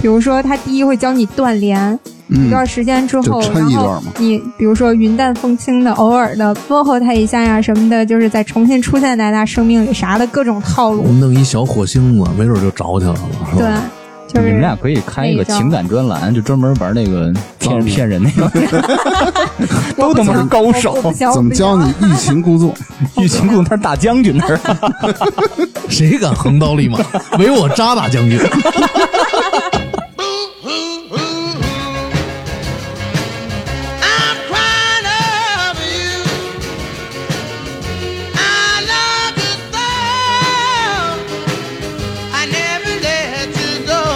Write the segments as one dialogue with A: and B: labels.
A: 比如说他第一会教你断联，一
B: 嗯，
A: 段时间之后，
B: 就抻
A: 然
B: 一段
A: 后
B: 嘛
A: 你比如说云淡风轻的，偶尔的问候他一下呀什么的，就是再重新出现在他生命里啥的各种套路。
C: 弄一小火星啊子，没准就着起来了，是
A: 对啊
C: 吧？，
A: 就
D: 你
A: 是
D: 们俩可以开一
A: 那
D: 个
A: 一招
D: 情感专栏，就专门玩那个骗骗人那个，都他妈是高手
A: 我不行，我不行
B: 怎么教？你欲擒 故纵？
D: 欲擒故纵，他是大将军，他是。
C: 谁敢横刀立马，唯我渣打将军？
E: Boo hoo hoo hoo. I'm crying over you. I love you so. I never let you go.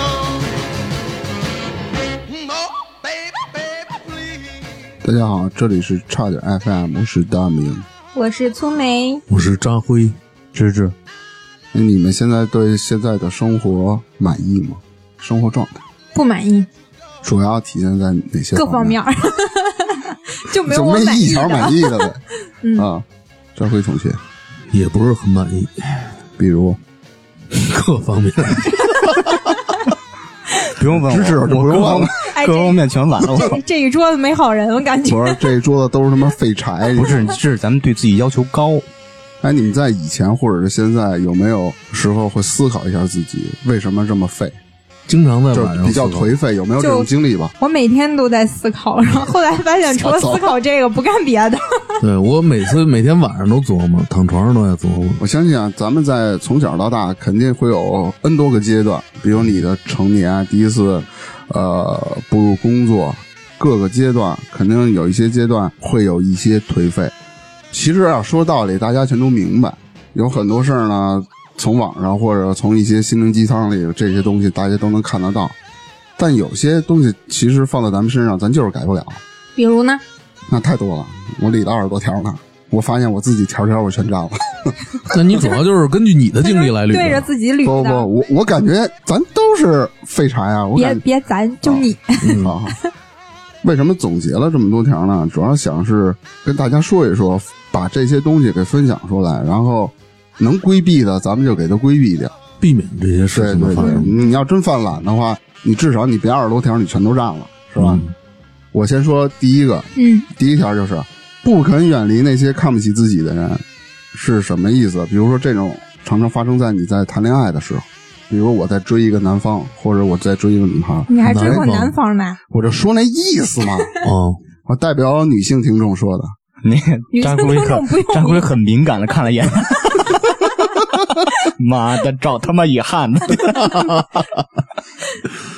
E: Oh, baby, baby, please.
B: 大家好，这里是差点 FM，我是大明。
A: 我是粗梅，
C: 我是扎辉，
D: 芝芝，
B: 那哎你们现在对现在的生活满意吗？生活状态
A: 不满意
B: 主要体现在哪些
A: 各方面？
B: 面
A: 儿，就没有
B: 就
A: 我
B: 没
A: 满
B: 一
A: 意的。
B: 条
A: 嗯
B: 满意的 呗。啊，张辉同学，
C: 也不是很满意，
B: 比如
C: 各方面。
D: 不用问我，
B: 芝芝
D: 我
B: 就不用问了
A: 哎
D: 各方面全完了。我
A: 这这一桌子没好人，我感觉。
B: 我说这一桌子都是他妈废柴，
D: 不是，是咱们对自己要求高。
B: 哎，你们在以前或者是现在有没有时候会思考一下自己为什么这么废，
C: 经常在
B: 就
C: 晚
B: 是
C: 上
B: 比较
C: 思考
B: 颓废？有没有这种经历吧？
A: 我每天都在思考，然后后来发现除了思考这个不干别的。
C: 对我每次每天晚上都琢磨，躺床上都在琢磨。
B: 我相信啊，咱们在从小到大肯定会有 N 多个阶段，比如你的成年，啊第一次，呃，步入工作，各个阶段肯定有一些阶段会有一些颓废。其实啊，说道理，大家全都明白，有很多事儿呢，从网上或者从一些心灵鸡汤里这些东西，大家都能看得到。但有些东西其实放在咱们身上，咱就是改不了，
A: 比如呢？
B: 那太多了。我理了二十多条呢，我发现我自己条条我全占了。
C: 那你主要就是根据你的经历来捋
A: 对着
C: 的。
A: 自己捋
B: 不不，
A: 的。
B: 我我感觉咱都是废柴啊！我
A: 别
B: 感觉
A: 别，咱就你。
B: 啊，为什么总结了这么多条呢？主要想是跟大家说一说，把这些东西给分享出来，然后能规避的咱们就给它规避掉。
C: 避免这些事
B: 对
C: 情
B: 对
C: 的发
B: 对，
C: 生。
B: 你要真犯懒的话，你至少你别二十多条你全都占了，是
C: 嗯
B: 吧？我先说第一个，
A: 嗯，
B: 第一条就是不肯远离那些看不起自己的人，是什么意思？比如说这种常常发生在你在谈恋爱的时候，比如我在追一个男方，或者我在追一个女孩，
A: 你还追过
C: 南
A: 南方呢？
B: 我就说那意 思嘛。
C: 哦，
B: 我代表女性听众说的，
D: 那
A: 女
D: 张
A: 生
D: 辉
A: 听众不
D: 很
A: 用
D: 张辉很敏感的看了一 眼，妈的，找他妈遗憾的，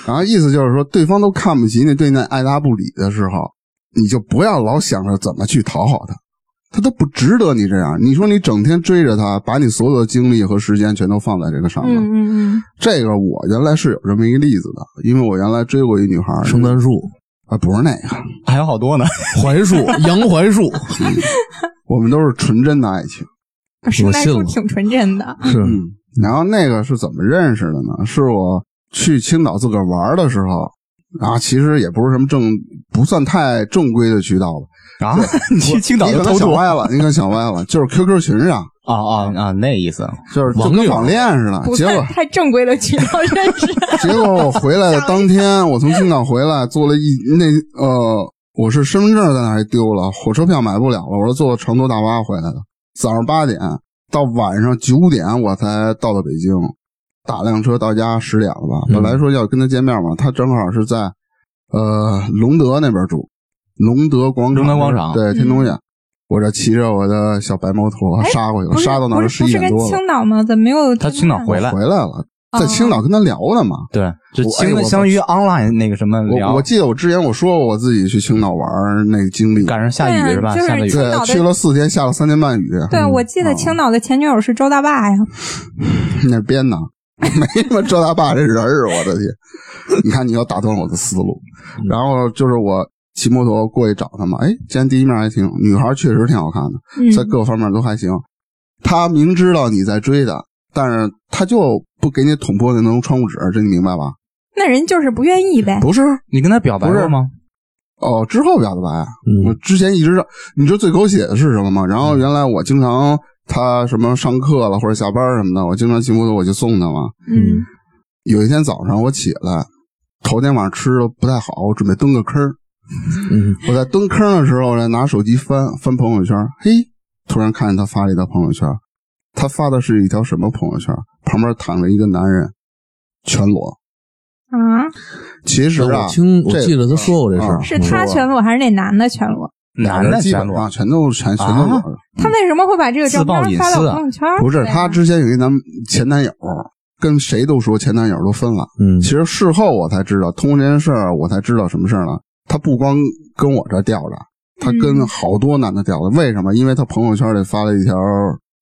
B: 然后意思就是说，对方都看不起你，对你爱答不理的时候，你就不要老想着怎么去讨好他，他都不值得你这样。你说你整天追着他，把你所有的精力和时间全都放在这个上面，
A: 嗯嗯嗯，
B: 这个我原来是有这么一个例子的，因为我原来追过一女孩，
C: 圣诞树、
B: 啊，不是那个，
D: 还有好多呢。
C: 槐树、杨槐树，
B: 我们都是纯真的爱情。
A: 圣诞
C: 信
A: 树
C: 了
A: 挺纯真的。
C: 是
B: 嗯，然后那个是怎么认识的呢？是我去青岛自个儿玩的时候，然后其实也不是什么正，不算太正规的渠道吧。
D: 啊，你去青岛
B: 你
D: 就
B: 可能
D: 偷
B: 想
D: 渡啊
B: 歪了，你可能想歪了，就是 QQ 群上，
D: 啊啊，那意思。
B: 就是就
C: 网
B: 跟
C: 友
B: 网恋似的。
A: 不
B: 结
A: 算
B: 果
A: 太正规的渠道认识，
B: 结果我回来的当天，我从青岛回来，坐了一那呃，我是身份证在那还丢了，火车票买不了了，我是坐成都大巴回来的。早上八点到晚上九点，我才到的北京，打辆车到家十点了吧。
C: 嗯
B: 本来说要跟他见面嘛，他正好是在呃隆德那边住，隆德广场，
D: 隆德广场
B: 对天通苑。我这骑着我的小白摩托杀过去了，
A: 嗯哎不是
B: 杀到那儿
A: 不是
B: 十一
A: 不是跟
B: 点多了，
A: 青岛吗？怎么没有？
D: 他青岛回来
B: 回来了，
A: 哦
B: 在青岛跟他聊呢嘛。
D: 对，就
B: 我哎
D: 相
B: 我
D: 相当于 online 那个什么聊，
B: 我我记得我之前我说过我自己去青岛玩儿那个经历，
D: 赶上下雨
A: 对啊
D: 是吧？
A: 就是
D: 下了雨
A: 青岛
B: 对，
A: 的
B: 去了四天，下了三天半雨，
A: 对，啊我记
B: 嗯
A: 得青岛的前女友是周大爸呀。
B: 那编的，没什么周大爸这人儿，啊我的天！你看你又打断我的思路，然后就是我骑摩托过去找他嘛，哎，见第一面还挺，女孩确实挺好看的，
A: 嗯，
B: 在各方面都还行。他明知道你在追的，但是他就不给你捅破那层窗户纸，这你明白吧？
A: 那人就是不愿意呗。
B: 不是，
D: 你跟他表白
B: 不是
D: 过吗？
B: 哦，之后表的白，我
C: 嗯，
B: 之前一直让你知道最狗血的是什么吗？然后原来我经常他什么上课了或者下班什么的，我经常骑摩托我去送他嘛。
A: 嗯
B: 有一天早上我起来，头天晚上吃的不太好，我准备蹲个坑儿。
D: 嗯，
B: 我在蹲坑儿的时候呢，拿手机翻翻朋友圈，嘿，突然看见他发了一条朋友圈，他发的是一条什么朋友圈？旁边躺着一个男人，全裸。嗯
A: 啊，
B: 其实啊，
C: 我听我
B: 这
C: 记得他说过这事儿嗯
B: 啊，
A: 是他全裸还是那男的全裸？
B: 俩
D: 男
B: 人
D: 的啊
B: 基
D: 全
B: 本
D: 裸
B: 上，全都全全都裸
D: 啊
B: 着。
A: 他为什么会把这个照片发
D: 自曝隐私
A: 到
D: 啊
A: 朋友圈？
B: 不是，
A: 对
B: 她之前有一男前男友，跟谁都说前男友都分了。
D: 嗯
B: 其实事后我才知道，通过这件事儿，我才知道什么事儿呢？她不光跟我这儿吊着，她跟
A: 嗯
B: 好多男的吊着。为什么？因为她朋友圈里发了一条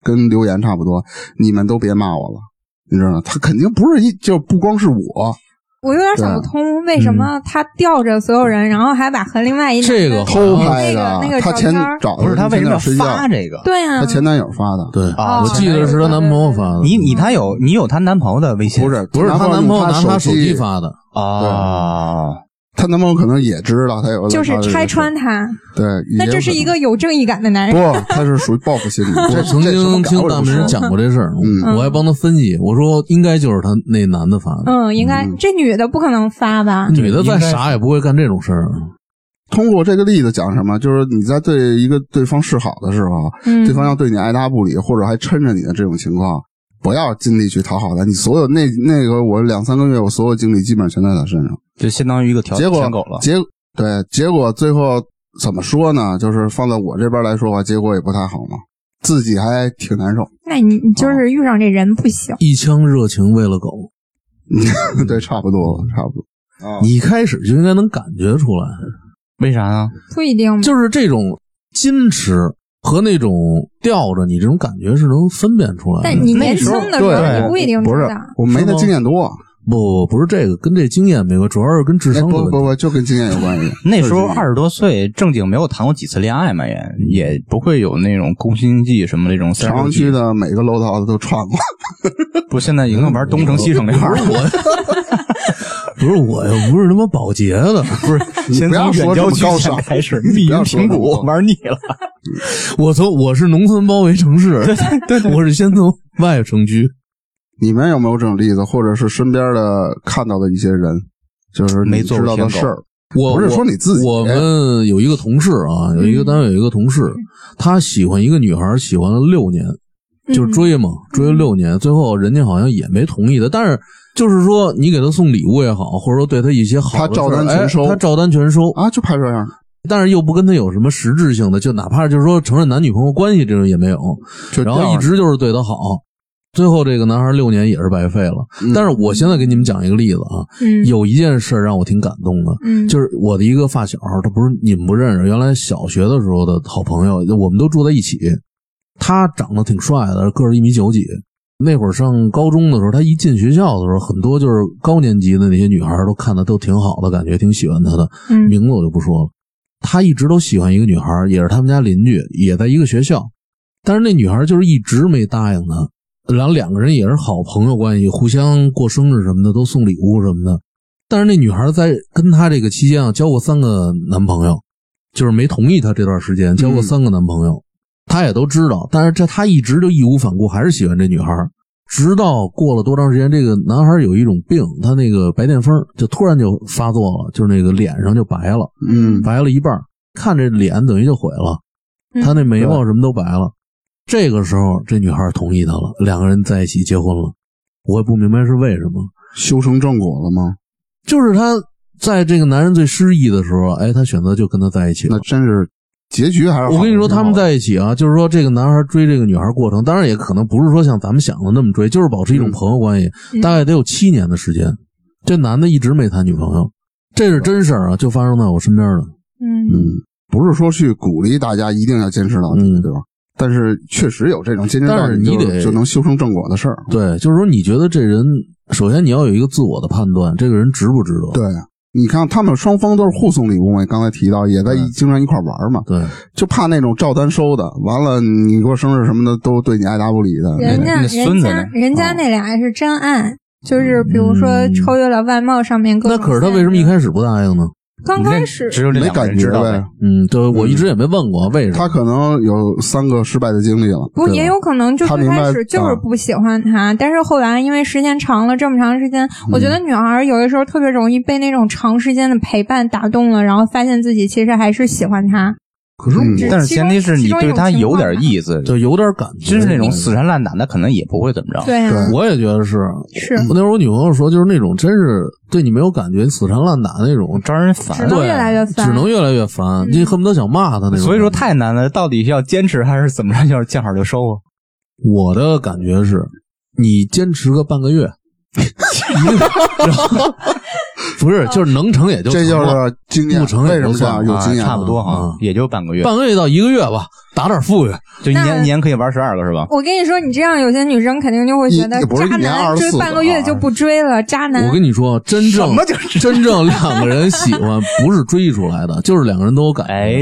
B: 跟留言差不多，你们都别骂我了，你知道吗？她肯定不是一，就不光是我，
A: 我有点
B: 啊
A: 想不通，为什
B: 嗯
A: 么他吊着所有人，然后还把和另外一男的
C: 这个
A: 哦
B: 偷拍的。
A: 那个那个
B: 她
A: 照
B: 前
A: 片儿
B: 找的
D: 不是他为什么要
B: 前男友睡觉？
D: 发这个？
A: 对呀、啊
B: 她前男友发的，
C: 对
D: 啊
C: 我记得是她男朋友发的，
D: 你你她有你有她男朋友的微信？
B: 不是
C: 不是她
B: 她
C: 男朋友拿她
B: 她
C: 手机，发的，
D: 啊，
B: 她男朋友可能也知道她有
A: 就是拆穿他，
B: 对，
A: 那
B: 也
A: 这
B: 有
A: 是
B: 可
A: 一
B: 能
A: 个有正义感的男人。
B: 不，他是属于报复心 理。
C: 我
B: 这
C: 曾
B: 这什么
C: 经
B: 感
C: 听
B: 我也
C: 大
B: 不
C: 明
B: 说
C: 人讲过这事儿，
B: 嗯
C: 我还帮他分析，我说应该就是他那男的发的，
A: 嗯，应该、这女的不可能发吧？
C: 女的再傻也不会干这种事儿。
B: 通过这个例子讲什么？就是你在对一个对方示好的时候，
A: 嗯，
B: 对方要对你爱答不理，或者还抻着你的这种情况，不要尽力去讨好他。你所有那那个我两三个月，我所有精力基本全在他身上。
D: 就相当于一个条
B: 结果
D: 舔狗了。
B: 结对结果最后怎么说呢？就是放在我这边来说的话，结果也不太好嘛，自己还挺难受。
A: 那你你就是遇上这人不行。
C: 一腔热情为了狗，
B: 对，差不多了，差不多。
C: 你一开始就应该能感觉出来，
D: 为啥呀？
A: 不一定吧，
C: 就是这种矜持和那种吊着你这种感觉是能分辨出来的。
A: 但你
D: 那
A: 年
D: 时
A: 轻
D: 候
A: 的时候
D: 对
A: 你不一定知
B: 不是
A: 道。
B: 我没那经验多，
C: 不不不是这个，跟这经验没关，主要是跟智
B: 哎
C: 商的
B: 不不
C: 问题。
B: 不，就跟经验有关系。
D: 那时候
B: 就是
D: 二十多岁，正经没有谈过几次恋爱嘛，也也不会有那种攻心计什么那种。
B: 朝阳区的每个楼道的都串过，
D: 不，现在已经玩东城西城这块儿了。
C: 不是我呀，不是他妈保洁的，
D: 不是，先
B: 不要
D: 从远
B: 说这么
D: 郊区
B: 高
D: 先
B: 尚
D: 开始， 密云
B: 要说
D: 平
B: 这么
D: 谷
B: 高尚
D: 玩腻了。
C: 我从我是农村包围城市，对我是先从外城区。
B: 你们有没有这种例子，或者是身边的看到的一些人，就是你
D: 没做
B: 知
D: 过
B: 道的
D: 舔
B: 事
D: 狗
B: 儿？
C: 我
B: 不是
C: 我
B: 说你自己哎
C: 我们有一个同事啊，有一个单位有一个同事，他喜欢一个女孩，喜欢了六年，就是
A: 嗯
C: 追嘛，追了六年，最后人家好像也没同意他，但是就是说你给他送礼物也好，或者说对他一些好的事
B: 他
C: 儿，
B: 照单全收
C: 哎他照单全收
B: 啊，就怕这样。
C: 但是又不跟他有什么实质性的，就哪怕就是说承认男女朋友关系这种也没有，
B: 就
C: 然后一直就是对他好，最后这个男孩六年也是白费了。
B: 嗯
C: 但是我现在给你们讲一个例子啊，
A: 嗯，
C: 有一件事让我挺感动的，
A: 嗯，
C: 就是我的一个发小，他不是你们不认识，原来小学的时候的好朋友，我们都住在一起。他长得挺帅的，个儿一米九几。那会儿上高中的时候，他一进学校的时候，很多就是高年级的那些女孩都看他都挺好的，感觉挺喜欢他的。
A: 嗯
C: 名字我就不说了。他一直都喜欢一个女孩，也是他们家邻居，也在一个学校，但是那女孩就是一直没答应他。然后两个人也是好朋友关系，互相过生日什么的都送礼物什么的。但是那女孩在跟他这个期间啊，交过三个男朋友，就是没同意他这段时间交过三个男朋友，他也都知道。但是这他一直就义无反顾，还是喜欢这女孩。直到过了多长时间，这个男孩有一种病，他那个白癜风就突然就发作了，就是那个脸上就白了，
B: 嗯，
C: 白了一半儿，看这脸等于就毁了，他那眉毛什么都白了。这个时候，这女孩同意他了，两个人在一起结婚了。我也不明白是为什么，
B: 修成正果了吗？
C: 就是他在这个男人最失意的时候，哎，他选择就跟他在一起了
B: 那。真是结局还是好的
C: 我跟你说，
B: 挺好
C: 他
B: 的
C: 们在一起啊，就是说这个男孩追这个女孩过程，当然也可能不是说像咱们想的那么追，就是保持一种
B: 嗯
C: 朋友关系，
A: 嗯
C: 大概得有七年的时间。这男的一直没谈女朋友，这是真事儿啊，就发生在我身边的。
A: 嗯
B: 嗯，不是说去鼓励大家一定要坚持到底，
C: 嗯
B: 对吧？但是确实有这种坚持到
C: 但是
B: 底
C: 你
B: 就
C: 得
B: 就能修成正果的事儿。
C: 对，就是说你觉得这人，首先你要有一个自我的判断，这个人值不值得？
B: 对，啊你看他们双方都是互送礼物嘛，刚才提到也在一
A: 嗯
C: 对
B: 经常一块儿玩嘛，
C: 对
B: 就怕那种照单收的，完了你过生日什么的都对你爱答不理的，
A: 人家
D: 那
A: 人
D: 孙子
A: 家
D: 呢
A: 人家那俩是真爱，就是比如说
C: 嗯
A: 超越了外貌上面各
C: 那
A: 种。
C: 可是他为什么一？开始不答应呢？
A: 刚
D: 你那
A: 开始
D: 只有这
B: 没
D: 两个
B: 感
D: 人
B: 觉
D: 知道
B: 呗
D: 呗。。
C: 嗯，对，我一直也没问过为什么。
B: 他可能有三个失败的经历了，
A: 不
B: 对吧
A: 也有可能就
B: 他
A: 最
B: 明白啊
A: 开始就是不喜欢他，但是后来因为时间长了，这么长时间，
B: 嗯
A: 我觉得女孩儿有的时候特别容易被那种长时间的陪伴打动了，然后发现自己其实还是喜欢他。
C: 可是我
B: 嗯
D: 但是前提是你对他有
A: 啊
D: 点意思，
C: 就有点感觉，
D: 就是那种死缠烂打的，可能也不会怎么
B: 啊
D: 着。
A: 对啊呀、
B: 对
C: 我也觉得是。
A: 是
C: 那会儿我女朋友说，就是那种真是对你没有感觉，死缠烂打那种，
D: 招人
A: 只
D: 烦，
A: 能
C: 对
A: 越来越烦，
C: 只能越来越烦，
A: 嗯
C: 你恨不得想骂他那种。
D: 所以说太难了。到底是要坚持还是怎么着？就是见好就收啊？
C: 我的感觉是，你坚持个半个月， 一定 然后不是就是能成也就
B: 这就
C: 成了
B: 是经验。
C: 不成也
B: 为什
C: 就
B: 么这
C: 算
B: 样？有经验，
D: 啊差不多哈
C: 嗯，
D: 也就半个月，
C: 半个月到一个月吧，打点富裕。
D: 就一
A: 那
D: 年一年可以玩十二个是吧？
A: 我跟你说，你这样有些女生肯定就会觉得
B: 一不是一
A: 渣
B: 年
A: 男
B: 24
A: 追半
B: 啊
A: 个月就不追了，渣男
C: 我跟你说，真正真正两个人喜欢不是追出来的，就是两个人都有感觉。
D: 哎，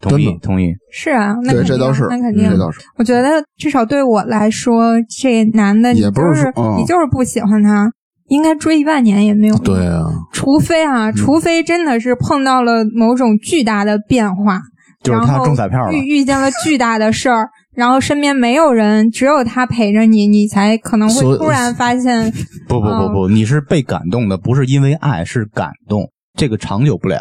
D: 同
C: 真
D: 意
C: 的
D: 同意。
A: 是啊，那
B: 对，
A: 肯定
B: 这倒是，嗯
A: 那肯定
B: 这倒是。
A: 我觉得至少对我来说，这男的你
B: 也不
A: 就是
B: 说嗯
A: 你就是不喜欢他，应该追一万年也没有。
C: 对，啊，
A: 除非啊，
D: 嗯
A: 除非真的是碰到了某种巨大的变化，
D: 就是他中彩票了
A: 然后遇遇见了巨大的事儿，然后身边没有人，只有他陪着你，你才可能
C: 所
A: 会
C: 以
A: 突然发现，
D: 不不不
A: 嗯
D: 不，你是被感动的，不是因为爱，是感动。这个长久不了，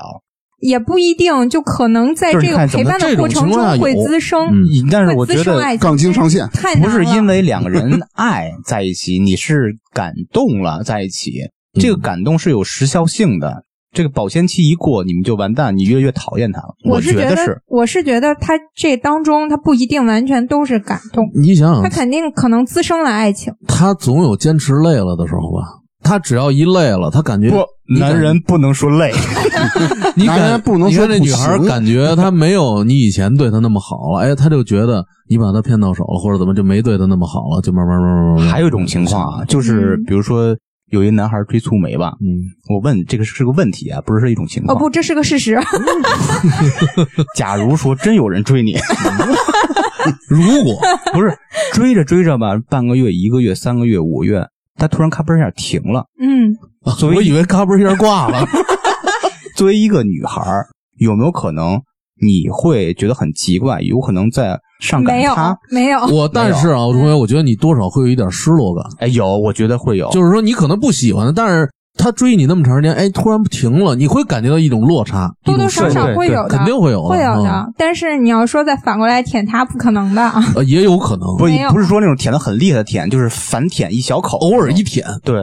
A: 也不一定，就可能在
D: 就是
A: 这个
D: 看怎
A: 陪
D: 么
A: 伴的
C: 这
A: 过
C: 种
A: 程
C: 情况下
A: 中会
C: 有
A: 滋生，
C: 嗯
D: 但是
A: 会
D: 我
A: 滋
D: 觉
A: 生
D: 得
A: 爱情
B: 杠精上线，
A: 太难
D: 不是因
A: 了
D: 为两个人爱在一起，你是感动了在一起，这个感动是有时效性的。这个保鲜期一过，你们就完蛋，你越来越讨厌他了。
A: 我
D: 觉
A: 是觉
D: 得
A: 得
D: 是，，
A: 我是觉得他这当中他不一定完全都是感动，
D: 嗯
C: 你想
A: 他
C: 想，
A: 肯定可能滋生了爱情。
C: 他总有坚持累了的时候吧。他只要一累了，他感觉你感
D: 不能说累，
C: 你
B: 男人
C: 感
B: 不能
C: 你
B: 说
C: 看这
B: 不
C: 女孩儿
B: 行
C: 感觉她没有你以前对她那么好了，哎，她就觉得你把她骗到手了，或者怎么就没对她那么好了，就慢慢慢慢慢慢。
D: 还有一种情况啊，就是
A: 嗯
D: 比如说有一男孩追醋梅吧，
C: 嗯，
D: 我问这个是个问题啊，不是一种情
A: 哦
D: 况。
A: 不，这是个事实。
D: 假如说真有 人追你，
C: 如果
D: 不是追着追着吧，半个月、一个月、三个月、五个月，他突然咔嘣一下停了。
A: 嗯，
D: 作
C: 我
D: 为
C: 以为嘎嘣一下挂了，
D: 作为一个女孩儿，有没有可能你会觉得很奇怪？有可能在上赶
A: 没有
D: 他？
A: 没有，
C: 我但是啊，我同学，我觉得你多少会有一点失落感，
D: 哎，有，我觉得会有。
C: 就是说你可能不喜欢她，但是她追你那么长时间，哎，突然停了，你会感觉到一种落差，
A: 多多少少
D: 对对
A: 会有的，
C: 肯定会有的，
A: 会有
C: 啊，
A: 的。但是你要说再反过来舔他，不可能的 啊。
C: 呃也有可能
D: 不
A: 没有
D: 不是说那种舔的很厉害的舔，就是反舔一小口，
C: 偶尔一舔，
D: 对。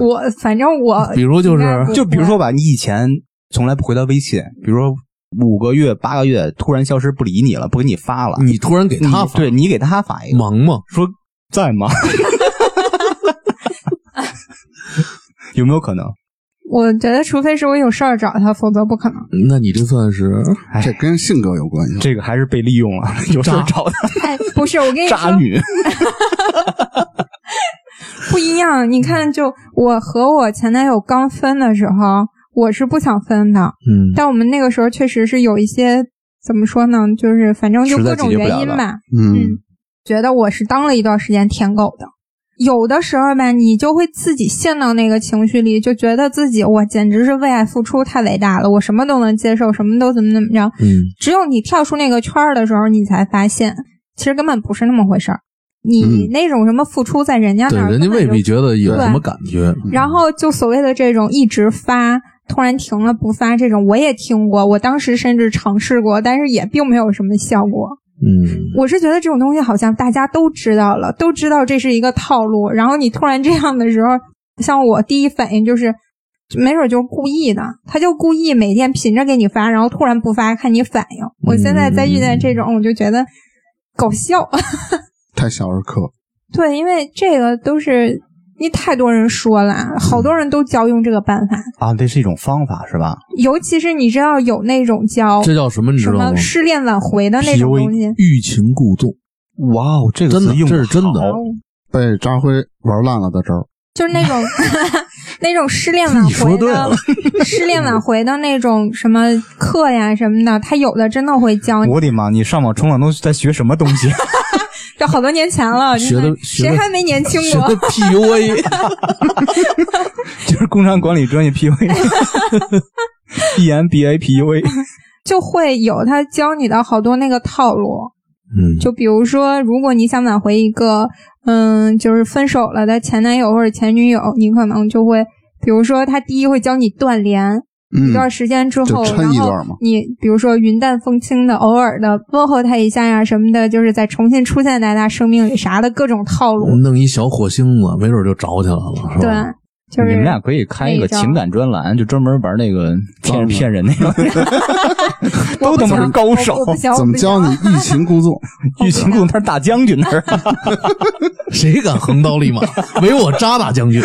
A: 我反正我
D: 呃
C: 比如就是
A: 应该不
D: 就比如说吧，你以前从来不回他微信，比如说五个月、八个月突然消失不理你了，不给你发了，
C: 嗯你突然给她发
D: 对你给他发一个，
C: 忙吗？
D: 说在 吗？有没有可能？
A: 我觉得，除非是我有事儿找他，否则不可能。
C: 嗯那你这算是
D: 哎
B: 这跟性格有关系。
D: 这个还是被利用了， 有事儿找他
A: 哎，不是，我跟你说，
D: 渣女。
A: 不一样。你看，就我和我前男友刚分的时候，我是不想分的，
C: 嗯
A: 但我们那个时候确实是有一些怎么说呢，就是反正就
D: 实在
A: 各种
D: 解决不
A: 原
D: 了
A: 因
D: 了
A: 吧。
B: 嗯，
A: 觉得我是当了一段时间舔狗的。有的时候吧，你就会自己陷到那个情绪里，就觉得自己我简直是为爱付出太伟大了，我什么都能接受，什么都怎么怎么着。
C: 嗯，
A: 只有你跳出那个圈儿的时候，你才发现其实根本不是那么回事儿。你
B: 嗯
A: 那种什么付出在人家
C: 对
A: 那，儿，
C: 人家未必觉得有
A: 对
C: 什么感觉，
A: 然后就所谓的这种一直发，突然停了不发这种，我也听过，我当时甚至尝试过，但是也并没有什么效果。
C: 嗯，
A: 我是觉得这种东西好像大家都知道了，都知道这是一个套路。然后你突然这样的时候，像我第一反应就是，没准就是故意的，他就故意每天频着给你发，然后突然不发，看你反应。我现在再遇见这种，我就觉得搞笑。
B: 太小儿科。
A: 对，因为这个都是你太多人说了，好多人都教用这个办法，
D: 啊，这是一种方法是吧？
A: 尤其是你知道有那种教
C: 这叫什么？你知
A: 什
C: 道吗
A: 么？失恋挽回的那种东西
C: PUA，。欲擒故纵，
D: 哇哦，这个
C: 真的
D: 词用
C: 这
D: 得
C: 是真的
D: 好
B: 被扎辉玩烂了的招儿，
A: 就是那种那种失恋挽
C: 你说
A: 回
C: 对
A: 的
C: 了
A: 失恋挽回的那种什么课呀什么的，他有的真的会教你。
D: 我的妈！你上网冲浪都在学什么东西？
A: 这好多年前了，
C: 学的
A: 真
C: 学
A: 谁
C: 的
A: 还没年轻
C: 学
A: 过
C: 的？PUA，嗯
D: 就是工商管理专业 PUA。 B E M B A P U A，
A: 就会有他教你的好多那个套路。
C: 嗯，
A: 就比如说，如果你想挽回一个，嗯，就是分手了的前男友或者前女友，你可能就会，比如说他第一会教你断联，一
B: 嗯，
A: 段时间之后，
B: 就抻
A: 然
B: 一
A: 后
B: 段嘛
A: 你比如说云淡风轻的，偶尔的问候他一下呀啊什么的，就是再重新出现在他生命里啥的各种套路。
B: 嗯
C: 弄一小火星子，没准就找起来了，是吧？
A: 对，
B: 哦
A: 就是
D: 你们俩可以开一个
A: 那一招
D: 情感专栏，就专门玩那个骗骗人那 个，
A: 我
D: 都
A: 不
D: 他
A: 行
D: 妈是高 手
A: 我，不行，我
B: 哦怎么
A: 不行
B: 教你欲擒故纵？
D: 欲擒故纵，他是大将军，他是。
C: 谁敢横刀立马？唯我扎大将军。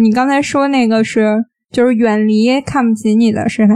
A: 你刚才说那个是，就是远离看不起你的是吧？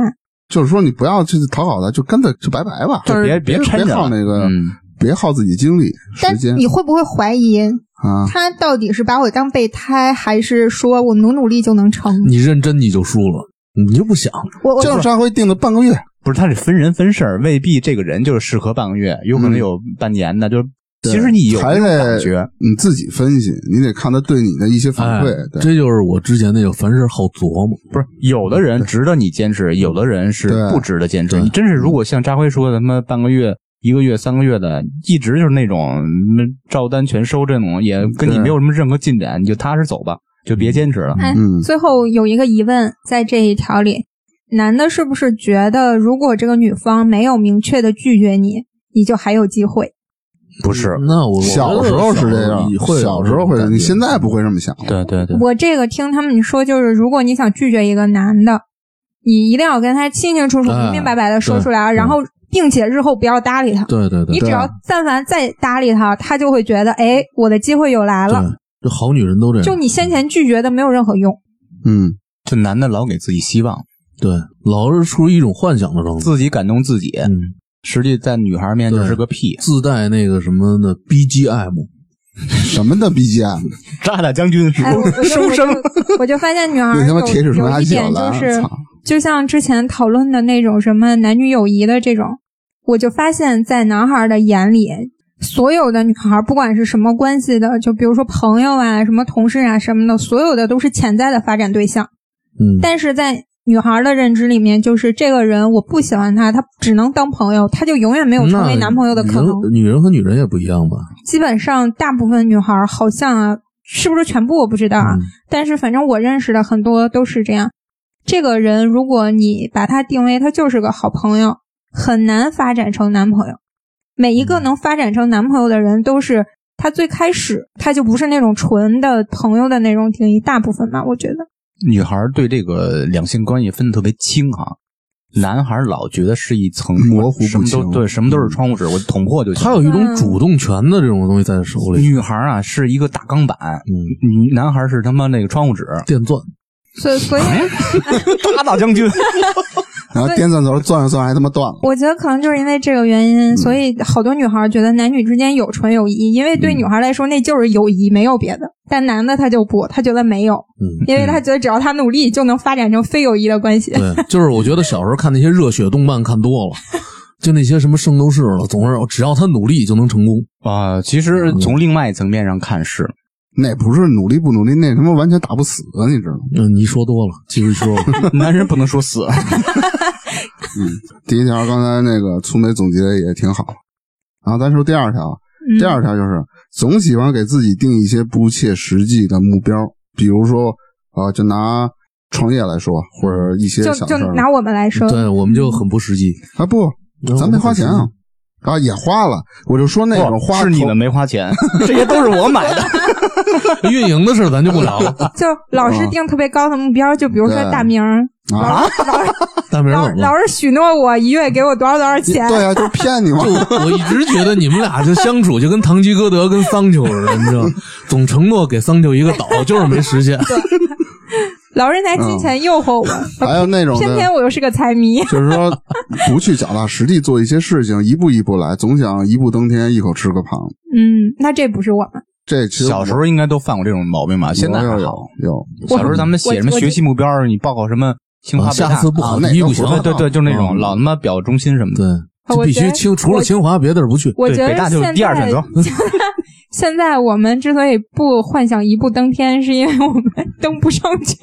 B: 就是说你不要去讨好他，就干脆就拜拜吧，
D: 就别
B: 别
D: 别抻着
B: 别耗那个，
D: 嗯
B: 别耗自己精力
F: 但
B: 时间
F: 你会不会怀疑
B: 啊。
F: 他到底是把我当备胎，还是说我努努力就能成？
C: 你认真你就输了，你就不想。
F: 我我
B: 嗯就是上回定的半个月，
D: 不是，他是分人分事儿，未必这个人就是适合半个月，有可能
B: 嗯
D: 有半年的，就是
B: 对
D: 其实你有
B: 还
D: 那种
B: 得
D: 感觉，
B: 你自己分析，你得看他对你的一些
C: 哎
B: 反馈。，对，
C: 这就是我之前那个凡事好琢磨。
D: 不是有的人值得你坚持，有的人是
B: 对
D: 不值得坚持。
C: 对
D: 你真是如果像扎辉说的，他妈半个月、一个月、三个月的，一直就是那种嗯照单全收这种，也跟你
B: 对
D: 没有什么任何进展，你就踏实走吧，就别坚持了。
A: 哎，
B: 嗯
A: 最后有一个疑问，在这一条里，男的是不是觉得如果这个女方没有明确的拒绝你，你就还有机会？
D: 不是，
C: 嗯那我
B: 小时候是这样，
C: 会
B: 小时候会，你现
C: 嗯
B: 在不会这么想。
D: 对对对，
A: 我这个听他们说，就是如果你想拒绝一个男的，你一定要跟他清清楚楚、
C: 哎
A: 明明白白的说出来，
C: 嗯对
A: 然后并且日后不要搭理他。
C: 对对对
A: 你
C: 对
A: 只要但凡再搭理他，他就会觉得，哎，我的机会又来了。，
C: 这好女人都这样。
A: 就你先前拒绝的没有任何用。
B: 嗯，
D: 就男的老给自己希望，
C: 对，老是处于一种幻想的状态。
D: 自己感动自己，
C: 嗯，
D: 实际在女孩面前就是个
B: 嗯
D: 屁。
C: 自带那个什么的 BGM，
B: 什么的 BGM，
D: 扎大将 军是
A: 哎，我我就我就我就发现女孩儿
B: 那他妈
A: 有
B: 铁齿铜
A: 有
B: 牙
A: 一
B: 纪晓
A: 点就
B: 岚，
A: 是
B: 操，
A: 就像之前讨论的那种什么男女友谊的这种，我就发现，在男孩的眼里，所有的女孩，不管是什么关系的，就比如说朋友啊、什么同事啊什么的，所有的都是潜在的发展对象。
C: 嗯，
A: 但是在女孩的认知里面，就是这个人我不喜欢他，他只能当朋友，他就永远没有成为
C: 那
A: 男朋友的可能。
C: 女人女人和女人也不一样吧？
A: 基本上大部分女孩好像啊，是不是全部我不知道啊，
C: 嗯
A: 但是反正我认识的很多都是这样。这个人，如果你把他定位，他就是个好朋友，很难发展成男朋友。每一个能发展成男朋友的人，都是他最开始他就不是那种纯的朋友的那种定义，大部分吧，我觉得。
D: 女孩对这个两性关系分得特别清哈，男孩老觉得是一层
B: 模糊不
D: 什么都
B: 清
D: 对，什么都是窗户纸，我捅破就行。
C: 她有一种
A: 啊
C: 主动权的这种东西在手
A: 嗯
C: 里。
D: 女孩啊是一个大钢板，
C: 嗯，
D: 嗯男孩是他妈那个窗户纸，
C: 电钻，
A: 所以，所以
D: 大大将军。
B: 然后电钻头钻着钻着还他妈断了。
A: 我觉得可能就是因为这个原因，所
B: 嗯
A: 以好多女孩觉得男女之间有纯友谊，因为对女孩来说那就是友谊，没有别的。但男的他就不，他觉得没有，
C: 嗯，
A: 因为他觉得只要他努力就能发展成非友谊的关系。
C: 对，就是我觉得小时候看那些热血动漫看多了，就那些什么圣斗士了，总是只要他努力就能成功。
D: 啊，其实从另外一层面上看 是，
B: 那不是努力不努力，那他妈完全打不死，啊你知道吗？
C: 嗯，你说多了，继续说吧。
D: 男人不能说死。
B: 第一条刚才那个粗眉总结的也挺好，然后咱说第二条，
A: 嗯
B: 第二条就是总喜欢给自己定一些不切实际的目标，比如说啊、呃就拿创业来说，或者一些
A: 就
B: 小事
A: 就
B: 儿
A: 拿我们来 说，
C: 对，我们就很不实际。
B: 啊不，咱没花钱啊，啊也花了，我就说那种花啊
D: 是你
B: 投
D: 们没花钱， 这些都是我买的。
C: 运营的事儿咱就不 聊了。
A: 就老是定特别高的目标，就比如说
B: 嗯对
A: 大明儿，
B: 啊，
C: 大明
A: 老
C: 怎么
A: 老
C: 了？
A: 是许诺我一月给我多少多少
B: 你
A: 钱，
B: 对呀、就是骗你嘛。
C: 就我一直觉得你们俩就相处就跟堂吉诃德跟桑丘似的，你知道吗，总承诺给桑丘一个岛，就是没实现。
A: 老是拿金钱诱惑我，
B: 还有那种
A: 偏
B: 嗯的，
A: 偏我又是个财迷。
B: 就是说不去脚踏实地做一些事情，一步一步来，总想一步登天，一口吃个螃。
A: 嗯，那这不是我们，
B: 这其实
D: 小时候应该都犯过这种毛病吧？现在
B: 有
D: 还好
B: 有。有，
D: 小时候咱们写什么学习目标，你报考什么清华
C: 啊
D: 北大，
C: 下次不考第一不行
B: 啊。那
D: 对
B: 个
D: 对对，就是那种
C: 嗯
D: 老他妈表忠心什么的。
C: 对，就
A: 啊我
C: 必
A: 觉
C: 须
A: 得
C: 清，除了清华别地儿不去。
A: 我觉
D: 对
A: 得
D: 北大
A: 现
D: 就是
A: 在
D: 第二选择
A: 现在 现在我们之所以不幻想一步登天，是因为我们登不上去。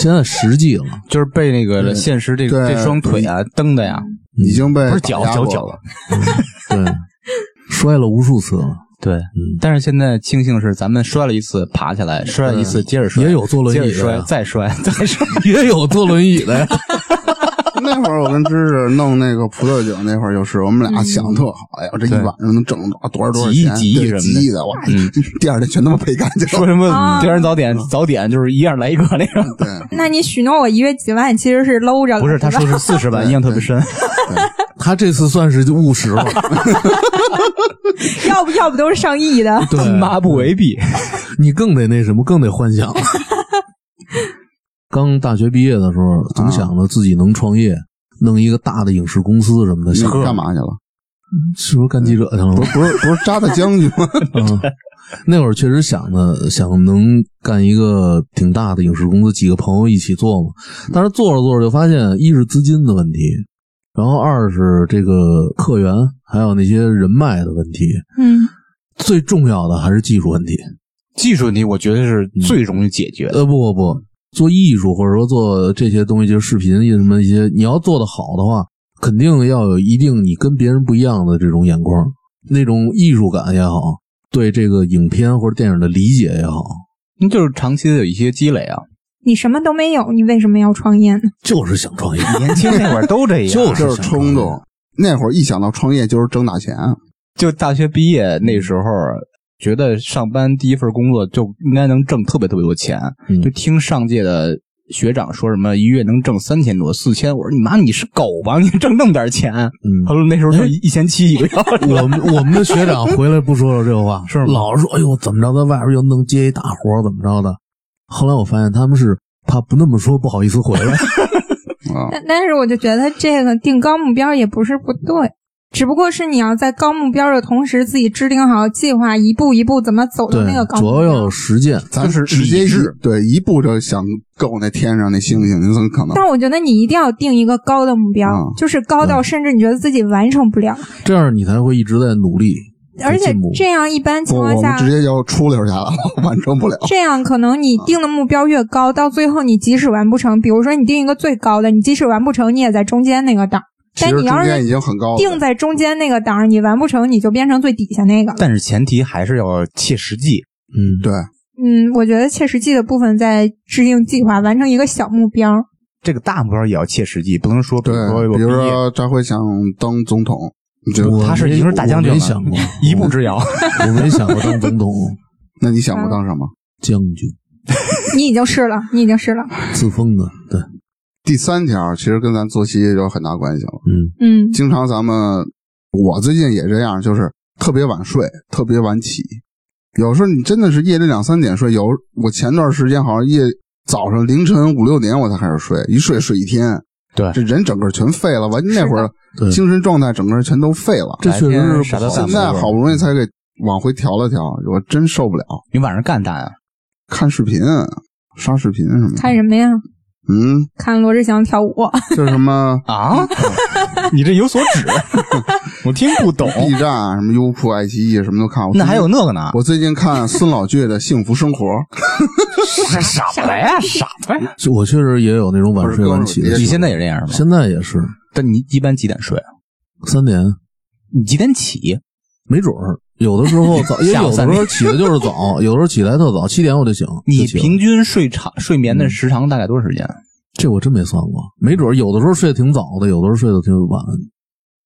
C: 现在实际了，
D: 就是被那个
B: 对
D: 现实这个
B: 对
D: 这双腿啊蹬的呀，
B: 已经被
D: 不是脚
B: 打压
D: 脚
B: 过
D: 脚
B: 了，
C: 对，摔了无数次了，
D: 对，但是现在庆幸是咱们摔了一次，爬起来，嗯摔了一次，接着摔，
C: 也有坐轮椅
D: 接
C: 的
D: 着摔，
C: 呀
D: 再摔， 再摔，
C: 也有坐轮椅的呀。
B: 那会儿我跟芝芝弄那个葡萄酒，那会儿就是我们俩想得特好，哎呀，这一
D: 对
B: 晚上能挣着多少多少
D: 几亿
B: 钱，
D: 几亿
B: 对
D: 什么的
B: 几亿的，哇！
D: 嗯
B: 第二天全他妈赔干净
D: 说
B: 了。
D: 什么
A: 啊
D: 第二天早点早点就是一样来一个那种，
B: 对，
A: 那你许诺我一月几万，其实是搂着了。
D: 不 是，他
A: 吧
D: 说是四十万，印象特别深，
C: 他这次算是务实 了，
A: 要不要不都是上亿 的。
C: 对，
D: 妈不为弊，
C: 你更得那什么，更得幻 想。刚大学毕业的时候，总想着自己能创业，弄一个大的影视公司什么的，
B: 你
C: 想
B: 干？嘛去了？
C: 是不是干记者去了
B: 不？是不是不是扎的将军 吗？
D: 哎
C: 嗯，那会儿确实想的，想能干一个挺大的影视公司，几个朋友一起做嘛。
B: 嗯
C: 但是做着做着就发现，一是资金的问题，然后二是这个客源，还有那些人脉的问题。
A: 嗯，
C: 最重要的还是技术问题。
D: 技术问题我觉得是最容易解决的，
C: 呃，不不不，做艺术或者说做这些东西，就是视频什么一些，你要做得好的话，肯定要有一定你跟别人不一样的这种眼光，那种艺术感也好，对这个影片或者电影的理解也好，
D: 那嗯就是长期的有一些积累啊。
A: 你什么都没有，你为什么要创业呢？
C: 就是想创业。
D: 年轻那会儿都 这样，
B: 就
C: 就
B: 是是冲动。那会儿一想到创业就是挣大钱，
D: 就大学毕业那时候，觉得上班第一份工作就应该能挣特别特别多钱，
C: 嗯
D: 就听上届的学长说什么一月能挣三千多、四千，我说你妈你是狗吧？你挣那么点钱？
C: 嗯
D: 他，说那时候就一千七一个月，
C: 我们我们的学长回来不说了这个话，是老是说哎呦怎么着，在外边又能接一大活儿怎么着的。后来我发现他们是怕不那么说不好意思回来，
B: 啊，
A: 但但是我就觉得这个定高目标也不是不对，只不过是你要在高目标的同时，自己制定好计划，一步一步怎么走到
C: 对
A: 那个，高
C: 主
A: 目
C: 要
A: 标
C: 要。实践。
B: 咱
D: 就是
B: 直接
D: 理
B: 一
D: 智
B: 对一步就想够那天上那星星，您怎么可能？
A: 但我觉得你一定要定一个高的目标，
B: 嗯
A: 就是高到甚至你觉得自己完成不了，
C: 这样你才会一直在努力，
A: 而且
C: 进步
A: 这样一般情
B: 我
A: 况
B: 我
A: 下
D: 啊
B: 们，直接啊就出溜下来了， 完成不了。
A: 这样可能你定的目标越高，到最后你即使完不成，比如说你定一个最高的，你即使完不成，你也在中间那个档。
B: 其
A: 但
B: 实
A: 你要
B: 中间已
A: 是
B: 经很高了，
A: 定在中间那个档，你完不成，你就变成最底下那个了。
D: 但是前提还是要切实际。
C: 嗯，
B: 对，
A: 嗯，我觉得切实际的部分在制定计划，完成一个小目标。
D: 这个大目标也要切实际，不能说比
B: 对
D: 如说，我
B: 比
D: 毕
B: 如
D: 业，
B: 说张辉想当总统，就
C: 我
D: 他是
C: 没
D: 已经是大将军
C: 我
D: 了，
C: 没想过，
D: 一步之遥。
C: 我没想过当总统
B: 那你想过当什么？
C: 将军，
A: 你已经是了，你已经是了。
C: 自封的，对，
B: 第三条其实跟咱作息也有很大关系了。
C: 嗯
A: 嗯，
B: 经常咱们，我最近也这样，就是特别晚睡，特别晚起。有时候你真的是夜里两三点睡，有我前段时间好像夜早上凌晨五六点我才开始睡，一睡睡一天，
D: 对
B: 这人整个全废了。完那会儿
C: 对，
B: 精神状态整个人全都废了。
C: 这确实是
D: 啥
C: 不
D: 都
C: 好
D: 干
B: 现
D: 不。
B: 在好不容易才给往回调了调，我真受不了。
D: 你晚上干啊啥呀？
B: 看视频、啊刷视频啊什么的，
A: 看什么呀？
B: 嗯，
A: 看罗志祥跳舞。
B: 就是什么
D: 啊，你这有所 指，我听不懂。
B: B 站啊、什么优酷、爱奇艺啊什么都看。我最
D: 那
B: 近
D: 还有那个呢？
B: 我最近看孙老倔的 《幸福生活》，
D: 傻傻子呀，傻子呀！
C: 就我确实也有那种晚睡晚起
B: 不是哥们儿
C: 的习
D: 你
B: 你
C: 惯，
D: 现在也这样吗？
C: 现在也是
D: 但你一般几点睡啊？
C: 三点，
D: 你几点起？
C: 没准儿有的时候 早，也
D: 下午
C: 有的时
D: 三点
C: 候起的就是早，有的时候起来特早，七点我就醒。
D: 你
C: 就醒
D: 平均睡长睡眠的时长大概多长时间？啊
C: 这我真没算过，没准儿有的时候睡得挺早的，有的时候睡得挺晚，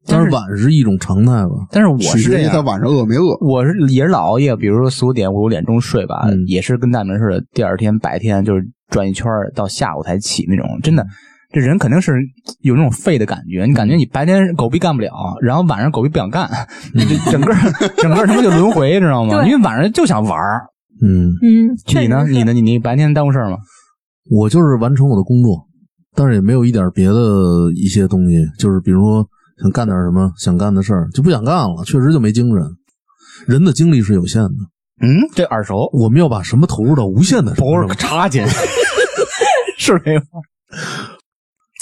D: 但
C: 但
D: 是
C: 是晚是一种常态吧。
D: 但是我
B: 取
D: 是这
B: 决于他
D: 样，
B: 晚上饿没饿。
D: 我是也是老熬夜，比如说四五点、五六点钟睡吧，
C: 嗯
D: 也是跟大明似的，第二天白天就是转一圈儿到下午才起那种，
B: 嗯
D: 真的。这人肯定是有那种废的感觉，你感觉你白天狗逼干不了，然后晚上狗逼不想干，
B: 嗯
D: 这整个整个他妈就 轮回，知道吗？
A: 对
D: 因为晚上就想玩儿。
C: 嗯，
A: 嗯，确
D: 你
A: 实
D: 呢？
A: 是
D: 你？呢？你你白天耽误事儿吗？
C: 我就是完成我的工作，但是也没有一点别的一些东西，就是比如说想干点什么想干的事儿，就不想干了，确实就没精神。人的精力是有限的，
D: 嗯，这耳熟，
C: 我们要把什么投入到无限的什么上面
D: 插 进，是这个。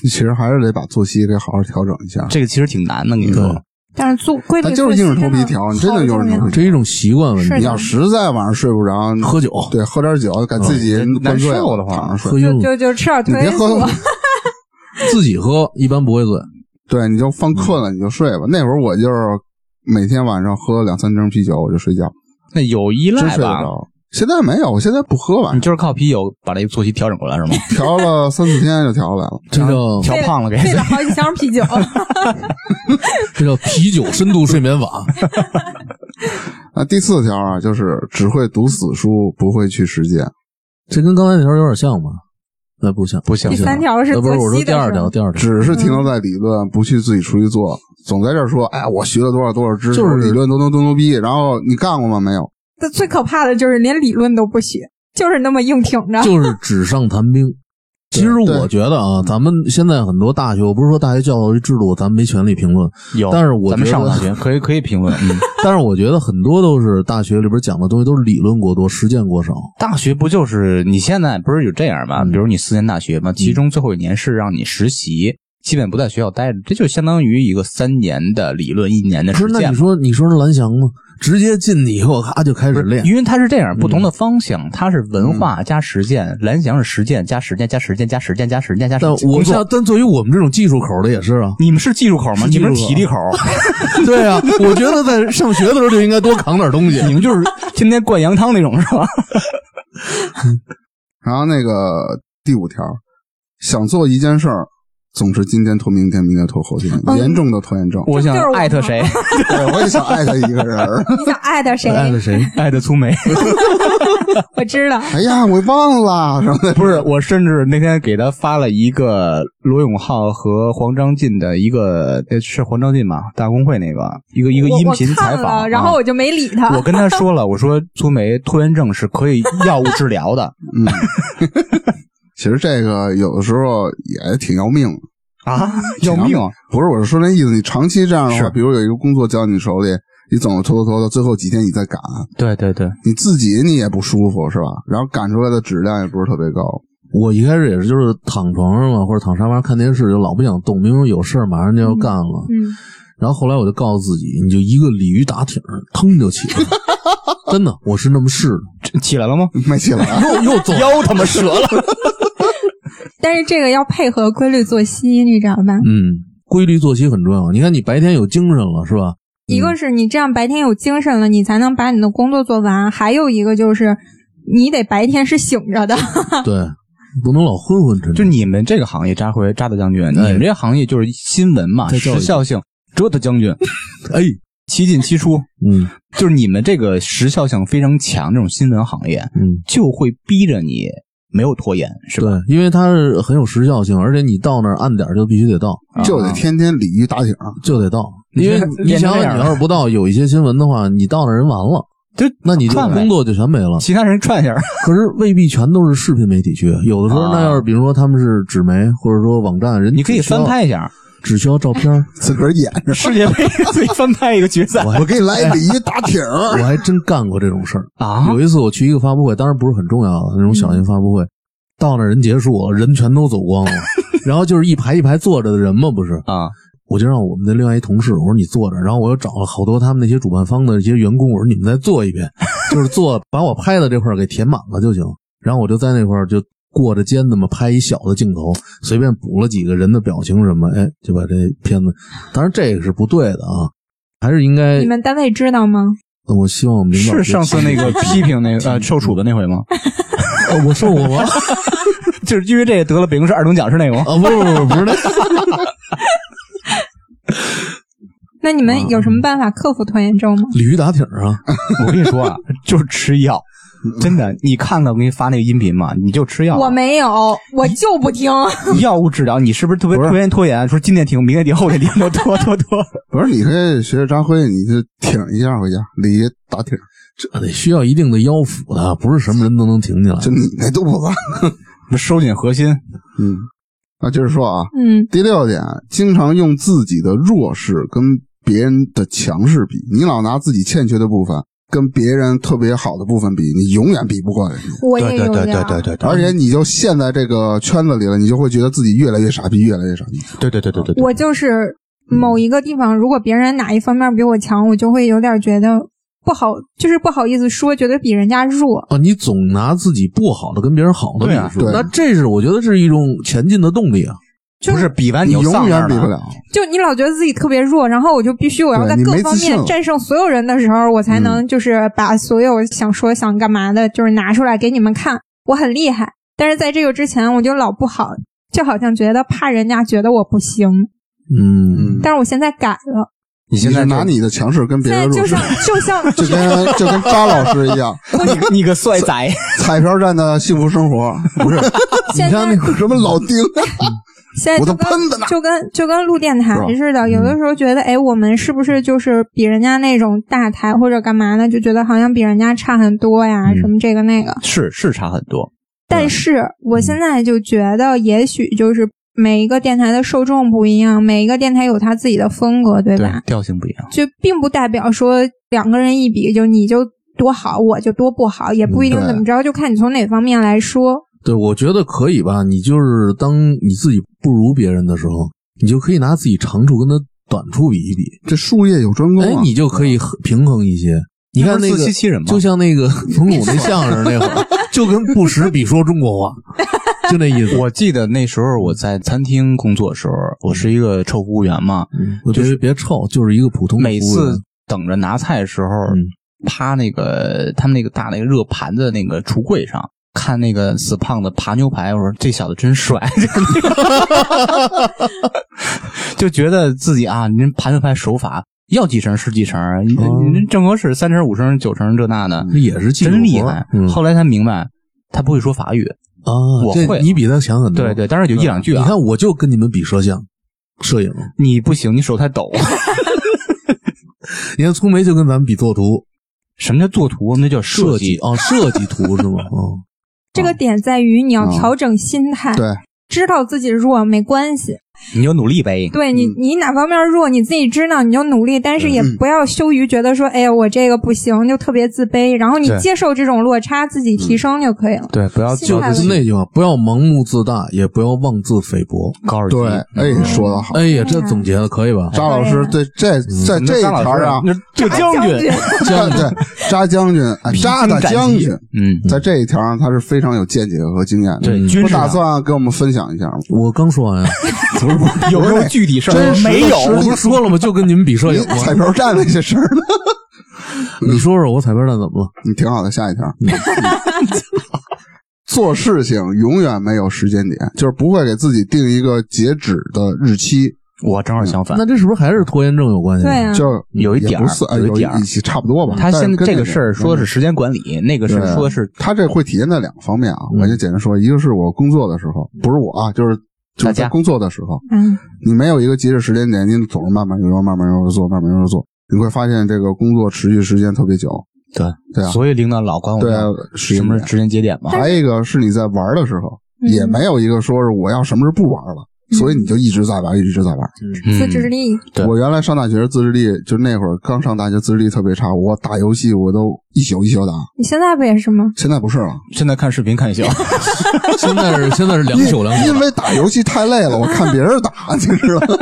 B: 其实还是得把作息给好好调整一下。
D: 这个其实挺难的，你说
C: 对。
A: 但是做规律
B: 他
A: 作息
B: 就
A: 呢，
B: 是硬着头皮调，你真的就是硬着头
A: 好重
B: 皮调。
C: 这是一种习惯问
A: 是
B: 你
C: 题
A: 的，
B: 要实在晚上睡不着，
C: 喝酒
B: 对，喝点酒给自己
D: 嗯
B: 灌醉
D: 难
B: 了
D: 受的话
B: 躺着
C: 喝
B: 啊睡。
C: 晕
A: 要就
C: 了，
A: 就就吃点
B: 你
A: 褪
B: 别
A: 黑素
B: 喝，，
C: 自己喝一般不会醉。
B: 对，你就犯困了你就睡
D: 嗯
B: 吧。那会儿我就是每天晚上喝两三瓶啤酒我就睡觉，
D: 那有依
B: 真
D: 赖
B: 睡得
D: 吧？
B: 着。现在没有，我现在不喝晚
D: 你
B: 上，
D: 就是靠啤酒把这作息调整过来 是吗？
B: 调了三四天就调过来了。
C: 这 叫
D: 调胖了给
A: 配了好几箱啤酒。
C: 这叫啤酒深度睡眠法。
B: 那第四条啊，就是只会读死书，不会去实践。
C: 这跟刚才那条有点像吗？那不像，不像
A: 第三条是
C: 呃不是，
A: 作
C: 我说
A: 息
C: 第
A: 的
C: 二
A: 是
C: 条，
A: 吧
C: 第二条
B: 只是停留在理论，不去自己出去做，总在这儿说，哎，我学了多少多少知识，
C: 就是
B: 我理论多多多牛逼。然后你干过吗？没有。
A: 但最可怕的就是连理论都不学，就是那么硬挺 着。
C: 就是纸上谈兵。其实
B: 对
C: 我觉得啊，咱们现在很多大学，我不是说大学教育制度咱们没权利评论，
D: 有，
C: 但是我
D: 咱们
C: 觉得
D: 上大学可以可以评论， 嗯，
C: 但是我觉得很多都是大学里边讲的东西都是理论过多，实践过少。
D: 大学不就是你现在不是有这样吗？
C: 嗯
D: 比如你四年大学嘛，其中最后一年是让你实习，基本不在学校待着，这就相当于一个三年的理论，一年的
C: 不
D: 实
C: 是，那
D: 践
C: 你
D: 嘛。
C: 说你说是蓝翔吗？直接进去以后，咔就开始
D: 不是
C: 练，
D: 因为它是这
C: 嗯
D: 样，不同的方向，它是文化加实践，蓝翔是实践加实践加实践加实践加实践加实
C: 但
D: 践。
C: 我
D: 工作
C: 像但对于我们这种技术口的也是
D: ，
C: 啊
D: 你们是技术口吗？
C: 是
D: 你
C: 技术口
D: 们是体力口，
C: 对啊，我觉得在上学的时候就应该多扛点东西。
D: 你们就是 天天灌羊汤那种 是吧？
B: 然后那个第五条，想做一件事儿，总是今天拖明天，明天拖后天，
C: 嗯
B: 严重的拖延症。
D: 我 想
A: 就是我
D: 艾特谁？
B: 对，我也想艾特一个人 儿。
A: 你想艾特谁？
C: 爱了谁？
D: 艾特粗眉。
A: 我知道，
B: 哎呀，我忘了什么的。
D: 不是，我甚至那天给他发了一个罗永浩和黄章进的一个，呃是黄章进吧？大公会那个一个一个
A: 我
D: 音
A: 我
D: 频采
A: 看
D: 访啊，
A: 了，然后我就没理他。
D: 我跟他说了，我说粗眉拖延症是可以药物治疗的
B: 嗯，其实这个有的时候也挺要命的。
D: 啊， 要
B: 挺
D: 命！
B: 不是，我是说那意思，你长期这样的话，
D: 是
B: 比如有一个工作交你手里，你总是拖拖拖到最后几天你再赶，
D: 对对对，
B: 你自己你也不舒服是吧？然后赶出来的质量也不是特别高。
C: 我一开始也是，就是躺床上啊嘛，或者躺沙发看电视，就老不想动，明明有事儿马上就要干了。
A: 嗯，
C: 然后后来我就告诉自己，你就一个鲤鱼打挺儿，腾就起来了。真的，我是那么试的，
D: 这起来了吗？
B: 没起 来，
C: 又又走了。
D: 腰他妈折了！
A: 但是这个要配合规律作息，你知道吧？
C: 嗯，规律作息很重要。你看，你白天有精神了是吧？
A: 一
D: 嗯
A: 个是你这样白天有精神了，你才能把你的工作做完；还有一个就是你得白天是醒着的。
C: 对，不能老昏昏沉
D: 就
C: 沉。
D: 你们这个行业，扎回扎大将军，你们这个行业就是新闻嘛，
C: 再教育
D: 时效性，折腾 将军，
C: 哎，
D: 七进七出，
C: 嗯
D: 就是你们这个时效性非常强，这种新闻行业
C: 嗯，
D: 就会逼着你没有拖延，是吧？
C: 对，因为它是很有时效性，而且你到那儿按点儿就必须得到，
B: 就得天天鲤鱼打挺。
C: 就得到。
D: 你
C: 因为
D: 这
C: 你
D: 练成
C: 想
D: 这
C: 想，
D: 样
C: 你
D: 了
C: 要是不到，有一些新闻的话，你到那儿人完了，
D: 就
C: 那你就
D: 串呗
C: 工作就全没 了。
D: 其他人串一下，
C: 可是未必全都是视频媒体区，有的时候
D: 啊
C: 那要是比如说他们是纸媒或者说网站，人
D: 你可以
C: 只需要
D: 翻，拍一下
C: 只需要照片儿。
B: 自个儿演着，
D: 世界杯，自己翻拍一个决赛
B: 我给你来鲤鱼打挺儿。
C: 我还真干过这种事儿。
D: 啊！
C: 有一次我去一个发布会，当然不是很重要的那种小型发布会，到那儿人结束了，人全都走光了，然后就是一排一排坐着的人嘛，不是。
D: 啊，
C: 我就让我们的另外一同事，我说你坐着，然后我又找了好多他们那些主办方的一些员工，我说你们再坐一遍，就是坐把我拍的这块儿给填满了就行。然后我就在那块儿就过着肩那么拍一小的镜头，随便补了几个人的表情什么，哎，就把这片子。当然这个是不对的啊，还是应该
A: 你，们单位知道吗？
C: 呃我希望我们领导
D: 是
C: 别
D: 上次
C: 气
D: 那个 批评那 个呃受处的那回吗？
C: 呃我受过吗？
D: 就是因为这个得了北京市二等奖是那个吗？
C: 啊，不是不是不是那个，
A: 那你
D: 啊
A: 们有
D: 嗯
A: 什么办法克服拖延症吗？
C: 鲤鱼打挺儿啊，
D: 我跟你说啊，就是吃药，真的。你看看我给你发那个音频嘛，你就吃药，
A: 我没有，我就不听。
D: 药物治疗。你是不是特别
B: 不是
D: 拖延拖延？说今天停，明天停，后天停，就拖拖 拖。
B: 不是，你可以学学张辉，你就挺一下回家，鲤鱼打挺儿，
C: 这得需要一定的腰腹的，不是什么人都能挺起来。
B: 就你那肚子。
D: 收紧核心，
B: 嗯，那就是说啊，
A: 嗯，
B: 第六点，经常用自己的弱势跟别人的强势比，你老拿自己欠缺的部分跟别人特别好的部分比，你永远比不过人家。
A: 我也有点儿。
D: 对
B: 而且你就陷在这个圈子里了，你就会觉得自己越来越傻逼，越来越傻逼。
D: 对对对对对
A: 我就是某一个地方，如果别人哪一方面比我强，我就会有点觉得不好，就是不好意思说，觉得比人家弱。
C: 啊，你总拿自己不好的跟别人好的
D: 对
C: 比
D: 啊
C: 说，
B: 对
C: 那这是我觉得这是一种前进的动力啊。
A: 就
D: 不是比完
B: 你
D: 啊你就
B: 永
D: 丧那
B: 远
D: 儿
B: 比不
D: 了。
B: 了。
A: 就你老觉得自己特别弱，然后我就必须我要
B: 对
A: 在
B: 你
A: 各
B: 没
A: 方
B: 自信
A: 面
B: 了嗯
A: 战胜所有人的时候，我才能就是把所有想说想干嘛的，就是拿出来给你们看，我很厉害。但是在这个之前，我就老不好，就好像觉得怕人家觉得我不行。
C: 嗯，
A: 但是我现在改了，
D: 你现在
B: 你是拿
D: 就
B: 你的强势跟别
A: 现在
B: 人弱
A: 就
B: 势
A: 像， 就像
B: 就 跟就跟张老师一样，
D: 你你个衰仔，
B: 彩票站的幸福生 活不是？
A: 现在
B: 你看那个什么老丁，
A: 现在
B: 我
A: 就
B: 都
A: 跟
B: 喷的呢。
A: 就跟就跟录电台
B: 是吧嗯
A: 似的，有的时候觉得，哎，我们是不是就是比人家那种大台或者干嘛的，就觉得好像比人家差很多呀，
D: 嗯
A: 什么这个那个。
D: 是是差很多。
A: 但是我
B: 嗯
A: 现在就觉得，也许就是每一个电台的受众不一样，每一个电台有他自己的风格，对吧？
D: 调性不一样。
A: 就并不代表说两个人一比，就你就多好，我就多不好，也不一定
B: 嗯对
A: 怎么着，就看你从哪方面来说。
C: 对，我觉得可以吧。你就是当你自己不如别人的时候，你就可以拿自己长处跟他短处比一比，
B: 这术业有专攻
C: 哎
B: 啊，，
C: 你就可以平衡一些。你看那
D: 不
C: 个
D: 是自欺欺人吗
C: 就像 那个冯巩那相声那会 儿，就跟不识比说中国 话，就那意思。
D: 我记得那时候我在餐厅工作的时候，我是一个臭服务员嘛，
C: 嗯我觉得别臭，就是一个普通的
D: 每
C: 服务员
D: 次等着拿菜的时候，
C: 嗯
D: 趴那个他们那个大那个热盘子那个橱柜上。看那个死胖子扒牛排，我说这小子真 帅，就觉得自己啊，您扒牛排手法要几成是几成，啊您您正合适三成五成九成这那的，
C: 那哦也是技术活
D: 真厉害。
C: 嗯
D: 后来才明白，他不会说法语，
C: 啊，
D: 我
C: 这
D: 会
C: 你比他强很多。
D: 对对，当然有一两句啊
C: 你，看，我就跟你们比摄像、摄影。
D: 你不行，你手太 抖。
C: 你看聪梅就跟咱们比作图、
D: 什么叫作图？那叫
C: 设计
D: 计。
C: 啊，设计图是吗？ 哦，
A: 这个点在于你要
B: 嗯
A: 调整心态，
B: 对
A: 知道自己弱没关系，
D: 你就努力呗。
A: 对你，你哪方面弱，你自己知道，你就努力，但是也不要羞于觉得说，哎呀，我这个不行，就特别自卑。然后你
D: 对
A: 接受这种落差，自己提升就可以了。
D: 对，不要
A: 心
C: 就
A: 态问
C: 是
A: 题
C: 那句话，不要盲目自大，也不要妄自菲薄。
D: 高尔基。嗯
B: 对，哎，说的好，
C: 哎呀，这总结的可以吧？
D: 哎
B: 张老
A: 哎
B: 师对这
D: 呃
B: 在这一条上，
D: 嗯那这个啊将军，
B: 张 对扎将军，哎扎的将军，
D: 嗯，
B: 在这一条上他是非常有见解和经验的。
D: 对，
C: 嗯
D: 军
B: 不
D: 事
B: 打
D: 上
B: 算给我们分享一下吗？
C: 我刚说完呀，啊
D: 有没有具体事
B: 真
D: 儿？
B: 实的
D: 没有。
B: 实
C: 我
B: 力
C: 不是说了吗？就跟你们比摄
D: 哎
B: 你
C: 影吗？
B: 彩票站那些事儿呢？
C: 你说说我彩票站怎么了？
B: 你挺好的，下一条。
D: 嗯
B: 做事情永远没有时间点， 就是不会给自己定一个截止的日期，
D: 我正好相反
C: 那，这是不是还是拖延症有关系？
A: 对啊，
B: 就
D: 嗯有一
B: 也
D: 点
B: 不
D: 儿
B: 是，哎
D: 有一
B: 有
D: 点儿
B: 一起差不多吧。
D: 他
B: 嗯但是
D: 现在
B: 跟
D: 这
B: 那
D: 个事儿说是时间管理，那个是
B: 对
D: 说是
B: 他这会体现在两个方面啊，
D: 嗯
B: 我就简单说，一个是我工作的时候，不是我啊，就是就
D: 大
B: 是
D: 家
B: 在工作的时候，
A: 嗯，
B: 你没有一个截止时间点，你总是慢慢悠悠、慢慢悠悠做、慢慢悠悠做，你会发现这个工作持续时间特别久。
D: 对
B: 对啊，
D: 所以领导老管我
B: 对啊
D: 们，
B: 时
D: 什
B: 间
D: 么
B: 点
D: 时间节点嘛。
B: 还有一个是你在玩的时候，也没有一个说是我要什么时候不玩了，所以你就一直在玩，一直在玩。
D: 嗯
A: 自制力，
D: 对
B: 我原来上大学自制力，就那会儿刚上大学自制力特别差，我打游戏我都一宿一宿打，
A: 你现在不也是吗？
B: 现在不是了，
D: 现在看视频 看一宿，
C: 现在是现在是两宿两宿
B: 因。为打游戏太累了，我看别人打，你知道吗？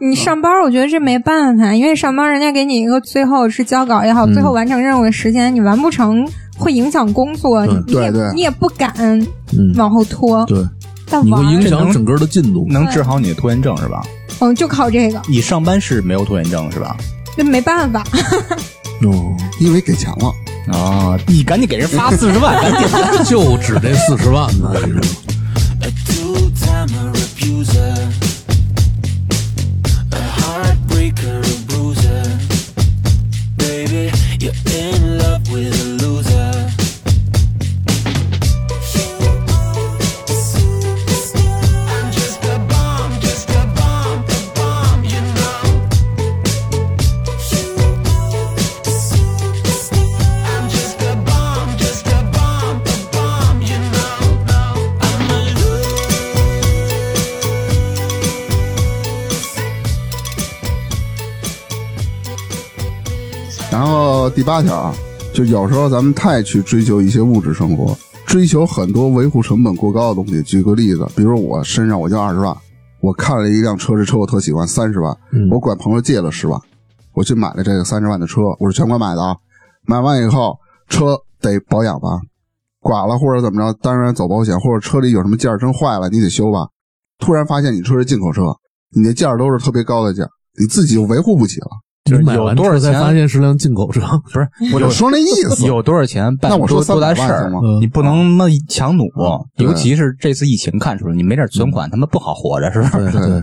A: 你上班，我觉得这没办法，因为上班人家给你一个最后是交稿也好，最后完成任务的时间，你完不成会影响工作，
C: 对
A: 你也
B: 对对
A: 你也不敢
C: 嗯，
A: 往后拖。
C: 对，
A: 但
C: 你会
A: 玩儿，
C: 影响整个的进度。
D: 能治好你的拖延症是吧？
A: 嗯，就靠这个，
D: 你上班是没有拖延症是吧？
A: 那没办法。
C: 哦，
B: 因为给钱了，
D: 啊，你赶紧给人发四十万，赶 紧。
C: 就指这四十万呢，你知道吗
G: A two-timer refuser, a heartbreaker, a bruiser. Baby, you're in love with a loser. I'm just a bomb, just a bomb, a bomb, you know. I'm just a bomb, just a bomb, a bomb, you know. I'm a loser.
B: 然后第八条啊，就有时候咱们太去追求一些物质生活，追求很多维护成本过高的东西。举个例子，比如我身上我就二十万，我看了一辆车，这车我特喜欢，三十万，
C: 嗯
B: 我管朋友借了十万，我去买了这个三十万的车，我是全款买的啊。买完以后，车得保养吧，剐了或者怎么着，当然走保险，或者车里有什么件儿真坏了，你得修吧。突然发现你车是进口车，你那件儿都是特别高的件儿，你自己又维护不起了。
C: 你
D: 就是
C: 买
D: 有
C: 完
D: 多少
C: 车才
D: 钱
C: 发现是辆进口车，
D: 不是
B: 我就说那意思，
D: 有多少钱办
B: 那我说
D: 多多大
B: 300
D: 事
B: 万
D: 儿
B: 行吗，嗯
C: 嗯
D: 你不能那么强弩，
B: 对
D: 尤其是这次疫情看出来，你没点存
B: 嗯
D: 款，他妈不好活着，是不是？
C: 对对对，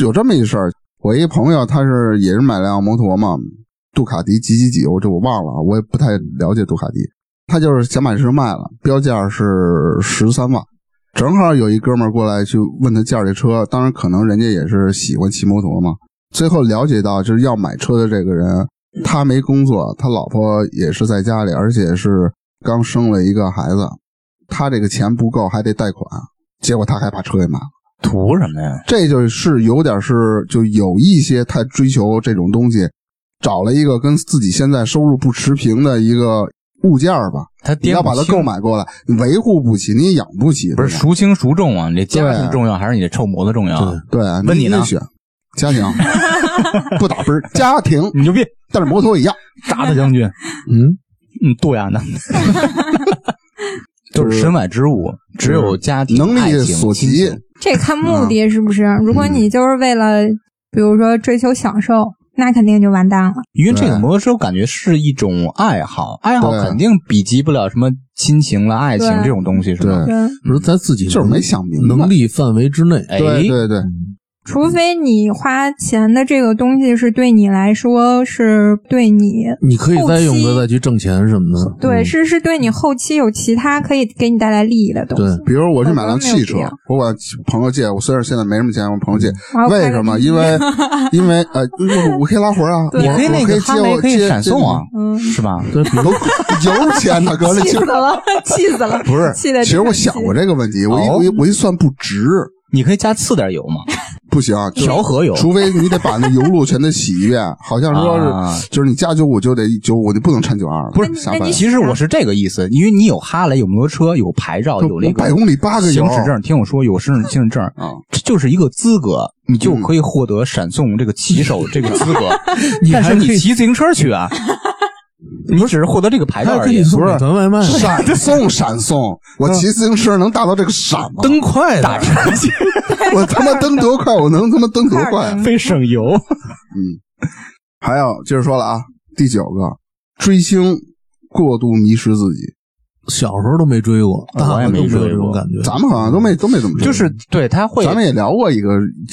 B: 有这么一事儿，我一朋友他是也是买辆摩托嘛，杜卡迪几几几，我这我忘了，啊我也不太了解杜卡迪。他就是想把这车卖了，标价是十三万。正好有一哥们儿过来去问他价儿这车，当然可能人家也是喜欢骑摩托嘛。最后了解到，就是要买车的这个人，他没工作，他老婆也是在家里，而且是刚生了一个孩子，他这个钱不够，还得贷款。结果他还把车给买了。
D: 图什么呀？
B: 这就是有点是就有一些太追求这种东西，找了一个跟自己现在收入不持平的一个物件儿吧，
D: 他
B: 你
D: 爹
B: 要把它购
D: 买，
B: 买过来，你维护不起，你也养不起，
D: 不是
B: 对吧
D: 孰轻孰重啊？你这家
B: 对
D: 是重要还是你这臭模子重要？啊
B: 对，
D: 嗯
B: 啊
D: 问你呢
B: 得选家 庭，不打分儿家庭，
D: 你牛逼，
B: 但是摩托一样，
D: 扎他将军，
C: 嗯，
D: 嗯，杜 亚呢？都是身外之物，只有家庭、
B: 能
D: 爱
B: 力
D: 情
B: 所
D: 亲
B: 及
D: 情，
A: 这也看目
B: 嗯
A: 的是不是？如果你就是为了，比如说追求享受，那肯定就完蛋了。
D: 因为这
B: 对
D: 个摩托车我感觉是一种爱好，爱好
B: 对
D: 肯定比及不了什么亲情了、爱情
A: 对
D: 这种东西，是吧？
B: 对，
A: 对，
C: 不是在自己
B: 就是没想明白
C: 能力范围之内，
D: 哎，
B: 对对对，
A: 除非你花钱的这个东西是对你来说是对你。
C: 你可以再用
A: 后
C: 它
A: 期
C: 再去挣钱什么的，
A: 对，
C: 嗯
A: 是是对你后期有其他可以给你带来利益的东西。
C: 对
B: 比如我去买辆汽
A: 我觉得
B: 车
A: 没有必要，
B: 我管朋友借，我虽然现在没什么钱，我朋友借，
A: 然后
B: 为什么？因为因为呃，我我可以拉活儿啊，我
D: 你可以
B: 我
D: 那
B: 可
D: 个
B: 以
D: 哈
B: 借
D: 雷
B: 我
D: 可以
B: 借
D: 闪
B: 借
D: 送
B: 你
D: 啊，
A: 嗯，
D: 是吧？
C: 对，比如
B: 都油钱呢，哥，那
A: 气
B: 其
A: 死
B: 实
A: 了， 气死了！
B: 不是，
A: 气的。
B: 其实我想过这个问题，我一我一我一算不值，
D: 你可以加次点油嘛，
B: 不行，啊就是
D: 调和油。
B: 除非你得把那油路全都洗一遍，好像说
D: 啊
B: 是就是你加九五就得九五，你不能掺九二了，不是
A: 那
B: 瞎
A: 那
B: 掰
A: 你。
D: 其实我是这个意思，因为你有哈雷，有摩托车，有牌照，哦有那
B: 我
D: 个
B: 百公里八个油
D: 行驶证。听我说，有行驶行驶证
B: 啊，
A: 嗯
D: 这就是一个资格，你就可以获得闪送这个骑手这个资格。但是
C: 还可以
D: 你骑自行车去啊，你只是获得这个牌照
C: 还
D: 而
C: 可
D: 已
C: 以。送
B: 不是
C: 美 团外卖，
B: 闪送闪送，我骑自行车能达到这个闪吗？
C: 蹬快
D: 打
C: 的，
D: 车去，
B: 我他妈蹬多快，我能他妈蹬多快？啊
D: 费省油。
B: 还有接着说了啊，第九个，追星过度迷失自己，
C: 小时候都没追过，
D: 啊
C: 大
D: 我也
C: 了都
D: 没
C: 没有
D: 追
C: 这种
D: 过
C: 感觉。
B: 咱们好像都没都没怎么追，
D: 就是对他会，
B: 咱们也聊过一个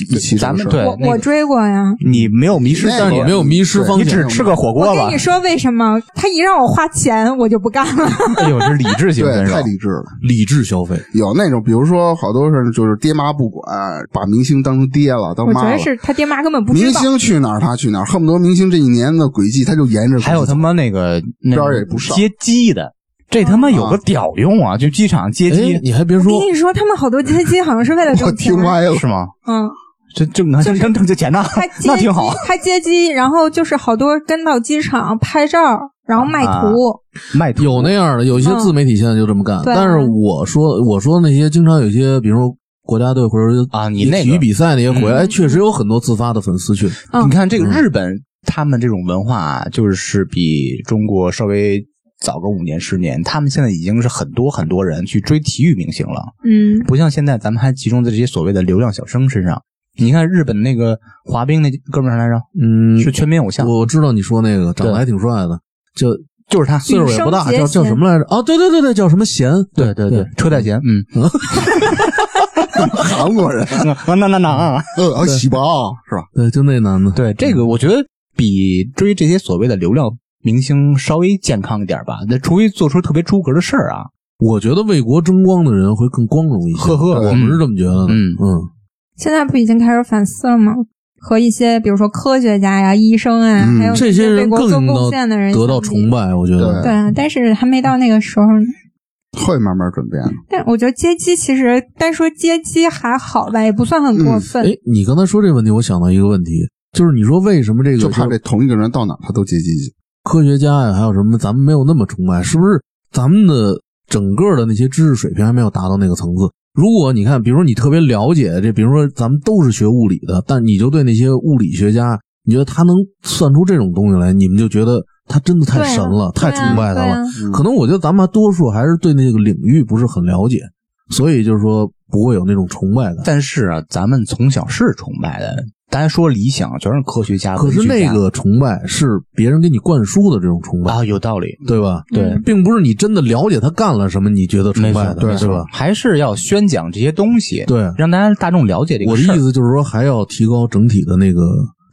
B: 一期这
D: 咱
B: 个事
D: 们
B: 儿，
D: 对
A: 我
D: 那
A: 我
D: 个
A: 追过呀。
D: 你没有迷失
B: 那
D: 自
B: 个
C: 但
D: 己
C: 是你没有迷失
B: 对
C: 方
D: 你
C: 向，
D: 只吃个火锅
A: 我
D: 吧
A: 跟你。说为什么？他一让我花钱，我就不干了。
D: 哎呦，这理智型
B: 对
D: 分手
B: 太，理智了。
C: 理智消费，
B: 有那种，比如说好多是就是爹妈不管，把明星当成爹了，当
A: 我
B: 妈
A: 觉
B: 了。
A: 得是他爹妈根本不
B: 明
A: 知道。
B: 星去哪儿他去哪儿，恨不得明星这一年的轨迹他就沿着轨迹走。
D: 还有他妈那个那
B: 边
D: 个
B: 儿也不上
D: 接机的，这他妈有个屌用啊！就机场接
C: 哎，
D: 机
C: 你还别
A: 我
C: 说
A: 跟，你说，他们好多接机好像是为了
B: 我
A: 挣钱
B: 听。歪了，
D: 是吗？
A: 嗯，
D: 这这能挣挣挣钱呢
A: 他接，
D: 那挺好
A: 机。他接机，然后就是好多跟到机场拍照，然后
C: 啊
A: 卖图。
D: 卖图
C: 有那样的，有一些自媒体现在就这么干。
A: 嗯对啊
C: 但是我说我说那些经常有些，比如说国家队或者
D: 啊你那个
C: 体育比赛那些回
D: 嗯
C: 来，哎确实有很多自发的粉丝群。
A: 嗯
D: 你看这个日本，他们这种文化啊就是比中国稍微早个五年十年，他们现在已经是很多很多人去追体育明星了，
A: 嗯，
D: 不像现在咱们还集中在这些所谓的流量小生身上。你看日本那个滑冰那哥们儿啥来着？
C: 嗯，
D: 是全民偶像，
C: 我我知道你说那个长得
D: 对
C: 还挺帅的，就
D: 就是他。
C: 岁数也不大，
A: 羽生
C: 叫
A: 结弦
C: 叫什么来着？啊，对对对对，叫什么贤？
D: 对对对，车太贤，嗯，
B: 韩国人，
D: 那那那那啊，
B: 呃，喜宝是吧？
C: 对，就那男的。
D: 对这
C: 嗯
D: 个，我觉得比追这些所谓的流量明星稍微健康一点吧。那除非做出特别出格的事儿啊，
C: 我觉得为国争光的人会更光荣一些。
D: 呵呵
C: 我们是这么觉得的。
D: 嗯
C: 嗯，
A: 现在不已经开始反思了吗？和一些比如说科学家呀、医生啊，
B: 嗯
A: 还有
C: 这些
A: 为
C: 人
A: 国
C: 更
A: 做
C: 应
A: 贡献的人
C: 当得到
A: 相比
C: 崇。拜，我觉得。
B: 对
A: 对啊，但是还没到那个时候呢。
B: 会慢慢转变的。
A: 但我觉得接机其实单说接机还好吧，也不算很过分。
C: 哎，你刚才说这个问题，我想到一个问题，就是你说为什么这个
B: 就怕
C: 是
B: 这同一个人到哪儿他都接机去，
C: 科学家呀，还有什么，咱们没有那么崇拜，是不是？咱们的整个的那些知识水平还没有达到那个层次，如果你看，比如说你特别了解这，比如说咱们都是学物理的，但你就对那些物理学家，你觉得他能算出这种东西来，你们就觉得他真的太
A: 对啊
C: 神了，太
A: 对啊
C: 崇拜他
A: 对
C: 了
A: 啊。
B: 嗯
C: 可能我觉得咱们多数还是对那个领域不是很了解，所以就是说不会有那种崇拜感。
D: 但是啊，咱们从小是崇拜的，大家说理想全是科学家，
C: 可
D: 文
C: 是
D: 学家
C: 那个崇拜是别人给你灌输的这种崇拜，
D: 啊，有道理，
C: 对吧？
D: 对
A: 嗯
C: 并不是你真的了解他干了什么，你觉得崇
D: 没错
C: 拜，的，
D: 没
C: 对
D: 错
C: 吧？
D: 还是要宣讲这些东西，
C: 对，
D: 让大家大众了解这
C: 我
D: 个
C: 的
D: 事儿
C: 意。思就是说，还要提高整体的那个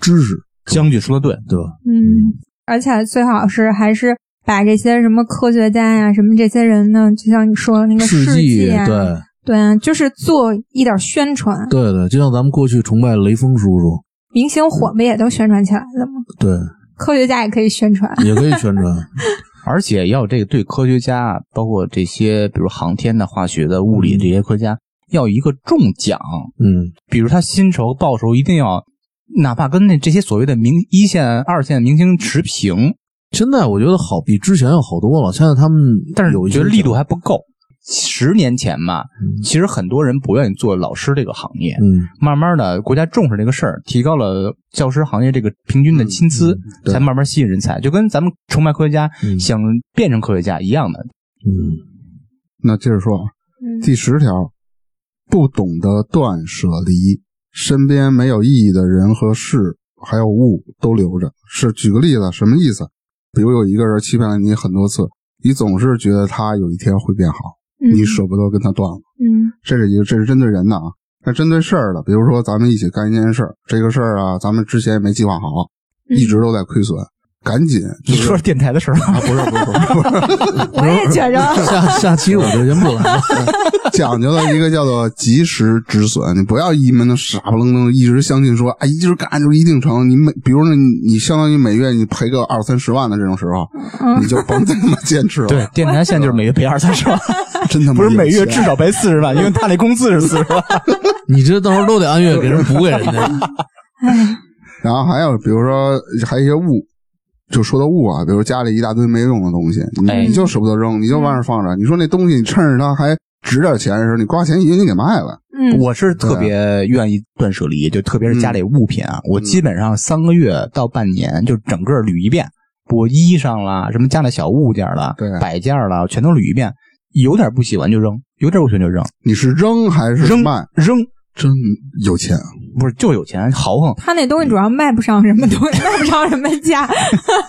C: 知识，
D: 将军说的对，
C: 对吧？
A: 嗯，而且最好是还是把这些什么科学家呀、什么这些人呢，就像你说的那个
C: 事迹，
A: 呀，
C: 对
A: 对啊，就是做一点宣传。
C: 对对，就像咱们过去崇拜雷锋叔叔，
A: 明星火不也都宣传起来的吗？
C: 对，
A: 科学家也可以宣传。
C: 也可以宣传，
D: 而且要有这个对科学家，啊包括这些比如航天的、化学的、物理这些科学家，要有一个中奖，
C: 嗯，
D: 比如他薪酬报酬一定要，哪怕跟那这些所谓的明一线、二线明星持平，
C: 现在我觉得好比之前要好多了，现在他们
D: 但是
C: 有一些嗯
D: 觉得力度
C: 还
D: 还不够。十年前嘛，其实很多人不愿意做老师这个行业，
C: 嗯，
D: 慢慢的国家重视这个事儿，提高了教师行业这个平均的薪资，
C: 嗯对
D: 才慢慢吸引人才。就跟咱们崇拜科学家、
C: 嗯
D: 想变成科学家一样的，
C: 嗯，
B: 那接着说啊，第十条，不懂得断舍离，身边没有意义的人和事，还有物都留着。是举个例子，什么意思？比如有一个人欺骗了你很多次，你总是觉得他有一天会变好，
A: 嗯
B: 你舍不得跟他断了。
A: 嗯
B: 这是一个，这是针对人的啊。那针对事儿的，比如说咱们一起干一件事儿，这个事儿啊，咱们之前也没计划好，
A: 嗯
B: 一直都在亏损，赶紧就
D: 你
B: 是
D: 说电台的事儿吧，
B: 啊，不是不是不是，不是
A: 我也觉着，
C: 下下期我就先不来了，
B: 讲究的一个叫做及时止损，你不要一门的傻不愣登，一直相信说啊，一直干就一定成。你每，比如说你，你相当于每月你赔个二三十万的这种时候，
A: 嗯
B: 你就甭再他妈坚持了。
D: 对，，电台现在就是每月赔二三 十万，
B: 真他妈
D: 不是每
B: 有
D: 月
B: 钱
D: 至少赔四十万，因为他那工资是四十万。
C: 你这到时候都得按 月给人补给人家，
B: 然后还有比如说还有一些物，就说到物啊，比如家里一大堆没用的东西，你
D: 哎
B: 你就舍不得扔，你就往那儿放着。你说那东西，你趁着它还值点钱的时候，你花钱一定给卖了。
A: 嗯，
D: 我是特别愿意断舍离，就特别是家
C: 嗯
D: 里物品啊，我基本上三个月到半年就整个捋一遍，我衣裳啦，什么家里小物件啦
B: 对，
D: 摆件啦，全都捋一遍。有点不喜欢就扔，有点不喜欢就扔，
B: 你是扔还是
D: 扔
B: 卖？
D: 扔
B: 真有钱，
D: 不是就有钱豪横。
A: 他那东西主要卖不上什么东西，卖 不上什么价。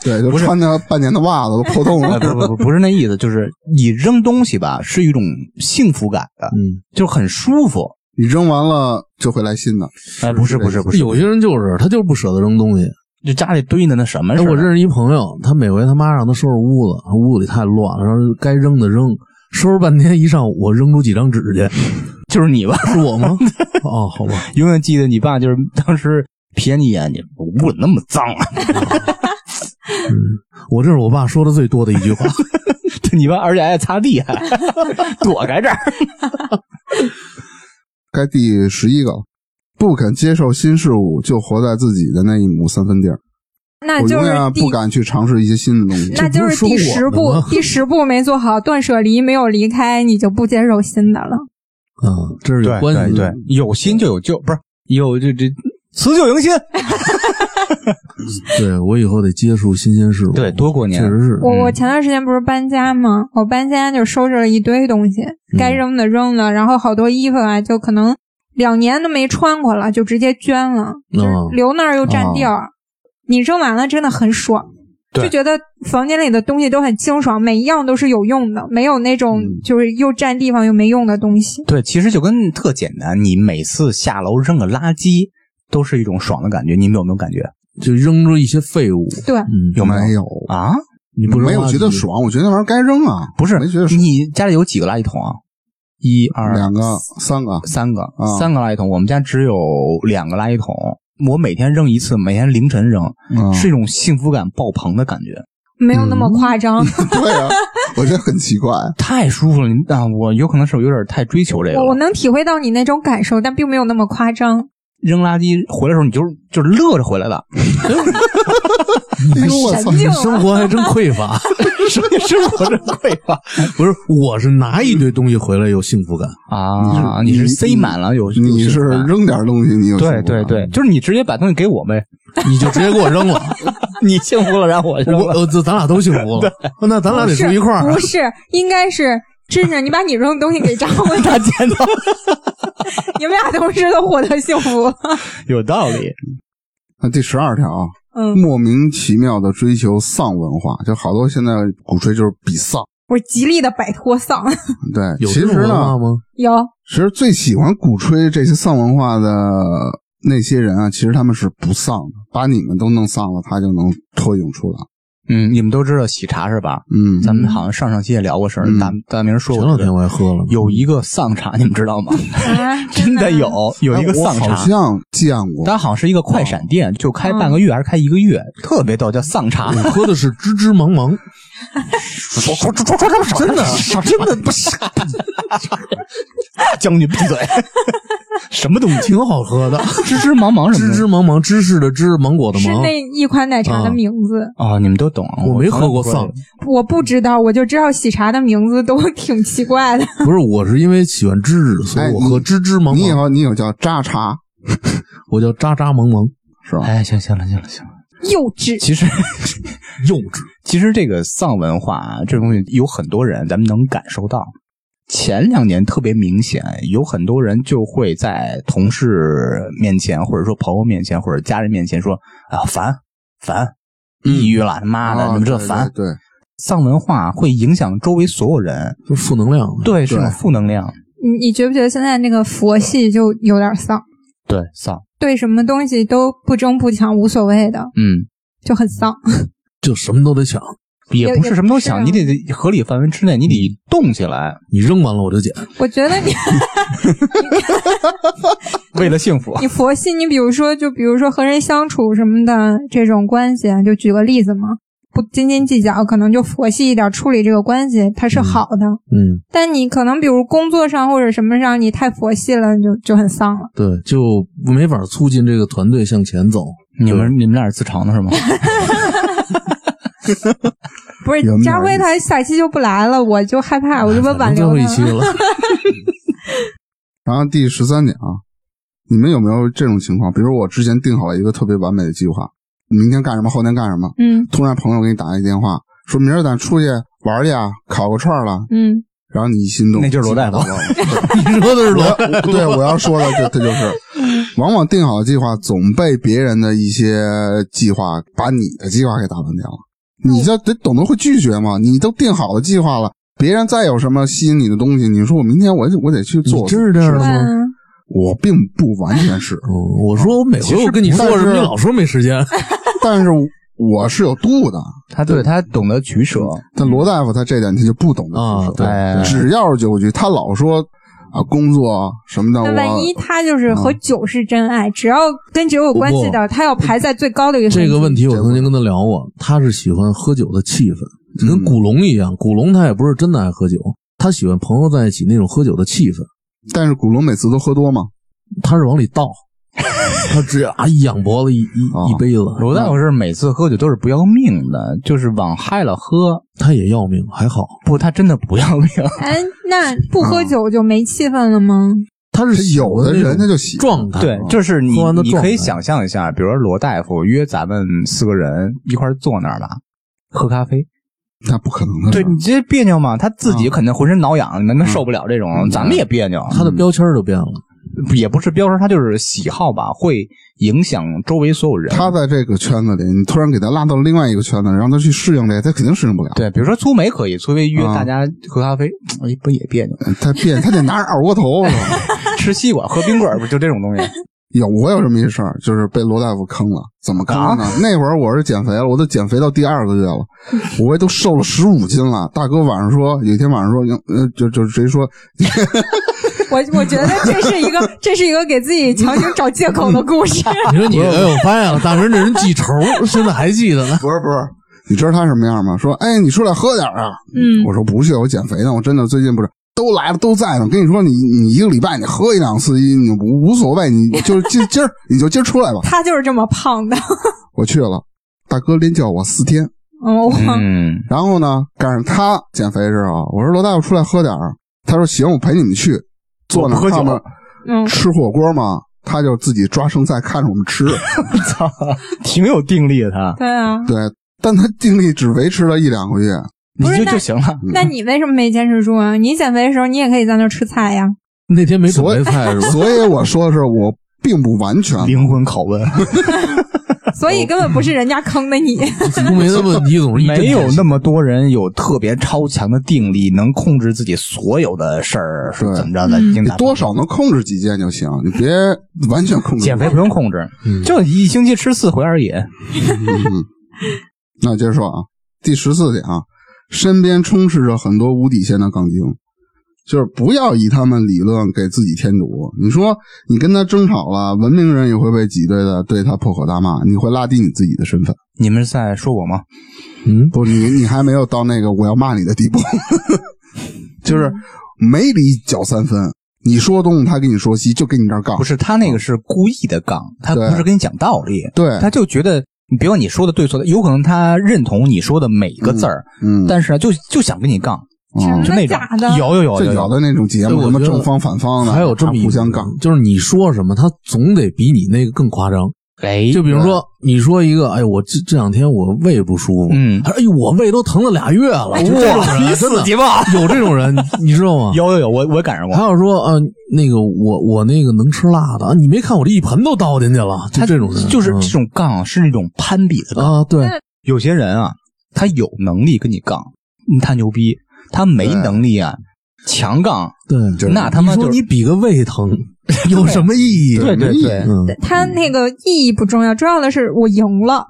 B: 对，就穿他半年的袜子都破洞
D: 哎
B: 了。
D: 不不不，不是那意思，就是你扔东西吧，是一种幸福感的，
C: 嗯，
D: 就很舒服。
B: 你扔完了就会来新的。
D: 哎，不是 不是不是，
C: 有些人就是他就是不舍得扔东西，
D: 就家里堆的那什么
C: 哎，
D: 似的。
C: 我认识一朋友，他每回他妈让他收拾屋子，屋子里太乱了，然后该扔的扔，收拾半天一上午，我扔出几张纸去，
D: 就是你吧，
C: 是我吗？哦，好吧，
D: 永远记得你爸就是当时瞥你一眼，你屋怎么那么脏啊？
C: 我这是我爸说的最多的一句话。
D: 对你爸而且还擦地，还 躲开这儿。
B: 该第十一个了，不肯接受新事物，就活在自己的那一亩三分地儿。
A: 那
B: 我
A: 就
B: 永
A: 是
B: 远
A: 第
B: 不敢去尝试一些新的东西。
A: 那就
C: 这
A: 是
C: 不
A: 第
C: 是说
A: 十
C: 我
A: 步
C: 们吗，
A: 第十步没做好，断舍离没有离开，你就不接受新的了。
C: 嗯，这是有关系的。，
D: 有心就有救，不是有这这辞旧迎新。
C: 对我以后得接触新鲜事物。
D: 对，多过年
C: 确。实是。
A: 我我前段时间不是搬家吗？我搬家就收拾了一堆东西，该扔的扔了，然后好多衣服啊，就可能两年都没穿过了，就直接捐了，
C: 嗯
A: 就是留那儿又占地儿。你扔完了真的很爽，
D: 对
A: 就觉得房间里的东西都很清爽，每一样都是有用的，没有那种就是又占地方又没用的东西。
D: 对，其实就跟特简单，你每次下楼扔个垃圾都是一种爽的感觉。你们有没有感觉
C: 就扔出一些废物。
A: 对
C: 嗯，
D: 有没有
B: 没有，
D: 啊？
C: 你不扔
B: 没有
C: 垃圾
B: 觉得？爽？我觉得那玩意儿该扔啊，
D: 不是
B: 没觉得，爽。
D: 你家里有几个垃圾桶啊？一二
B: 两个、三个，
D: 三个
C: 嗯
B: 啊，
D: 三个垃圾桶，我们家只有两个垃圾桶。我每天扔一次，每天凌晨扔，
B: 嗯
D: 是一种幸福感爆棚的感觉，
A: 没有那么夸张，
B: 对啊，我觉得很奇 怪。
D: 太舒服了。啊，我有可能是有点太追求这个
A: 我我
D: 了。
A: 能体会到你那种感受，但并没有那么夸张。
D: 扔垃圾回来的时候，你就是就是乐着回来 的，
B: 哎呦我操
A: 神！经
C: 你生活还真匮乏，生生活真匮 乏。不是，我是拿一堆东西回来有幸福感，
D: 啊，
B: 你
D: 你
B: 是
D: 是塞满了有，有
B: 你
D: 幸
B: 是
D: 福感
B: 扔点东西，你有啊幸
D: 对
B: 福
D: 对
B: 感
D: 对，就是你直接把东西给我呗，
C: 你就直接给我扔了，
D: 你幸福了，然后我扔
C: 我
D: 了，
C: 呃，这咱俩都幸福了。那咱俩得住一块儿啊
A: 不，是，应该是智智，你把你扔的东西给张伟，
D: 大 剪刀，
A: 你们俩同时都获得幸福。
D: 有道理，
B: 那第十二条啊，
A: 嗯，
B: 莫名其妙的追求丧文化，就好多现在鼓吹就是比丧。
A: 我极力的摆脱丧。
B: 对，
C: 有
B: 其
C: 这种
B: 实
C: 文
B: 呢
C: 化，吗？
A: 有，
B: 其实最喜欢鼓吹这些丧文化的那些人啊，其实他们是不丧的，把你们都弄丧了，他就能脱颖出来。
D: 嗯，你们都知道喜茶是吧？
B: 嗯，
D: 咱们好像上上期也聊过事儿
B: 嗯，
D: 大大明说
C: 前
D: 过
C: 两
D: 这
C: 天
D: 个
C: 我还喝了，
D: 有一个丧茶，你们知道 吗？
A: 啊、
D: 真的有有一个
B: 哎我
D: 丧
B: 好
D: 茶。
B: 像见过。
D: 它好像是一个快闪店，就开半个月还是开一个月，特别逗，叫丧茶。
C: 我喝的是芝芝茫茫，
D: 真的，真的不 是。将军闭 嘴，什么东西？
C: 挺好喝的。
D: 芝芝茫茫什
C: 芝
D: 么
C: 芝
D: 的
C: 茫茫，芝士的芝，芒果的
A: 是
C: 芒。
A: 那一款奶茶的名字，
D: 哦，你们都懂。
C: 我没喝过丧，
A: 我不知道，我就知道喜茶的名字都挺奇怪的。
C: 不是，我是因为喜欢芝芝，所
D: 哎
C: 以我喝芝芝茫
B: 你以
C: 茫。
B: 后你有叫渣茶
C: 我叫渣渣茫茫，
B: 是吧？
D: 哎，行行了，行了，行了。
A: 幼稚，
D: 其实，
C: 幼稚。
D: 其实这个丧文化啊，这东西有很多人咱们能感受到。前两年特别明显，有很多人就会在同事面前，或者说朋友面前，或者家人面前说：“啊，烦烦，抑郁了，他妈的，
B: 啊
D: 什么这
B: 对
D: 烦。
B: 对，对
D: 丧文化会影响周围所有人，
C: 就是负能量。
D: 对，是种负能量。
A: 你你觉不觉得现在那个佛系就有点丧？
D: 对，丧，
A: 对什么东西都不争不抢，无所谓的，
D: 嗯，
A: 就很丧。
C: 就什么都得抢，
D: 也不是嗯什么都想，
A: 也
D: 你
A: 不是啊
D: 得合理范围之内，你得动起来，
C: 你扔完了我就捡。
A: 我觉得你
D: 为了幸福
A: 你佛系，你比如说，就比如说和人相处什么的这种关系，啊就举个例子嘛，不斤斤计较，可能就佛系一点处理这个关系，它是好的。
C: 嗯，
A: 但你可能比如工作上或者什么上，你太佛系了，就就很丧了。
C: 对，就没法促进这个团队向前走。
D: 你们你们俩是自嘲呢是吗？
A: 不是
B: 有没有
A: 张辉他下期就不来了，我就害怕，我就 问挽
C: 反正最
A: 留
C: 后一
A: 他
C: 期
A: 了。
C: 了，
B: 然后第十三点啊，你们有没有这种情况？比如我之前定好了一个特别完美的计划，明天干什么，后天干什么，
A: 嗯
B: 突然朋友给你打一电话，说明儿咱出去玩去啊，烤个串儿了，
A: 嗯，
B: 然后你一心动，
D: 那就是 罗大
B: 了
D: 佑。
C: 你说的是
B: 我
C: 罗
B: 要对我要说的，这这就是，往往定好的计划总被别人的一些计划把你的计划给打乱掉了。你就得懂得会拒绝嘛，你都定好了计划了，别人再有什么吸引你的东西，你说我明天我得我得去做，
C: 你真是这样的
A: 对
C: 吗
A: 啊，
B: 我并不完全 是，
C: 嗯我说我每回我跟你说什么，你老说没时间。
B: 但是我是有度的。
D: 他对他懂得取舍，
B: 但罗大夫他这点他就不懂得
C: 啊
B: 出手
C: 对
D: 哎
B: 只要是酒局，他老说啊工作什么的，
A: 那万一
B: 我嗯
A: 他就是和酒是真爱，只要跟酒有关系的，他要排在最高的一个
C: 这个问
A: 题。
C: 题我曾经跟他聊过，他是喜欢喝酒的气氛，
B: 嗯
C: 就跟古龙一样。古龙他也不是真的爱喝酒，他喜欢朋友在一起那种喝酒的气氛。
B: 但是古龙每次都喝多嘛，
C: 他是往里 倒，他直接啊一仰脖子一一
B: 啊
C: 一杯子，
D: 罗大佑是每次喝酒都是不要命的，就是往嗨了喝。
C: 他也要命，还好
D: 不，他真的不要命。
A: 哎，那不喝酒就没气氛了吗？
C: 他是喜欢
B: 有的
C: 那种
B: 人他就喜欢
C: 状态，
D: 对， 就是你
C: 啊喝完的
D: 你
C: 状态
D: 可以想象一下，比如说罗大夫约咱们四个人一块儿坐那儿吧，喝咖啡。
B: 那不可
C: 嗯
B: 能的事啊
D: 对
B: 儿。
D: 你这别扭嘛，他自己肯定浑身挠痒，那那受不了这种，咱们也别扭。
C: 嗯他的标签就变 了。
D: 也不是标识，他就是喜好吧，会影响周围所有人。
B: 他在这个圈子里，你突然给他拉到另外一个圈子，让他去适应这，他肯定适应不了。
D: 对，比如说粗眉可以，粗眉约
C: 嗯
B: 啊
D: 大家喝咖啡，哎，不也别扭？
B: 嗯他变，他得拿着二锅头。是吧
D: 吃西瓜、喝冰棍儿，不就这种东西？
B: 有我有这么一事儿，就是被罗大夫坑了。怎么坑的呢？那会儿我是减肥了，我都减肥到第二个月了，我都瘦了十五斤了。大哥晚上说，有一天晚上说，呃，就就直接说，
A: 我我觉得这是一个这是一个给自己强行找借口的故事。
C: 你说你，哎，我发现了，大明这人记仇，现在还记得呢。
B: 不是不是，你知道他什么样吗？说，哎，你出来喝点儿啊。
A: 嗯
B: 我说不去，我减肥呢，我真的最近不是。都来了，都在呢。我跟你说，你你一个礼拜你喝一两次，你无无所谓，你就是今今儿你就今儿出来吧。
A: 他就是这么胖的。
B: 我去了，大哥连叫我四天，
A: 哦，我
D: 嗯，
B: 然后呢赶上他减肥时候，我说罗大佑出来喝点儿，他说行，我陪你们去，坐那
D: 我不喝
B: 儿
D: 酒
B: 看们
A: 嗯，
B: 吃火锅嘛，他就自己抓剩菜看着我们 吃，
D: 操， 挺有定力的他，
A: 对啊。
B: 对，但他精力只维持了一两个月，
D: 你
A: 不是
D: 就
A: 那
D: 就行了。
A: 那你为什么没坚持住啊？你减肥的时候，你也可以在那儿吃菜呀。
C: 那天没准
B: 所以
C: 备菜是吧？
B: 所以我说的是我并不完全。
D: 灵魂拷问，
A: 所以根本不是人家坑的你。
C: 子宫没那么，你总是一阵
D: 没有那么多人有特别超强的定力，能控制自己所有的事儿，是
B: 对
D: 怎么着的？已经
B: 你
D: 达
B: 多少能控制几件就行，你别完全控制。
D: 减肥不用控制，
C: 嗯
D: 就一星期吃四回而已。
B: 嗯，那接着说啊，第十四点啊，身边充斥着很多无底线的杠精，就是不要以他们理论给自己添堵。你说你跟他争吵了，文明人也会被挤兑的，对他破口大骂，你会拉低你自己的身份。
D: 你们是在说我吗？
C: 嗯，
B: 不，你你还没有到那个我要骂你的地步， 就是没理搅三分。你说东他跟你说西，就跟你这儿杠
D: 不。是，他那个是故意的杠，他
B: 对
D: 不是跟你讲道理，
B: 对，
D: 他就觉得，你别管你说的对错的，有可能他认同你说的每一个字儿，
B: 嗯，
D: 但是呢，啊就就想跟你杠，
B: 嗯
D: 就那
A: 真的
D: 种
A: 假的
D: 有有有
B: 最
D: 有
B: 早的那种节
C: 对
B: 目，
C: 我
B: 什么
C: 觉得
B: 正方反方的，
C: 还有这么
B: 还
C: 一
B: 互相杠。，
C: 就是你说什么，他总得比你那个更夸张。
D: 哎，
C: 就比如说，你说一个，哎，我这这两天我胃不舒服，
D: 嗯哎
C: 他说哎呦，我胃都疼了俩月了，哇，
D: 你
C: 真
D: 死
C: 的
D: 鸡吧！
C: 有这种人，你你知道吗？
D: 有有有，我我赶上过
B: 啊
C: 还，有说，呃，那个我我那个能吃辣的，啊你没看我这一盆都倒进去了，就
D: 他
C: 这种人，
D: 就是
C: 嗯
D: 这种杠是那种攀比的杠。
C: 啊，对，
D: 有些人啊，他有能力跟你杠，他牛逼；他没
B: 对
D: 能力啊，强杠，
C: 对，
B: 就是
D: 那他妈
C: 你
D: 就
C: 说
D: 是
C: 你比个胃 疼，有什么意义？
D: 对对
B: 没意义
D: 对，
C: 嗯，
A: 他那个意义不重要，重要的是我赢了，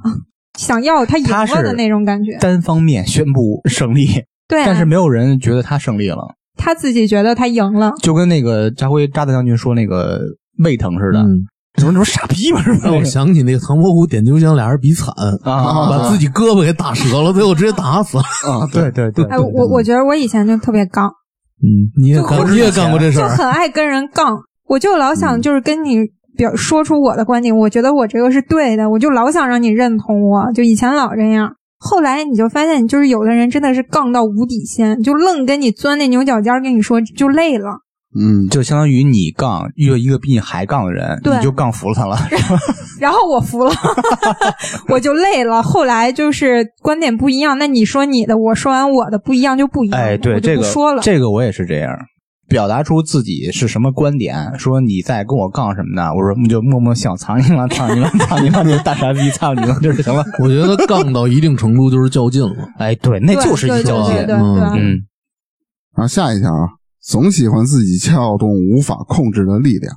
A: 想要他赢
D: 他
A: 了
D: 是
A: 的那种感觉。
D: 单方面宣布胜利，
A: 对、啊，
D: 但是没有人觉得他胜利了，
A: 他自己觉得他赢了。
D: 就跟那个扎辉扎大将军说那个胃疼似的，
C: 嗯
D: 什么什么傻逼嘛，是吧
C: 让？哎我想起那个唐伯虎点秋香，俩人比惨，
D: 啊，
C: 把自己胳膊给打折了，最后直接打死了。
B: 啊，对
D: 对对对，
A: 哎，我我觉得我以前就特别杠，
C: 嗯，你也
A: 就
C: 干
A: 我
C: 你也干过这事
A: 就
C: 儿，嗯
A: 很爱跟人杠，我就老想就是跟你表说出我的观点，我觉得我这个是对的，我就老想让你认同我，就以前老这样。后来你就发现，就是有的人真的是杠到无底线，就愣跟你钻那牛角尖儿，跟你说就累了。
B: 嗯，
D: 就相当于你杠遇到一个比你还杠的人，
A: 对
D: 你就杠服了他了，
A: 然后我服了， 我就累了。后来就是观点不一样，那你说你的，我说完我的不一样就不一样了，
D: 哎，
A: 我
D: 对
A: 就
D: 这
A: 不
D: 个
A: 说了。
D: 这个我也是这样，表达出自己是什么观点，说你在跟我杠什么呢？我说你就默默想藏你了，藏你了，藏你了，你大傻逼，藏你了，就是行了。
C: 我觉得杠到一定程度就是较劲 了。
D: 哎，对，那
A: 对
D: 就是一
A: 对
D: 较
A: 对
D: 劲。
A: 对对对
D: 嗯，
B: 然后下一条啊，总喜欢自己撬动无法控制的力量，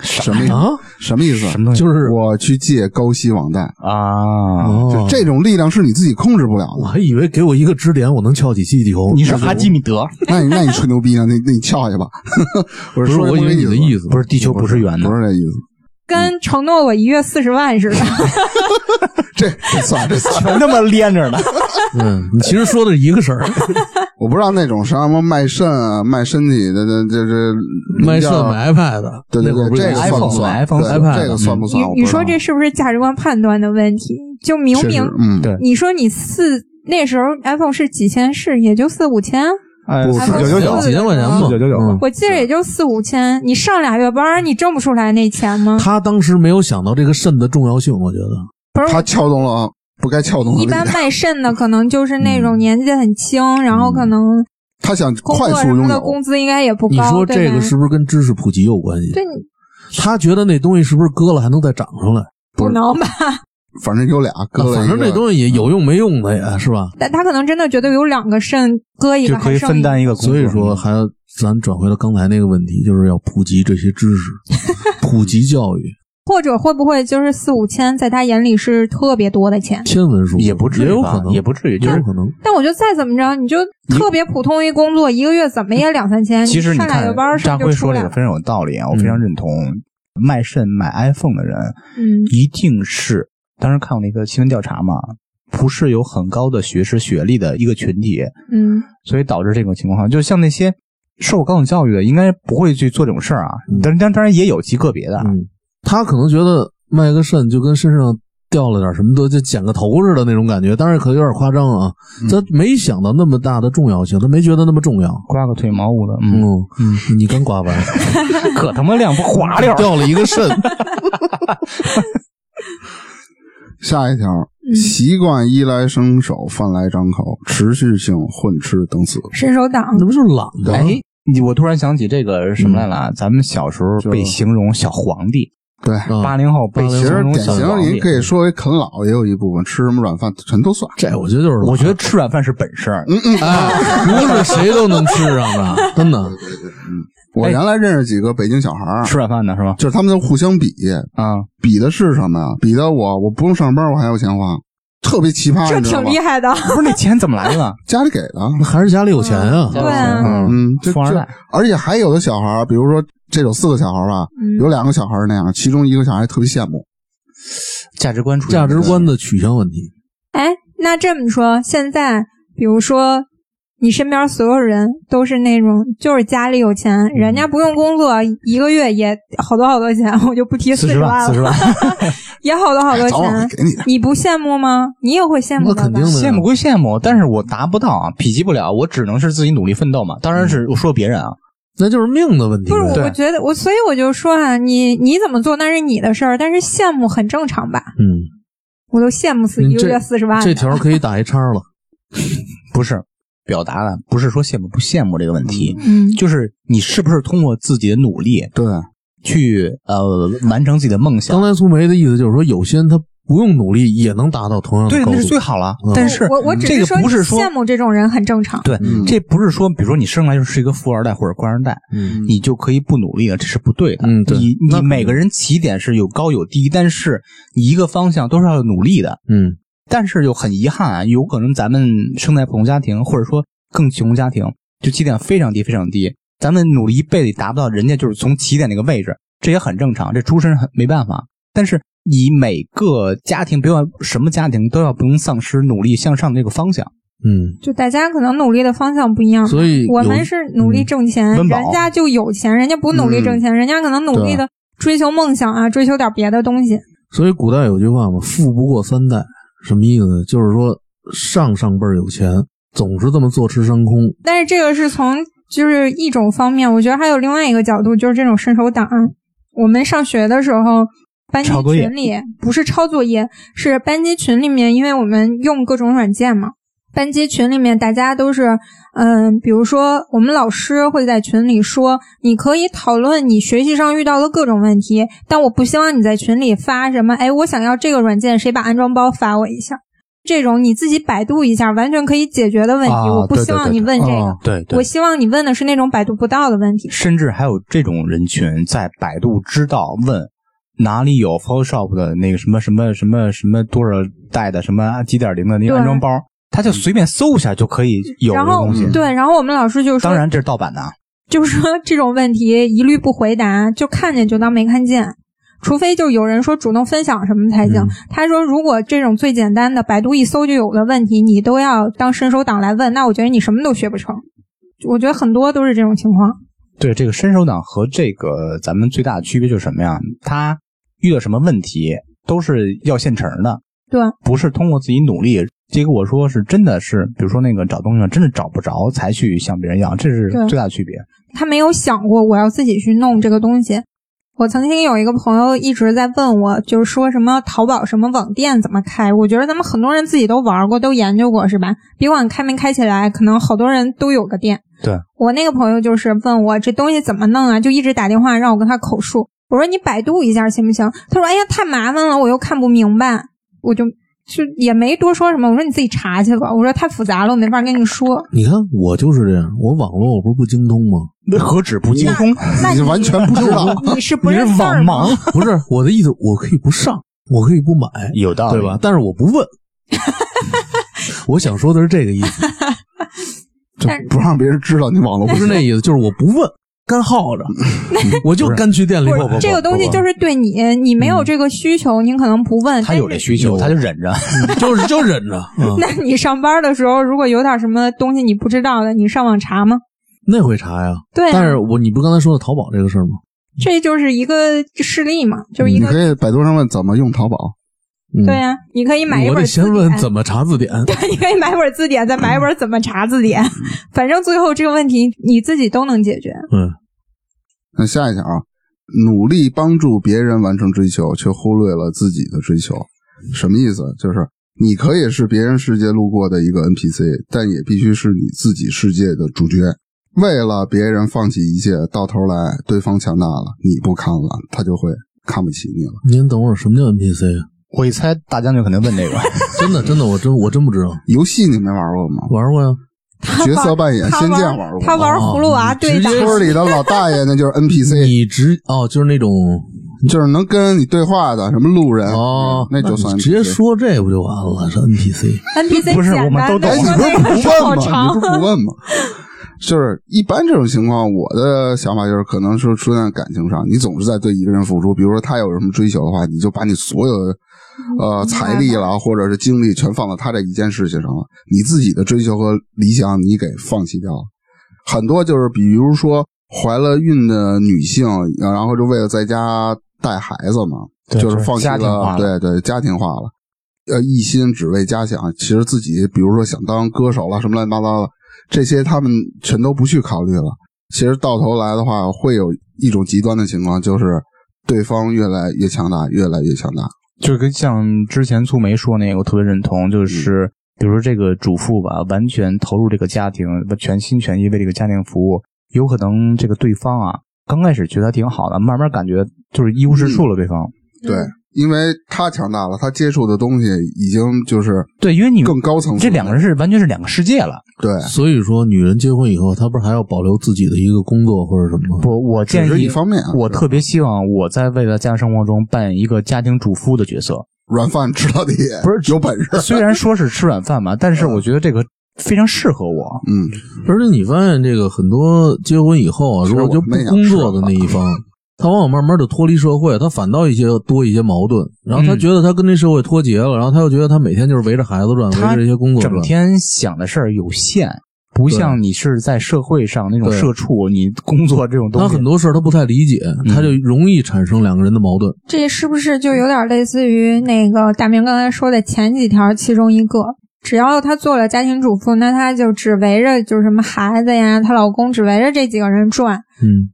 B: 什么意
C: 啊，
B: 什么意思？
D: 什么东西
C: 就是
B: 我去借高息网贷，
D: 啊？
C: 哦
B: 就，这种力量是你自己控制不了
C: 我
B: 的。
C: 还以为给我一个支点，我能撬起气球。
D: 你是阿基米德？
B: 那你那你吹牛逼呢？啊那那你撬去吧。 我
C: 不
B: 是
C: 是？
B: 说
C: 我以为你的
B: 意
C: 意
B: 思啊
C: 思
D: 不是地球不是圆的
B: 不，是这意思。
A: 跟承诺我一月四十万似的，
B: 这这算这算，
D: 全他妈连着呢。
C: 嗯，你其实说的是一个 事儿，
B: 我不知道那种什么卖肾啊、卖身体的，这这这
C: 卖肾买 iPad 的，
B: 啊对对
C: 那会儿
B: 对，
C: 不是
B: 这个算不
D: iPhone
B: 算
D: iPhone
B: 对
C: iPad
B: 这个算不算？我不
A: 你你
B: 知道
A: 说这是不是价值观判断的问题？就明
B: 确
A: 明
B: 实嗯，
D: 对
A: 你说你四那时候 iPhone 是几千，是也就四五千，
D: 哎
B: 不
D: 四九九九
A: 不，
C: 几千块钱嘛，
D: 4999
C: 嗯
A: 我记得也就四五千。你上俩月班儿，你挣不出来那钱吗？
C: 他当时没有想到这个肾的重要性，我觉得
B: 他撬动了啊不该撬动的
A: 一
B: 力量
A: 般。
D: 嗯
A: 卖肾的可能就是那种
C: 嗯
A: 年纪很轻，然后可能
B: 他想
A: 工
B: 快
A: 作
B: 速
A: 什
B: 拥
A: 么的
B: 有，
A: 工资应该也不高。
C: 你说这
A: 对
C: 个
A: 吧
C: 是不是跟知识普及有关系？
A: 对，
C: 他觉得那东西是不是割了还能再长出来？
A: 不能吧？
B: 反正有俩割了一个，
C: 啊
B: 嗯
C: 反正这东西也有用没用的也是吧？
A: 但他可能真的觉得有两个肾割一
D: 就
A: 个
D: 可
A: 还
D: 以
A: 剩
D: 分
A: 一个。
D: 担一个工作。嗯
C: 所以说，还要咱转回到刚才那个问题，就是要普及这些知 识，普及教育，
A: 或者会不会就是四五千，在他眼里是特别多的钱？
C: 天文数字
D: 也不至
C: 也
D: 于
C: 有
D: 吧
C: 可，能，
D: 也不至于，
C: 也
D: 就是
C: 有可能。
A: 但我觉得再怎么着，你就特别普通一工作，一个月怎么也两三千。
D: 其实你
A: 上俩
D: 看
A: 月班，儿是
D: 扎
A: 不
D: 辉
A: 是就出
D: 说
A: 来
D: 这个
A: 了？
D: 非常有道理啊，我非
C: 嗯
D: 常认同。卖肾买 iPhone 的人，
A: 嗯，
D: 一定是当时看过那个新闻调查嘛，不是有很高的学识学历的一个群体，
A: 嗯，
D: 所以导致这种情况。就像那些受过高等教育的，应该不会去做这种事儿啊
C: 嗯。
D: 但是当当然也有极个别的，
C: 嗯，他可能觉得卖个肾就跟身上掉了点什么东西，就剪个头似的那种感觉，当然可有点夸张啊。
D: 嗯
C: 他没想到那么大的重要性，他没觉得那么重要。
D: 刮个腿毛捂的，
C: 嗯
D: 嗯，，
C: 你刚刮 完，
D: 可他妈亮不滑溜儿。
C: 掉了一个肾，
B: 下一条，
A: 嗯
B: 习惯衣来伸手，饭来张口，持续性混吃等死。
A: 伸手党
C: 那不就是懒吗？
D: 哎，你我突然想起这个什么来了啊？咱们小时候被形容小皇帝，
B: 对，
C: 啊
D: 嗯八零后被
B: 其
C: 其
D: 形
B: 实
D: 容
B: 典
D: 小皇
B: 型，
D: 帝
B: 您。可以说为啃老也有一部分，吃什么软饭全都算。
C: 这我觉得就是懒，
D: 我觉得吃软饭是本事儿，
B: 嗯嗯，
C: 哎，不是谁都能吃上的，真的。
B: 嗯我原来认识几个北京小孩儿，
D: 吃软饭的是吧？
B: 就是他们就互相比，
D: 啊，
B: 比的是什么呀？比的我我不用上班，我还有钱花，特别奇葩，
A: 这
B: 你知道
A: 挺
B: 吗
A: 厉？害的，
D: 不是那钱怎么来 的？
B: 家里给的，
C: 那还是家里有钱啊，
A: 对啊
D: 嗯，
B: 嗯，这
D: 富二代
B: 这，而且还有的小孩儿，比如说这有四个小孩儿吧，
A: 嗯
B: 有两个小孩儿那样，其中一个小孩特别羡慕，
D: 价值观出现
C: 价
D: 了
C: 值观的取向问题。
A: 哎，那这么说，现在比如说你身边所有人都是那种，就是家里有钱，人
D: 嗯
A: 家不用工作，一个月也好多好多钱，我就不提
D: 四
A: 十
D: 十万，
A: 万
D: 四
A: 了，
D: 十万，哎
A: 也好多好多
B: 哎早晚会
A: 钱，
B: 给你的。
A: 你不羡慕吗？你也会羡慕
C: 那
A: 的
C: 肯
A: 吧
C: 定？的呀，
D: 羡慕归羡慕，但是我达不到啊，匹及不了，我只能是自己努力奋斗嘛。当然是我说别人啊，
C: 那就是命的问题
A: 不
C: 呗。
A: 是，我我觉得我，所以我就说啊，你你怎么做那是你的事儿，但是羡慕很正常吧？
C: 嗯，
A: 我都羡慕
D: 嗯
A: 死一个
C: 这
A: 月四十万
C: 这条可以打一叉了。
D: 不是表达的，不是说羡慕不羡慕这个问题，
A: 嗯，
D: 就是你是不是通过自己的努力
B: 对，
D: 去呃完成自己的梦想
C: 刚。才苏梅的意思就是说，有些人他不用努力也能达到同样的
D: 对，
C: 高
D: 那
C: 度。
D: 是最好了
C: 嗯。
D: 但是
A: 我我只
D: 这个
A: 说
D: 不是说
A: 羡慕这种人很正常。
D: 对
B: 嗯，
D: 这不是说，比如说你生来就是一个富二代或者官二代，
C: 嗯
D: 你就可以不努力了，这是不对的。
C: 嗯对
D: 你
C: 那
D: 你
C: 肯定
D: 每个人起点是有高有低，但是你一个方向都是要努力的。
C: 嗯
D: 但是又很遗憾啊，有可能咱们生在普通家庭，或者说更穷家庭，就起点非常低非常低，咱们努力一辈子也达不到人家就是从起点那个位置，这也很正常，这出身很没办法。但是你每个家庭，不管什么家庭，都要不能丧失努力向上的这个方向。
C: 嗯，
A: 就大家可能努力的方向不一样，
C: 所
A: 嗯
C: 以
A: 我们
C: 有
A: 是努力挣钱，
D: 嗯温饱嗯
A: 人家就有钱，人家不努力挣钱，人家可能努力的追求梦想啊，追求点别的东西。
C: 所以古代有句话嘛，“富不过三代”，什么意思呢？就是说上上辈儿有钱，总是这么坐吃山空。
A: 但是这个是从就是一种方面，我觉得还有另外一个角度，就是这种伸手党。我们上学的时候，班级
D: 抄作业
A: 群里不是抄作业，是班级群里面，因为我们用各种软件嘛，班级群里面大家都是，嗯、比如说我们老师会在群里说，你可以讨论你学习上遇到的各种问题，但我不希望你在群里发什么，哎，我想要这个软件，谁把安装包发我一下。这种你自己百度一下，完全可以解决的问题，
D: 啊
A: 我不
D: 对
A: 希
D: 对
A: 望
D: 对
A: 你
D: 对
A: 问这个。
B: 哦
D: 对
A: 我希望你问的是那种百度不到的问题。
D: 甚至还有这种人群在百度知道问哪里有 Photoshop 的那个什么什么什么什么多少代的什么几点零的那个
A: 对
D: 安装包，他就随便搜一下就可以有
A: 嗯然
D: 这
A: 后
D: 东西。
A: 对，然后我们老师就说，
D: 当然这是盗版的啊，
A: 就说这种问题一律不回答，就看见就当没看见，除非就有人说主动分享什么才行。
C: 嗯
A: 他说，如果这种最简单的百度一搜就有的问题，你都要当伸手党来问，那我觉得你什么都学不成。我觉得很多都是这种情况。
D: 对这个伸手党和这个咱们最大的区别就是什么呀？他遇到什么问题都是要现成的，
A: 对，
D: 不是通过自己努力。结果说是真的是，比如说那个找东西真的找不着才去向别人要，这是
A: 对
D: 最大的区别。
A: 他没有想过我要自己去弄这个东西。我曾经有一个朋友一直在问我，就是说什么淘宝什么网店怎么开？我觉得咱们很多人自己都玩过，都研究过，是吧？别管开没开起来，可能好多人都有个店。
D: 对
A: 我那个朋友就是问我这东西怎么弄啊，就一直打电话让我跟他口述。我说你百度一下行不行？他说哎呀太麻烦了，我又看不明白，我就就也没多说什么。我说你自己查去吧。我说太复杂了，我没法跟你说。
C: 你看我就是这样，我网络我不是不精通吗？
D: 那何止不精通？
A: 那
B: 你完全不知道，
A: 你是 不
D: 你
A: 认
D: 是
A: 字儿
D: 网
A: 吗？
D: 盲，
C: 不是我的意思，我可以不上，我可以不买，
D: 有
A: 啊
D: 道
C: 对吧？？但是我不 问。我想说的是这个意思，
B: 就不让别人知道你网络
C: 不是那意思，就是我不问，干 耗着，我就干去店里。
A: 不
C: 不不
A: 是
C: 不
A: 这个东西
C: 不
A: 就是对你，你没有这个需求，你可能不问。
D: 他有这需求，
C: 有
D: 他就忍着。
C: 嗯就是就忍着。嗯
A: 但是那你上班的时候，如果有点什么东西你不知道的，你上网查吗？
C: 那会查呀。
A: 对啊、
C: 但是我你不刚才说的淘宝这个事儿吗？
A: 这就是一个事例嘛，就是一
B: 你
A: 个、
B: 可以百度上问怎么用淘宝，
C: 嗯、
A: 对呀、你可以买一
C: 我
A: 本
C: 得
A: 字
C: 先
A: 典，
C: 问怎么查 字典。
A: 对，你可以买本字典，再买本怎么查字典， 反正最后这个问题你自己都能解决。
C: 嗯，
B: 那下一条啊，努力帮助别人完成追求，却忽略了自己的追求，什么意思？就是你可以是别人世界路过的一个 NPC，但也必须是你自己世界的主角。为了别人放弃一切，到头来对方强大了，你不看了，他就会看不起你了。
C: 您等会儿什么叫 NPC 啊？
D: 我一猜大将军肯定问这个，
C: 真的真的，我真我真不知道。
B: 游戏你没玩过吗？
C: 玩过呀，
B: 角色扮演，
A: 他
B: 仙剑
A: 玩
B: 玩啊过
A: 他
B: 吗。
A: 玩葫芦娃对打，
B: 村里的老大爷那就是 NPC，
C: 你直哦，就是那种
B: 就是能跟你对话的什么路人
C: 哦，
B: 啊那就算
C: 你直接
B: NPC
C: 说这不就完了？是 NPC，
A: NPC
D: 不是
A: 简
D: 我们
A: 单
D: 都
A: 的
D: 懂
A: 说
B: 哎，
A: 那
B: 你不
A: 个
B: 是
A: 是
B: 不
A: 好
B: 问吗？
A: 长啊
B: 你不是不问吗？就是一般这种情况，我的想法就是，可能是出现在感情上，你总是在对一个人付出。比如说他有什么追求的话，你就把你所有的呃财力啦，或者是精力全放到他这一件事情上了，你自己的追求和理想你给放弃掉了。很多就是比如说怀了孕的女性，然后就为了在家带孩子嘛，
D: 对
B: 就是
D: 就是
B: 放弃
D: 家庭化
B: 了，
D: 了
B: 对对，家庭化了。呃，一心只为家想，其实自己比如说想当歌手啦，什么乱七八糟的，这些他们全都不去考虑了。其实到头来的话，会有一种极端的情况，就是对方越来越强大，越来越强大。
D: 就是跟像之前粗梅说那个，我特别认同，
B: 嗯
D: 就是比如说这个主妇吧，完全投入这个家庭，全心全意为这个家庭服务，有可能这个对方啊，刚开始觉得挺好的，慢慢感觉就是一无是
B: 嗯
D: 处了。对方、
B: 对，因为他强大了，他接触的东西已经就是
D: 对，因为你
B: 更高层次
D: 这
B: 的
D: 两个人是完全是两个世界了。
B: 对，
C: 所以说女人结婚以后，她不是还要保留自己的一个工作或者什么吗？
D: 不，我
B: 只
D: 建
B: 是
D: 议
B: 一方面啊
D: 我
B: 是
D: 特别希望我在未来家庭生活中扮演一个家庭主妇的角色，
B: 软饭吃到底，
D: 不是
B: 有本事。
D: 虽然说是吃软饭吧，但是我觉得这个非常适合我。
B: 嗯，
C: 而且你发现这个很多结婚以后啊，
B: 其
C: 如
B: 实
C: 果就
B: 我
C: 不
B: 们也
C: 工作
B: 是
C: 的
B: 啊
C: 那一方，他往往慢慢的脱离社会，他反倒一些多一些矛盾，然后他
D: 嗯
C: 觉得他跟这社会脱节了，然后他又觉得他每天就是围着孩子转，围
D: 他
C: 着这些工作
D: 整
C: 转，
D: 天想的事儿有限，不
C: 对
D: 像你是在社会上那种
C: 对
D: 社畜，你工作这种东
C: 他
D: 西，
C: 很多事儿他不太理解，
D: 嗯
C: 他就容易产生两个人的矛盾。
A: 这是不是就有点类似于那个大明刚才说的前几条其中一个？只要她做了家庭主妇，那她就只围着就是什么孩子呀，她老公只围着这几个人转。
C: 嗯，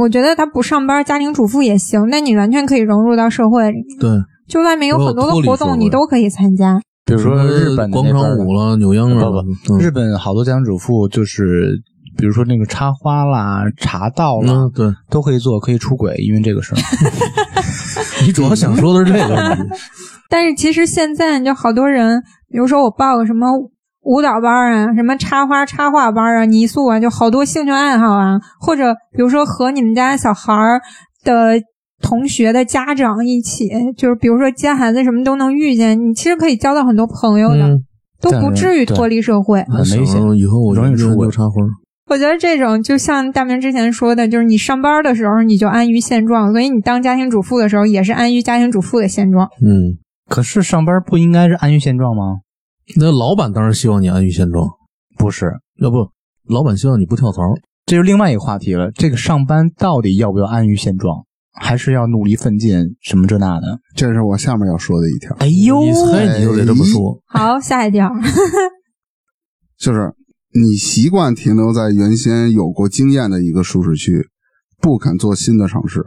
A: 我觉得她不上班，家庭主妇也行。那你完全可以融入到社会里，
C: 嗯对，
A: 就外面有很多的活动，你都可以参加。
D: 比如说
C: 什么
D: 日本的
C: 广
D: 那边
C: 场舞了、扭秧歌了，
D: 不
C: 嗯
D: 日本好多家庭主妇就是。比如说那个插花啦、茶道啦，
C: 嗯，对，
D: 都可以做，可以出轨，因为这个 事儿。
C: 你主要想说的是 这个嗯问题，
A: 但是其实现在就好多人，比如说我报个什么舞蹈班儿啊，什么插花插画班儿啊、泥塑啊，就好多兴趣爱好啊，或者比如说和你们家小孩儿的同学的家长一起，就是比如说接孩子什么都能遇见，你其实可以交到很多朋友的，
C: 嗯，
A: 都不至于脱离社会。
D: 很危险
C: 想以后我就
D: 容易出轨
C: 就插花。
A: 我觉得这种就像大明之前说的，就是你上班的时候你就安于现状，所以你当家庭主妇的时候也是安于家庭主妇的现状。
C: 嗯，
D: 可是上班不应该是安于现状吗？
C: 那老板当然希望你安于现状，
D: 不是，
C: 要不老板希望你不跳槽。
D: 这就另外一个话题了。这个上班到底要不要安于现状，还是要努力奋进什么这那的？
B: 这是我下面要说的一条，
D: 哎呦
C: 一猜你就得这么说，
A: 好，下一条。
B: 就是你习惯停留在原先有过经验的一个舒适区，不肯做新的尝试，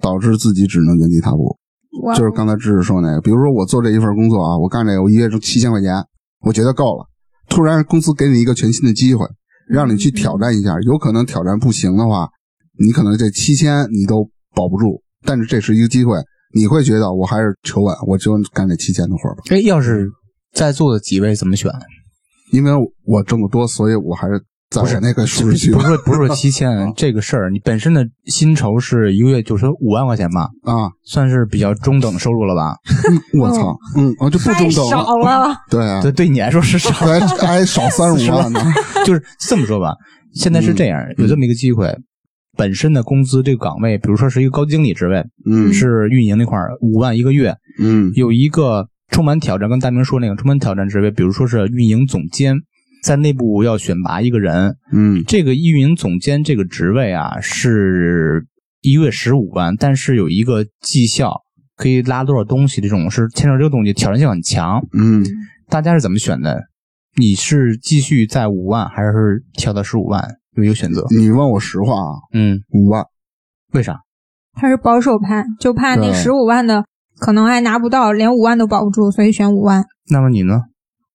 B: 导致自己只能原地踏步。
A: 哇
B: 就是刚才知识说那个，比如说我做这一份工作啊，我干这个，我一月挣七千块钱，我觉得够了。突然公司给你一个全新的机会，让你去挑战一下，有可能挑战不行的话，你可能这七千你都保不住，但是这是一个机会，你会觉得我还是求稳，我就干这七千的活吧，
D: 哎，要是在座的几位怎么选？
B: 因为我挣得多，所以我还是在我那个舒适区
D: 不 是不是说七
B: 嗯
D: 千这个事儿，你本身的薪酬是一个月就是五万块钱吧，
B: 啊。
D: 算是比较中等收入了吧？
B: 嗯我操，嗯，我就不
A: 哦太
B: 中等了，
A: 少了，
B: 对啊，
D: 对，对你来 说是少，
B: 还还少三十五万呢，
D: 就是这么说吧。现在是这
B: 嗯
D: 样，有这么一个机会，本身的工资这个岗位，比如说是一个高经理职位，
B: 嗯
D: 是运营那块儿五万一个月，
B: 嗯
D: 有一个充满挑战，跟大明说那个充满挑战职位，比如说是运营总监，在内部要选拔一个人，
B: 嗯
D: 这个运营总监这个职位啊是一个月十五万，但是有一个绩效可以拉多少东西这种是牵扯这个东西挑战性很强。
B: 嗯
D: 大家是怎么选的？你是继续在五万，还是跳到十五万？有一个选择。
B: 你问我实话啊，
D: 嗯，
B: 五万，
D: 为啥？
A: 他是保守派，就怕那
B: 对
A: 十五万的可能还拿不到，连五万都保不住，所以选五万。
D: 那么你呢？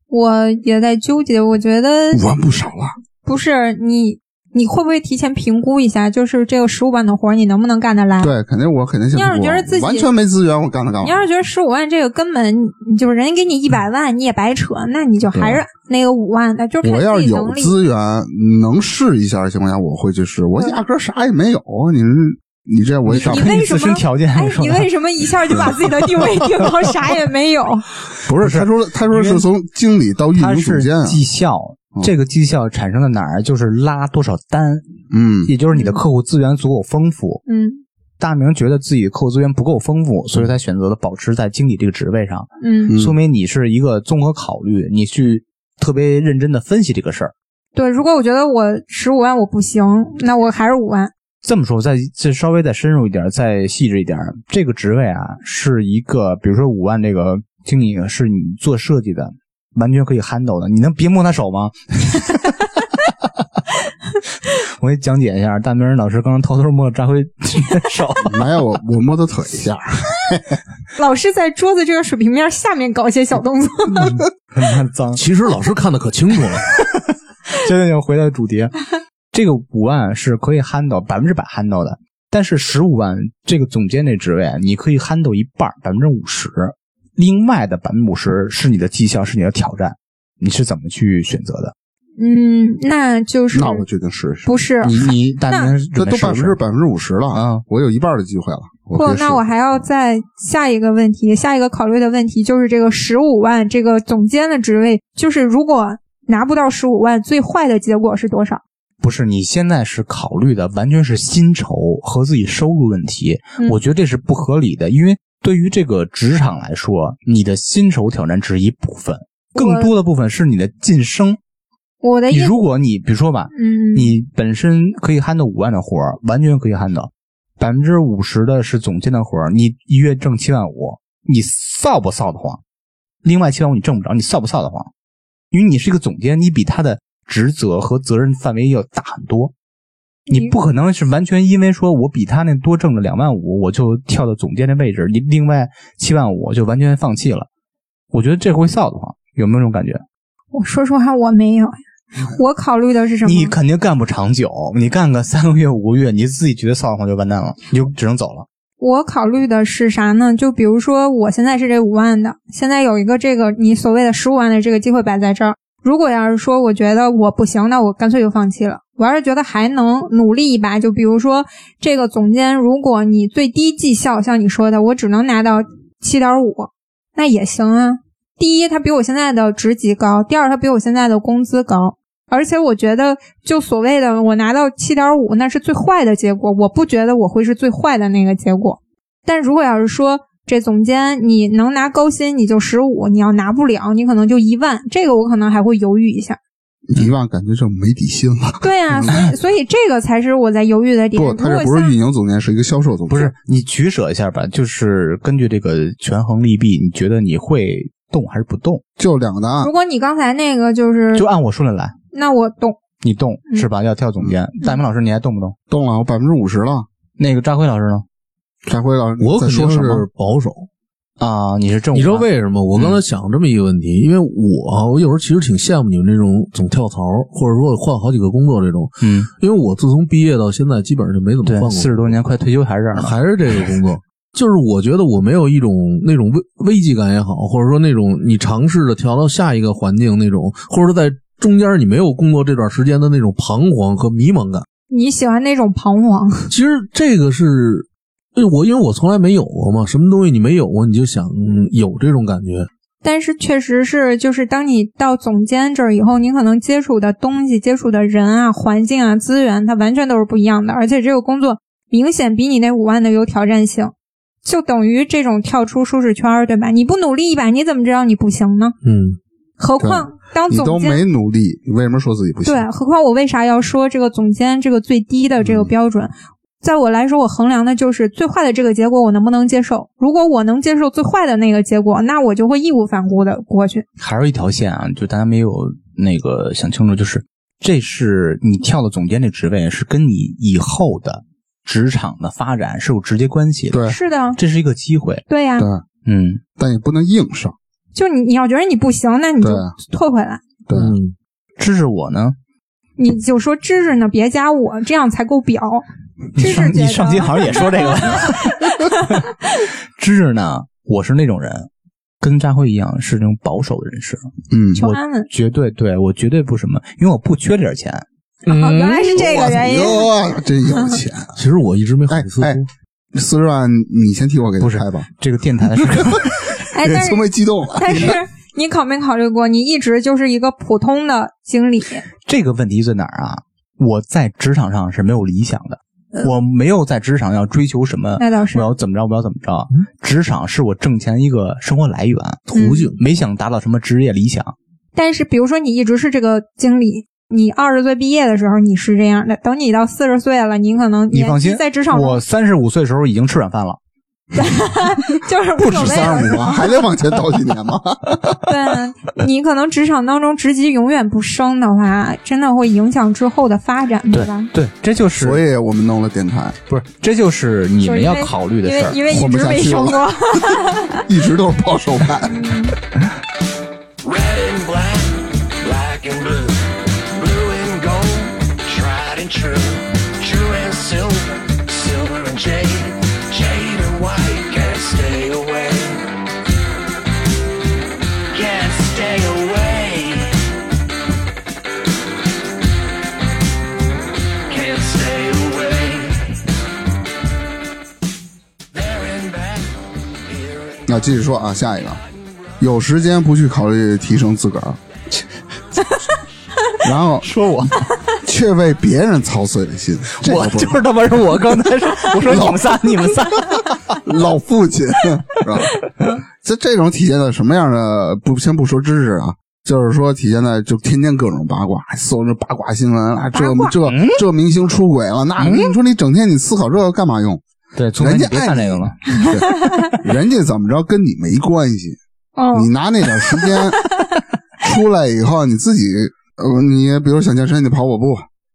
A: 我也在纠结，我觉得
B: 五万不少了。
A: 不是你，你会不会提前评估一下，就是这个十五万的活儿你能不能干得来？
B: 对，肯定我肯定先
A: 你要是
B: 不
A: 觉得
B: 过
A: 自己
B: 完全没资源，我干它干
A: 你
B: 嘛？
A: 要是觉得十五万这个根本就是人家给你一百万你也白扯，那你就还是那个五万的，就是
B: 我
A: 看
B: 要
A: 自
B: 是
A: 己
B: 有
A: 能力。
B: 资源能试一下的情况下，我会去试。我压根儿啥也没有，你你这我也干
A: 你
B: 不
A: 为什
D: 自
A: 么
D: 身条件
A: 哎，
D: 说
A: 你
D: 的
A: 为什么一下就把自己的定位定到啥也没有？
B: 不是，他说他说是从经理到运
D: 它
B: 营总
D: 是
B: 监啊，
D: 绩效，这个绩效产生的哪儿？就是拉多少单，
B: 嗯
D: 也就是你的客户资源足够丰富。
A: 嗯
D: 大明觉得自己客户资源不够丰富，所以才选择了保持在经理这个职位上，
A: 嗯，
B: 嗯
D: 说明你是一个综合考虑，你去特别认真的分析这个事儿。
A: 对，如果我觉得我十五万我不行，那我还是五万。
D: 这么说，再再稍微再深入一点，再细致一点，这个职位啊，是一个，比如说五万这个经理是你做设计的，完全可以 handle 的，你能别摸他手吗？我给你讲解一下，大明老师刚刚偷偷摸了张辉手，
B: 没有嗯我我摸他腿一下，
A: 老是在桌子这个水平面下面搞一些小动作。
D: 很脏。
C: 其实老师看的可清 楚了，
D: 现在就回到主题， 这个五万是可以 handle 百分之百 handle 的，但是十五万这个总监这职位，啊你可以 handle 一半，百分之五十，另外的百分之五十是你的绩效，是你的挑战，你是怎么去选择的？
A: 嗯，那就是
B: 那我决定试一试。
A: 不是
D: 你你大
A: 那
D: 年
B: 这都百分之百分之五十了
D: 啊！
B: 我有一半的机会了。我
A: 不
B: 可以，试
A: 那我还要再下一个问题，下一个考虑的问题就是这个十五万这个总监的职位，就是如果拿不到十五万，最坏的结果是多少？
D: 不是你现在是考虑的完全是薪酬和自己收入问题，
A: 嗯
D: 我觉得这是不合理的，因为对于这个职场来说，你的薪酬挑战只是一部分，更
A: 我
D: 多的部分是你的晋升。
A: 我的
D: 你
A: 意
D: 如果你比如说吧，
A: 哎嗯，
D: 你本身可以 handle 五万的活儿，完全可以 handle，百分之五十的是总监的活儿，你一月挣七万五，你臊不臊得慌？另外七万五你挣不着，你臊不臊得慌？因为你是一个总监，你比他的职责和责任范围要大很多，
A: 嗯
D: 你不可能是完全因为说我比他那多挣了两万五，我就跳到总监的位置，你另外七万五就完全放弃了。我觉得这会臊得慌，有没有这种感觉？
A: 我说实话，我没有，我考虑的是什么？
D: 你肯定干不长久，你干个三个月五个月，你自己觉得臊得慌就完蛋了，你就只能走了。
A: 我考虑的是啥呢？就比如说，我现在是这五万的，现在有一个这个你所谓的十五万的这个机会摆在这儿。如果要是说我觉得我不行，那我干脆就放弃了。我要是觉得还能努力一把，就比如说这个总监，如果你最低绩效像你说的，我只能拿到七点五，那也行啊。第一，他比我现在的职级高；第二，他比我现在的工资高。而且我觉得，就所谓的我拿到七点五，那是最坏的结果。我不觉得我会是最坏的那个结果。但如果要是说这总监你能拿高薪，你就十五；你要拿不了，你可能就一万。这个我可能还会犹豫一下。
B: 一万，感觉就没底薪 了。
A: 对啊，所以所以这个才是我在犹豫的点。
B: 不，
A: 如
B: 他
A: 果
B: 这不是
A: 像
B: 运营总监，是一个销售总监。
D: 不是，你取舍一下吧，就是根据这个权衡利弊，你觉得你会动还是不动？
B: 就两个答案
A: 如。果你刚才那个就是，
D: 就按我说的来，
A: 那我懂。
D: 你动是吧？要跳总监，大明老师你还动不动？
B: 动了，我百分之五十了。
D: 那个张辉老师呢？
B: 下回老师
C: 我
B: 再
C: 肯
B: 说
C: 定
B: 什
C: 是
B: 么？
C: 保守。
D: 啊，你是正，
C: 你知道为什么？我刚才
D: 嗯
C: 想这么一个问题，因为我我有时候其实挺羡慕你们这种总跳槽，或者说换好几个工作这种，
D: 嗯，
C: 因为我自从毕业到现在，基本上就没怎么
D: 对
C: 换，过。
D: 四十多年快退休还是这样的，
C: 还是这个工作。就是我觉得我没有一种那种危危机感也好，或者说那种你尝试着调到下一个环境那种，或者说在中间你没有工作这段时间的那种彷徨和迷茫感。
A: 你喜欢那种彷徨，
C: 其实这个是，对我因为我从来没有过嘛，什么东西你没有过，你就想、嗯有这种感觉。
A: 但是确实是，就是当你到总监这儿以后，你可能接触的东西、接触的人啊、环境啊、资源，它完全都是不一样的。而且这个工作明显比你那五万的有挑战性，就等于这种跳出舒适圈儿，对吧？你不努力一把，你怎么知道你不行呢？
C: 嗯，
A: 何况当
B: 你都
A: 总监
B: 没努力，你为什么说自己不行？
A: 对，啊何况我为啥要说这个总监这个最低的这个标准？在我来说，我衡量的就是最坏的这个结果，我能不能接受？如果我能接受最坏的那个结果，那我就会义无反顾的过去。
D: 还有一条线啊，就大家没有那个想清楚，就是这是你跳的总监这职位，是跟你以后的职场的发展是有直接关系的。
B: 对
A: 是的，
D: 这是一个机会。
A: 对呀、
B: 对
D: 嗯，
B: 但也不能硬上。
A: 就你你要觉得你不行，那你就
B: 对
A: 退回来。
B: 对，
C: 嗯，
D: 支持我呢？
A: 你就说芝芝呢，别加我，这样才够表。芝
D: 你
A: 芝
D: 上
A: 觉
D: 你
A: 得
D: 上期好像也说这个了。 支持呢，我是那种人，跟扎辉一样是那种保守的人士，
B: 嗯，
A: 求安稳。
D: 绝对对我绝对不什么，因为我不缺这点钱。
A: 哦，原来是这
B: 嗯
A: 个原因。
B: 哇，真有钱，
C: 其实我一直没好
B: 哎
C: 意思
B: 哎
C: 说，
B: 四十万，你先替我给他
D: 不是
B: 开吧，
D: 这个电 台是
A: 哎，但是
B: 因为激动了。
A: 但是你考没考虑过，你一直就是一个普通的经理。
D: 这个问题在哪儿啊？我在职场上是没有理想的，我没有在职场要追求什么，
A: 嗯那倒是嗯
D: 我要怎么着，我要怎么着。职场是我挣钱一个生活来源途径，没想达到什么职业理想。
A: 但是，比如说你一直是这个经理，你二十岁毕业的时候你是这样的，等你到四十岁了，你可能
D: 你
A: 年
D: 放心，
A: 纪在职场
D: 我
A: 上
D: 三十五岁的时候已经吃软饭了。
A: 就是
B: 不
A: 无
B: 止
A: 所谓
B: 三
A: 了。
B: 十五万，还得往前倒几年吗？
A: 对，你可能职场当中职级永远不升的话，真的会影响之后的发展，对吧？
D: 对，这就是
B: 所以我们弄了电台，
D: 不是，这就是你们要考虑的
A: 因
D: 事儿
A: 为。因为一
B: 混不
A: 直
B: 下
A: 没
B: 去
A: 升
B: 了
A: 过。
B: 一直都是保守派。
G: Red and black, black and blue, blue and gold, tried and true, true and silver, silver and jade, jade and white can't stay away, can't stay away, can't stay away. There and back, here and
B: 那继续说啊，下一个，有时间不去考虑提升自个儿， 然后
D: 说 我，
B: 却为别人操碎了心，这
D: 我
B: 个不
D: 就是他妈是 我刚才说，我说你们仨，你们仨，
B: 老父亲， 是吧？这这种体现在什么样的？不，先不说知识啊，就是说体现在就天天各种八卦，哎搜着八卦嗯新闻啊，这这这明星出轨了，那你说你整天你思考这个干嘛用？
D: 对，从来
B: 人
D: 你
B: 家
D: 别
B: 爱
D: 看
B: 你
D: 这个了。
B: 对人家怎么着跟你没关系，
A: 嗯
B: 你，拿那点时 间出来以后，你自己，呃，你比如想健身，你跑跑步；，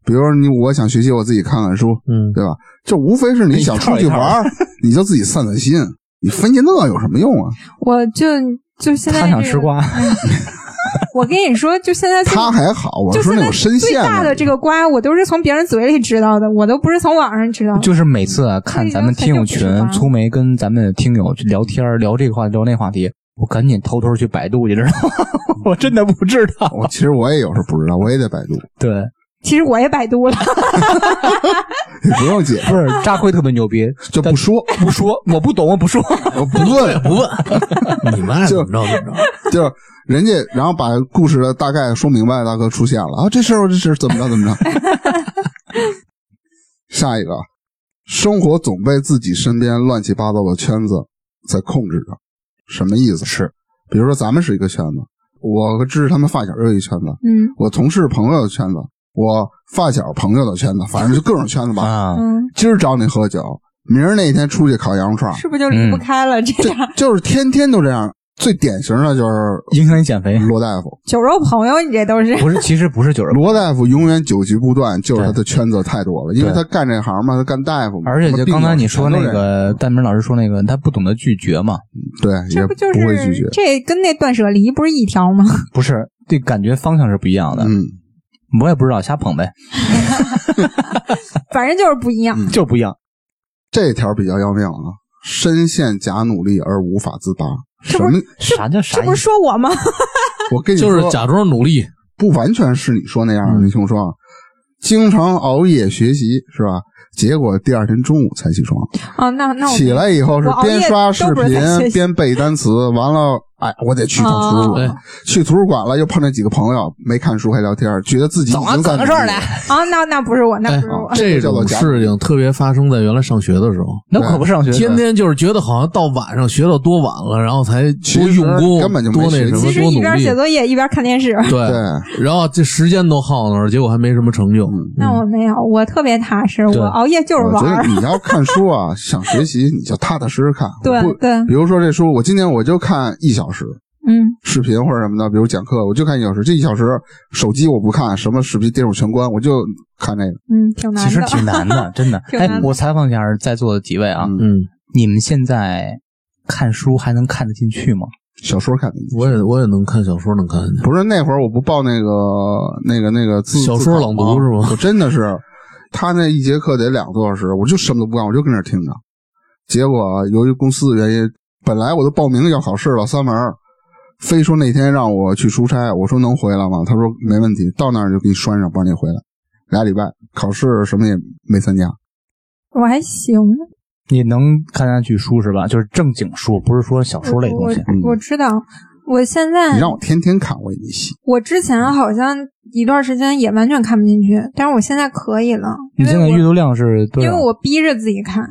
B: 比如你我想学习，我自己看看书，
C: 嗯，
B: 对吧？这无非是你想出去玩 儿，你就自己散散心，你分析那有什么用啊？
A: 我就就现在
D: 他想
A: 这
D: 吃
A: 个。啊
D: 瓜，
A: 我跟你说，就现在最
B: 他还好，我
A: 就现
B: 说那
A: 在
B: 种深
A: 最
B: 陷
A: 大的
B: 的
A: 这个瓜，我都是从别人嘴里知道的，我都不是从网上知道的。
D: 就是每次啊看咱们听友群
A: 这已经很久不吃，瓜
D: 粗梅跟咱们听友去聊天儿，聊这个话题，聊那话题，我赶紧偷偷去百度去，知道吗？ 我真的不知道。
B: 我其实我也有时候不知道，我也得百度，
D: 对，
A: 其实我也百度了，
B: 也不用解释，
D: 不是扎辉特别牛逼，
B: 就不说，
D: 不说，我不懂，我 不说。
B: 我不问，
C: 不问，你们爱怎么着怎么着。
B: 就是人家，然后把故事的大概说明白，大哥出现了啊，这事儿这事儿怎么着怎么着。下一个，生活总被自己身边乱七八糟的圈子在控制着，什么意思？是，比如说咱们是一个圈子，我和芝芝他们发小又一圈子，
A: 嗯
B: 我同事朋友的圈子，我发小朋友的圈子，反正就各种圈子吧。
D: 啊，
A: 嗯，
B: 今儿找你喝酒，明儿那天出去烤羊肉串儿，
A: 是不是就离不开了？这
B: 这
A: 样
B: 就是天天都这样。最典型的就是
D: 影响你减肥。
B: 罗大夫，
A: 酒肉朋友，你这都是
D: 不是，其实不是九十
B: 罗大夫永远酒局不断，就是他
D: 对
B: 的圈子太多了，因为
D: 对
B: 他干这行嘛，他干大夫嘛。
D: 而且
B: 嗯
D: 就
B: 什么病
D: 刚才
B: 友
D: 你说那
B: 全都认识，嗯
D: 个戴明老师说那个，他不懂得拒绝嘛，
B: 对，
A: 这
B: 也
A: 不就
B: 不会拒绝
A: 是。这跟那断舍离不是一条吗？
D: 不是，这感觉方向是不一样的。
B: 嗯，
D: 我也不知道，瞎捧呗，
A: 反正就是不一
B: 嗯
A: 样。
D: 就是不一样。
B: 这条比较要命啊，深陷假努力而无法自拔。什么？
D: 啥叫啥
A: 这
D: 意
A: 不是
D: 思？
A: 说我吗？
B: 我跟你
C: 就
B: 说，
C: 是假装努力，
B: 不完全是你说那样的。
D: 嗯
B: 你听我说啊，经常熬夜学习是吧？结果第二天中午才起床，
A: 啊，那那我
B: 起来以后是
A: 我熬夜
B: 边刷视
A: 都不是在学
B: 频
A: 习
B: 边背单词，完了哎，我得去趟图书馆。
C: 哦
B: 去图书馆了，又碰着几个朋友，没看书还聊天，觉得自己已经在努力了。
A: 啊，那那不是我，那
C: 哎
A: 不是我，，
C: 这种事情特别发生在原来上学的时候，
D: 那可不上学，
C: 天天就是觉得好像到晚上学到多晚了，然后才
B: 其
C: 多
B: 实
C: 用功，
B: 根本就没
C: 多那
B: 学
C: 什么，
A: 其实
C: 多
A: 一
C: 努
A: 边
C: 力嗯
A: 写，作业一边看电视。
C: 对
B: 对，嗯
C: 然后这时间都耗那儿，结果还没什么成就。
A: 那我没有，我特别踏实，
C: 对
A: 我熬夜就是
B: 我
A: 玩
B: 觉得
A: 儿。
B: 你要看书啊，想学习你就踏踏实实 看。
A: 对
B: 不
A: 对
B: 比如说这书，我今天我就看一小时
A: 嗯，
B: 视频或者什么的，比如讲课我就看一小时，这一小时手机我不看，什么视频电视我全关，我就看这个。
A: 嗯，挺难
D: 其实
A: 的。
D: 挺 难的，真的。
A: 挺
D: 哎
A: 难，的
D: 我采访一下在座的几位啊，
B: 嗯，
C: 嗯，
D: 你们现在看书还能看得进去吗？
B: 小说看的。
C: 我也我也能看小说，能看见。
B: 不是那会儿我不报那个那个那个自
C: 小说朗读是吗
B: 我真的是，他那一节课得两个多小时，我就什么都不干，我就跟那儿听着。结果由于公司的原因，本来我都报名要考试了，三门儿，非说那天让我去出差，我说能回来吗？他说没问题，到那儿就给你拴上，不让你回来。俩礼拜考试什么也没参加，
A: 我还行，
D: 你能看下去书是吧？就是正经书，不是说小说类东西。
B: 嗯
A: 我我知道。我现
B: 你
A: 在，
B: 让我天天看我也没戏。
A: 我之前好像一段时间也完全看不进去，但是我现在可以了，
D: 你
A: 因为
D: 现在
A: 我
D: 阅读量是对
A: 因
D: 啊
A: 为我逼着自己看，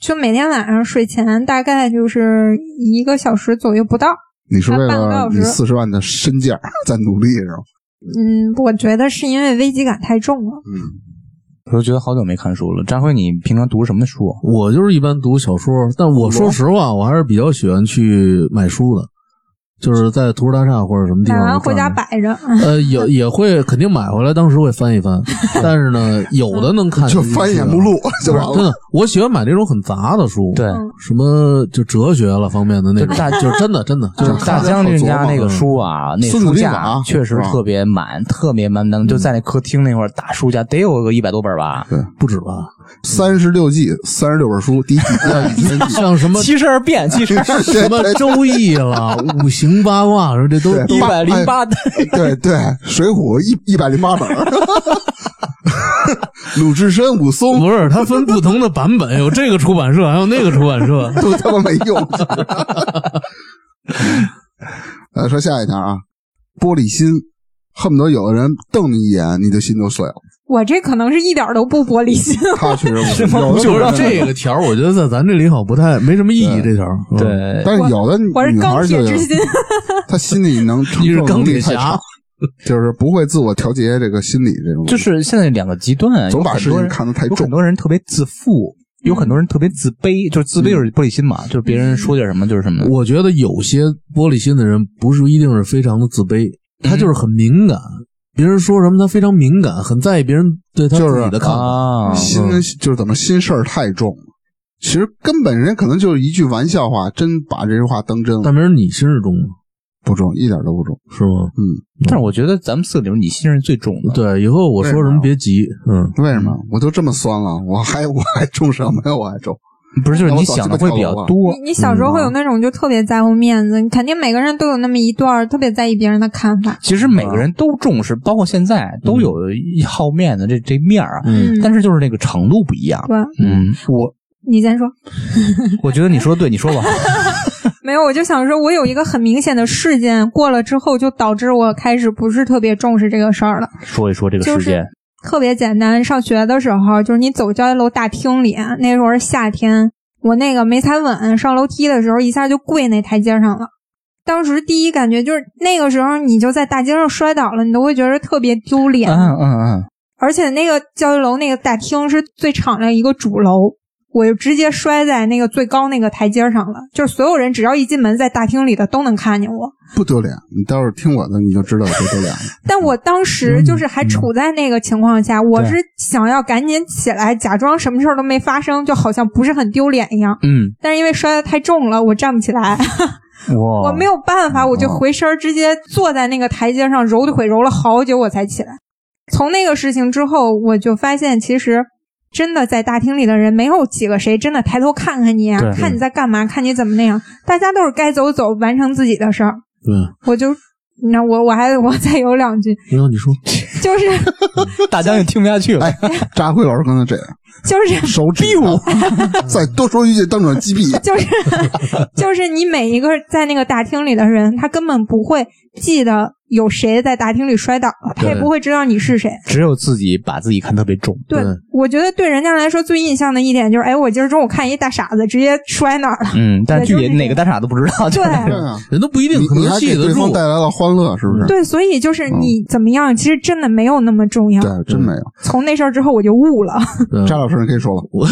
A: 就每天晚上睡前大概就是一个小时左右不到。
B: 你是为
A: 半个多
B: 了
A: 小时
B: 你四十万的身价在努力是吗？
A: 嗯，我觉得是因为危机感太重了。
B: 嗯，
D: 我就觉得好久没看书了。张辉，你平常读什么书？啊
C: 我就是一般读小说，但我说实话，我还是比较喜欢去买书的，就是在图书大厦或者什么地
A: 买
C: 方。
A: 完
C: 我
A: 回家
C: 看看
A: 摆着，嗯
C: 呃，有也会肯定买回来，当时会翻 一翻，但是呢，有的能看
B: 就
C: 进去
B: 翻眼
C: 的
B: 目录就
C: 不
B: 完
C: 是
B: 了
C: 真。的，我喜欢买那种很杂的书，
D: 对，
B: 嗯
C: 什么就哲学了方面的那
D: 就
C: 种，
D: 大
C: 就是真的真的，就
D: 就是是大将军家那个书啊，那
B: 嗯孙子
D: 书
B: 兵法
D: 架确实
B: 是吧嗯
D: 特别满，特别满当，就在那客厅那块儿，大书架得有个一百多本吧。
C: 不止吧，
B: 三十六计，三十六本书， 第一季、第二季、第三季，
C: 像什么
D: 七十二变，七十
C: 什么周 易了、五行八卦什么，这都
B: 对
D: 一百零
B: 哎
D: 八
B: 对对，《水浒》一一百零八本儿， 鲁智深、武松
C: 不是它分不同的版本，有这个出版社，还有那个出 版社。
B: 都他妈没用。 呃，说下一条啊，玻璃心，恨不得有的人瞪你一眼，你的心就碎了。
A: 我这可能是一点儿都不玻璃心。
B: 他确 实不有
C: 我就
B: 的
C: 让
B: 人
C: 这个条儿，我觉得在咱这里好像不太没什么意义。这条儿，嗯，
D: 对，
B: 但是有的
A: 我是
B: 女孩
A: 钢
B: 儿
A: 铁
B: 就
A: 之
B: 有
A: 心，
B: 她心理能承
C: 你是
B: 受能
C: 钢
B: 力
C: 铁
B: 太
C: 侠
B: 差，，就是不会自我调节这个心理这种，
D: 就是现在两个极端，啊
B: 总把
D: 有很
B: 事
D: 多
B: 情
D: 人
B: 看得太
D: 有
B: 重
D: 很。多人特别自负，有很多人特别自卑，就是自卑
B: 嗯
D: 就是玻璃心嘛，就是别人说点什么就是什么。
C: 我觉得有些玻璃心的人不是一定是非常的自卑，他
D: 嗯
C: 就是很敏感，别人说什么他非常敏感，很在意别人对他
B: 就是
C: 自己的看法。
D: 啊，
B: 心
C: 嗯
B: 就是怎么心事儿太重了。其实根本人可能就是一句玩笑话，真把这句话当真了
C: 大，明，你心事重吗？
B: 不重，一点都不重。
C: 是吗？
B: 嗯，
D: 但是我觉得咱们四个里面，你心是最重的。，
C: 对，以后我说什么别急，嗯，
B: 为什么？我都这么酸了，我还 我还重什么呀？我还重。
D: 不是就是
B: 那
D: 你
B: 我早
D: 想的
B: 鸡巴
D: 会比
B: 跳楼
D: 较
B: 了嗯
D: 多。
A: 你你小时候会有那种就特别在乎面子，肯定每个人都有那么一段儿特别在意别人的看法。
D: 其实
B: 啊
D: 每个人都重视，包括现在都
B: 嗯
D: 有一好面子这这面儿啊，
A: 嗯
D: 但是就是那个程度不一样。
A: 对，
D: 嗯，我
A: 你先说。
D: 我觉得你说的对，你说吧。
A: 没有，我就想说，我有一个很明显的事件过了之后，就导致我开始不是特别重视这个事儿了。
D: 说一说这个
A: 就
D: 事
A: 是
D: 件，
A: 特别简单，上学的时候，就是你走教学楼大厅里，啊那时候是夏天，我那个没踩稳，上楼梯的时候一下就跪那台阶上了。当时第一感觉就是那个时候你就在大街上摔倒了，你都会觉得特别丢脸。
D: 嗯嗯
A: 而且那个教学楼那个大厅是最敞亮一个主楼，我就直接摔在那个最高那个台阶上了。就是所有人只要一进门，在大厅里的都能看见我。
B: 不丢脸，你待会儿听我的，你就知道有多丢脸了。
A: 但我当时就是还处在那个情况下，我是想要赶紧起来，假装什么事儿都没发生，就好像不是很丢脸一样。
D: 嗯
A: 但是因为摔得太重了，我站不起来，
D: 嗯，我
C: 哦
A: 我没有办法，我就回身儿直接坐在那个台阶上揉腿，揉了好久我才起来。从那个事情之后，我就发现其实。真的在大厅里的人没有几个谁真的抬头看看你啊
D: 对，
A: 看你在干嘛，看你怎么那样，大家都是该走走，完成自己的事儿。
C: 对，
A: 我就，那我我还我再有两句，
C: 没有你说，
A: 就是
D: 大将军听不下去了。
B: 哎，扎辉老师刚才这样，
A: 就是
B: 手指头。 再多说一句，当场击毙。
A: 就是就是 你每一个在那个大厅里的人，他根本不会记得有谁在大厅里摔倒了，他也
C: 对
A: 不会知道你是谁。
D: 只有自己把自己看特别重。
A: 对，
C: 对
A: 我觉得对人家来说最印象的一点就是，哎，我今儿中午看一大傻子直接摔哪儿了。
D: 嗯，但是具
A: 对
D: 体
A: 就是
D: 哪个大傻都不知道。就是
A: 对
B: 对啊，
C: 人都不一定
B: 你
C: 可
B: 你
C: 能
B: 还
C: 记
B: 给
C: 得
B: 对
C: 住嗯
B: 方。带来了欢乐，是不是？
A: 对，所以就是你怎么样，其实真的没有那么重要。
B: 对，真没有。
A: 从那事儿之后，我就悟了。
C: 对
B: 张老师，你可以说了。
C: 嗯我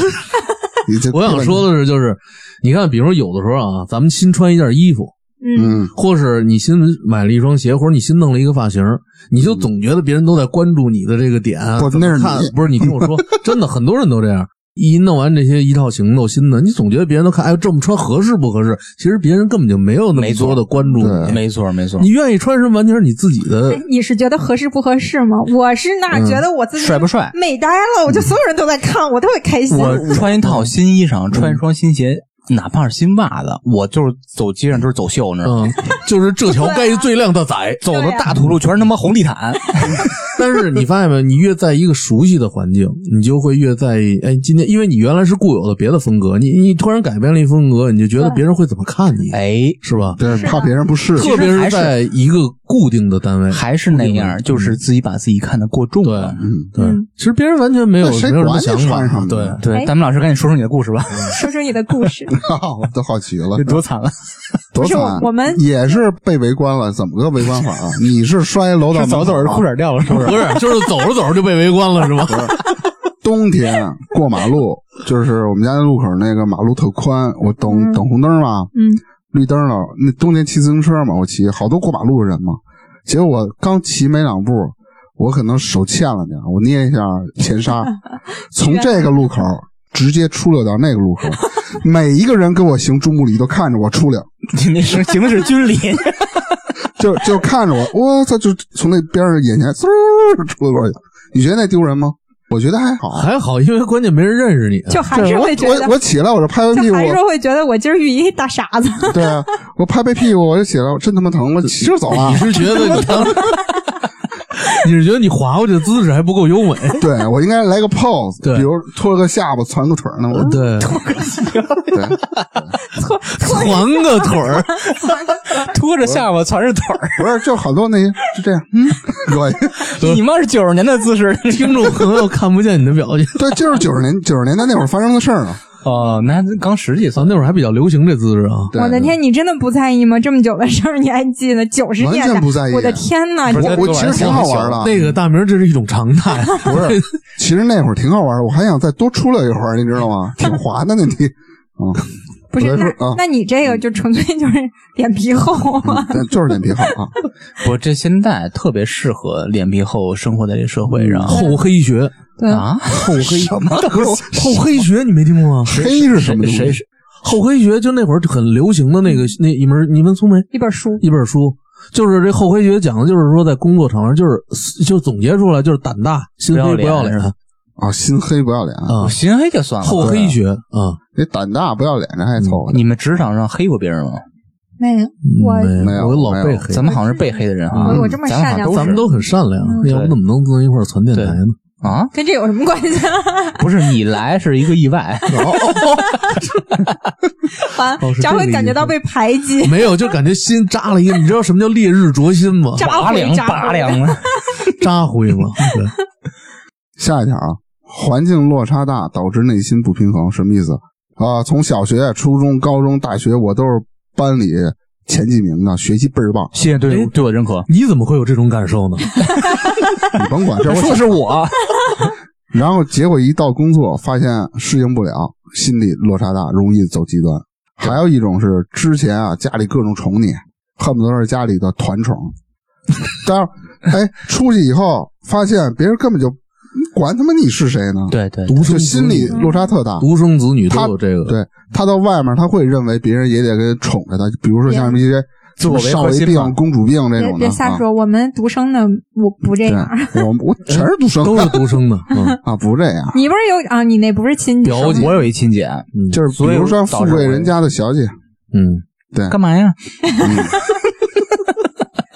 B: 你这
C: 我想说，的是，就是你看，比如有的时候啊，咱们新穿一件衣服，
A: 嗯，
B: 嗯，
C: 或是你新买了一双鞋，或者你新弄了一个发型，你就总觉得别人都在关注你的这个点。啊
B: 不
C: 怎么
B: 那是
C: 看
B: 你
C: 不是你听我说，真的很多人都这样。一弄完这些一套行头新的，你总觉得别人都看，哎，这么穿合适不合适？其实别人根本就没有那么
D: 没错
C: 多的关注
B: 对
C: 你。
D: 没错，没错
C: 你。愿意穿什么，完全是你自己的
A: 哎。 你是觉得合适不合适吗？我是那
C: 嗯
A: 觉得我自己
D: 帅不帅？
A: 美呆了，我就所有人都在看，我特别开心。
D: 我穿一套新衣裳，穿一双新鞋，哪怕是新袜子，我就是走街上就是走秀那儿，
C: 嗯，就是这条街最靓的仔，
D: 走的大土路全是他妈红地毯。
C: 但是你发现没？你越在一个熟悉的环境，你就会越在意。哎，今天因为你原来是固有的别的风格，你你突然改变了一风格，你就觉得别人会怎么看你，
D: 哎，
C: 是吧？
B: 对，怕别人不适应。
C: 特别
D: 还
C: 是
D: 是
C: 在一个固定的单位，
D: 还是那样，就是自己把自己看得过重了。
B: 嗯，
C: 对
A: 嗯，
C: 其实别人完全没有
B: 那
C: 没有
B: 谁
C: 什么
B: 管你
C: 想
B: 穿什
C: 法，
B: 么
C: 对。
B: 呢
D: 对，
A: 哎
D: 咱们老师赶紧说说你的故事吧，
A: 说说你的故事。
B: 我都好奇了
D: 这，多惨了！
B: 多
A: 是
B: 惨！
A: 我们
B: 也是被围观了，怎么个围观法 啊？你是摔楼道门口啊
D: 走着走着裤衩掉了，是不 是？
C: 不是，就是走着走着就被围观了，是吧？
B: 冬天过 马路，就是我们家那路口那个马路特宽，我等、等红灯嘛，
A: 嗯，
B: 绿灯了。那冬天骑自行车嘛，我骑好多过马路的人嘛。结果我刚骑没两步，我可能手欠了点，我捏一下 前刹，从这个路口直接出溜到那个路 口，每一个人跟我行注目礼都看着我出溜，
D: 你那是行的是军礼，
B: 就就看着我，我操，就从那边上眼前嗖就出溜过去。你觉得那丢人吗？我觉得还好。啊
C: 还好，因为关键没人认识你。
A: 就还是
B: 我
A: 会觉得
B: 我我起来，我就拍拍屁
A: 就
B: 股，
A: 还是会觉得我今儿遇一大傻子。
B: 对啊，我拍拍屁股，我就起来，我真他妈疼，我骑着走 啊
C: 你！是觉得你当， 你是觉得你滑过去的姿势还不够优美？
B: 对我应该来个 pose，
C: 对
B: 比如托个下巴，攒个腿儿呢。我
C: 对，
B: 对，
C: 攒个腿儿，
D: 拖着下巴，攒着腿儿。
B: 不是，就好多那些就这样，嗯， 恶心。
D: 你妈是九十年代姿势
C: 听众朋友看不见你的表情。
B: 对，就是九十年九十年代那会儿发生的事儿啊。
D: 哦，那刚十几岁
C: 咱那会儿还比较流行这姿势啊。
B: 对
A: 我的，天，你真的不在意吗？这么久的事儿你还记得？九十
B: 完
A: 年
B: 全
A: 代，
B: 不在意
A: 我的天呐，
D: 不
B: 对
D: 是
B: 我我其实挺好玩的，
C: 那个大明，这是一种 常态，不是？
B: 其实那会儿挺好玩的，我还想再多出来一会儿，你知道吗？挺滑的那地， 嗯，
A: 不是
B: 我
A: 那
B: 来说啊
A: 那你这个就纯粹就是脸皮厚啊！
B: 但就是脸皮厚 啊。
D: 不，这现在特别适合脸皮厚生活在这社会上
C: 厚黑学，
A: 对，
D: 啊。
B: 厚黑什么？
C: 厚黑学你没听过吗？
B: 黑是什么东西？
D: 谁谁
C: 厚黑学就那会儿很流行的那个那一门，你们聪没？
A: 一本书，
C: 一本书，就是这厚黑学讲的就是说在工作场合，就是就总结出来就是胆大心黑不
D: 不要
C: 要
D: 脸
C: 脸
D: 是吧
B: 啊，心黑不要脸，
C: 啊
D: 我，心黑就算了，
C: 厚黑学啊，
B: 你胆大不要脸，这还凑合。
D: 你们职场上黑过别人吗？
A: 没有我
B: 嗯没有
C: 我老
B: 没有
C: 被黑，
D: 咱们好像是被黑的人啊。
A: 我我这么
D: 咱们
A: 善
D: 好像
A: 良
C: 咱们
D: 都
C: 都
D: 嗯
C: 很善良，要不怎么能坐一块儿传电台呢？
D: 是啊，
A: 跟这有什么关系？啊
D: 不是你来是一个意外，哦
A: 完
C: 哦是，这
A: 然
C: 个
A: 后感觉到被排挤，
C: 没有，就感觉心扎了一个，你知道什么叫烈日灼心吗？
A: 扎
D: 拔
A: 回
D: 凉
A: 扎
D: 拔
A: 回。
D: 凉了。。
C: 扎灰吗？对
B: 下一条啊，环境落差大导致内心不平衡，什么意思啊？从小学、初中、高中、大学，我都是班里前几名的，学习倍儿棒
D: 谢谢对
C: 哎
D: 对我的认可。
C: 你怎么会有这种感受 呢？
B: 你甭管，这
D: 我
B: 我
D: 说
B: 小
D: 是我，
B: 然后结果一到工作，发现适应不了，心理落差大，容易走极端。还有一种是之前啊，家里各种宠你，恨不得是家里的团宠。但是，哎，出去以后发现别人根本就管他妈你是谁呢？
D: 对对，
C: 独生
B: 就
C: 子
B: 心理
C: 女，
B: 落差特大。
C: 独生子女都有这个。
B: 对他到外面，他会认为别人也得给宠着他，比如说像一些
D: 自我维
B: 少
D: 护
B: 爷
D: 心嘛
B: 病、公主病这
A: 别
B: 种的。
A: 别瞎说，我们独生的我不这样
B: 啊。。对，我我全是独生
C: 都是独生 的，嗯，
B: 啊，不这样，
A: 你不是有啊？你那不是亲戚？
C: 表姐
D: 我有一亲姐，嗯
B: 就是比如说富贵人家的小姐，
C: 嗯，
B: 嗯
D: 干嘛呀？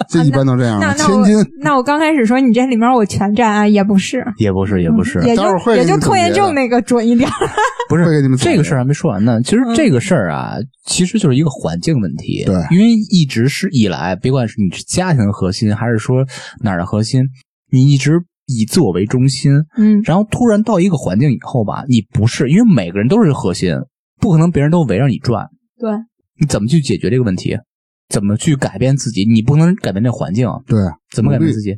B: 这一般都这
A: 啊
B: 样
A: 那
B: 的。
A: 那
B: 千
A: 我
B: 金，
A: 那我刚开始说你这里面我全占啊，也不是，
D: 也不是，也不是，
A: 嗯也就
B: 待会儿会
A: 也
B: 给
A: 就
B: 你总
A: 拖延
B: 结的
A: 症那个准一点儿。
D: 不是
B: 会给你们总
D: 这个
B: 结
D: 事儿还没说完呢。其实这个事儿啊，其实就是一个环境问题。
B: 对
D: 因为一直是以来，别管是你是家庭的核心，还是说哪儿的核心，你一直以自我为中心。
A: 嗯
D: 然后突然到一个环境以后吧，你不是，因为每个人都是核心，不可能别人都围着你转。
A: 对，
D: 你怎么去解决这个问题？怎么去改变自己？你不能改变这环境，
B: 对，
D: 怎么改
B: 努
D: 变
B: 力
D: 自己？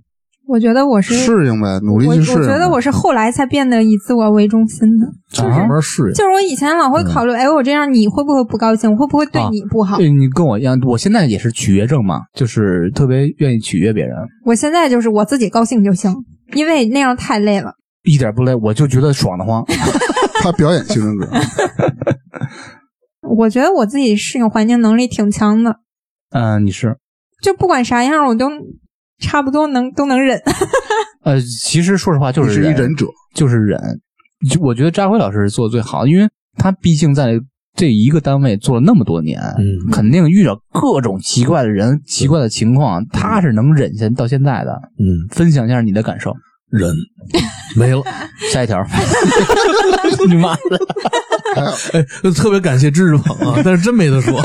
A: 我觉得我是
B: 适应呗，努力
A: 嗯我
B: 去适
A: 我
B: 应呗。
A: 觉得我是后来才变得以自我为中心的，
C: 就是慢慢适应。
A: 就是我以前老会考虑，哎，我这样你会不会不高兴？我会不会对
D: 啊
A: 你不好？
D: 对你跟我一样，我现在也是取悦症嘛，就是特别愿意取悦别人，
A: 我现在就是我自己高兴就行，因为那样太累了。
D: 一点不累，我就觉得爽得 慌。
B: 他表演性人格，
A: 我觉得我自己适应环境能力挺强的，
D: 嗯、你是
A: 就不管啥样我都差不多能都能忍。
D: 呃，其实说实话，就
B: 你
D: 是啊
B: 是一忍者，
D: 就是忍。就我觉得扎辉老师做的最好，因为他毕竟在这一个单位做了那么多年，
C: 嗯
D: 肯定遇到各种奇怪的人、奇怪的情况，他是能忍下到现在的。
C: 嗯，
D: 分享一下你的感受。
C: 人没了。
D: 下 一条，你妈的！
C: 哎，特别感谢知识捧 啊，但是真没得说，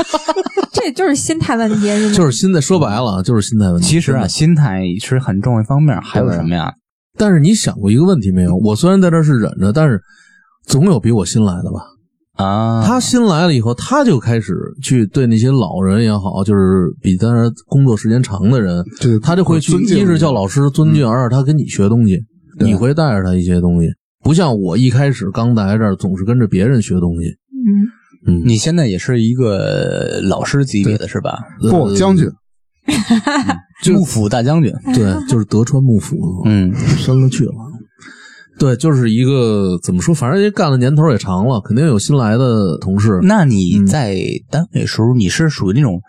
A: 这就是心态问题，真的
C: 就是心态。说白了，啊，就是心态问题。
D: 其实啊，
C: 真的，
D: 心态是很重要一方面，还有什么呀？
C: 但是你想过一个问题没有？我虽然在这儿是忍着，但是总有比我新来的吧？
D: 啊，
C: 他新来了以后，他就开始去对那些老人也好，就是比他工作时间长的人，
B: 就是
C: 他就会去
B: 尊敬
C: 一是叫老师尊敬，二是他跟你学东西，
B: 对
C: 你会带着他一些东西，不像我一开始刚来这儿总是跟着别人学东西。
A: 嗯，
C: 嗯，
D: 你现在也是一个老师级别的是吧？
B: 不将军，
D: 幕府大将军。
C: 对，就是德川幕府，
D: 嗯，
C: 深了去了。 对，就是一个怎么说，反正也干了年头也长了，肯定有新来的同事。
D: 那你在单位时候，你是属于那种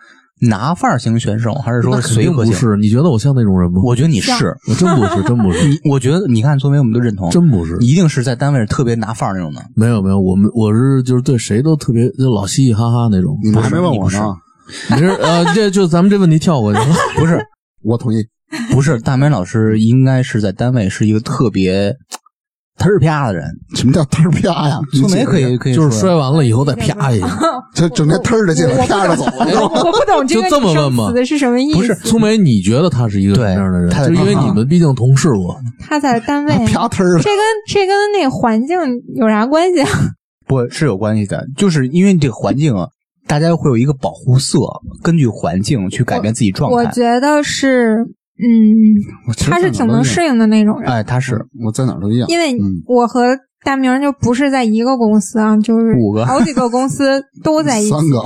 D: 拿范儿型选手，还是
C: 那
D: 说
C: 肯
D: 随
C: 定
D: 和
C: 不
D: 型？
C: 是，你觉得我像那种人吗？
D: 我觉得你是，
C: 我真不是，真不 是，
D: 你我觉得你看，作为我们都认同，
C: 真不是。
D: 一定是在单位是特别拿范儿那种 的。
C: 没有没有，我们我是就是对谁都特别就老嘻嘻哈哈那种。
B: 你们还没问
D: 不
B: 我
D: 是
B: 呢，啊
C: 没事呃，这就咱们这问题跳过去了。
D: 不是，
B: 我同意。
D: 不是，大梅老师应该是在单位是一个特别嘚儿啪的人，
B: 什么叫嘚儿啪呀？
D: 说没可以可以
C: 就
D: 说
C: 是摔完了以后再啪一下。
B: 就整天嘚儿的进来，啪着走。
A: 我不懂这个
C: 就这么问吗
A: 拟声词是什么意思？
D: 不是
C: 聪梅，你觉得他是一个什么样的人？
D: 对他在
C: 就是因为
D: 干嘛
C: 你们毕竟同事 过，
A: 他在单位，
B: 啪嘚儿的
A: 这跟这跟那环境有啥关系啊？
D: 不是有关系的，就是因为这个环境啊，大家会有一个保护色，根据环境去改变自己状
A: 我
D: 态。
A: 觉得是，嗯，
B: 我其实
A: 他是挺能
B: 在哪儿都一样
A: 适应的那种人，
D: 哎，他是
B: 我在哪儿都一样。
A: 因为
B: 嗯
A: 我和大明就不是在一个公司啊，就是
D: 五个
A: 好几个公司 都在一起，
B: 三个，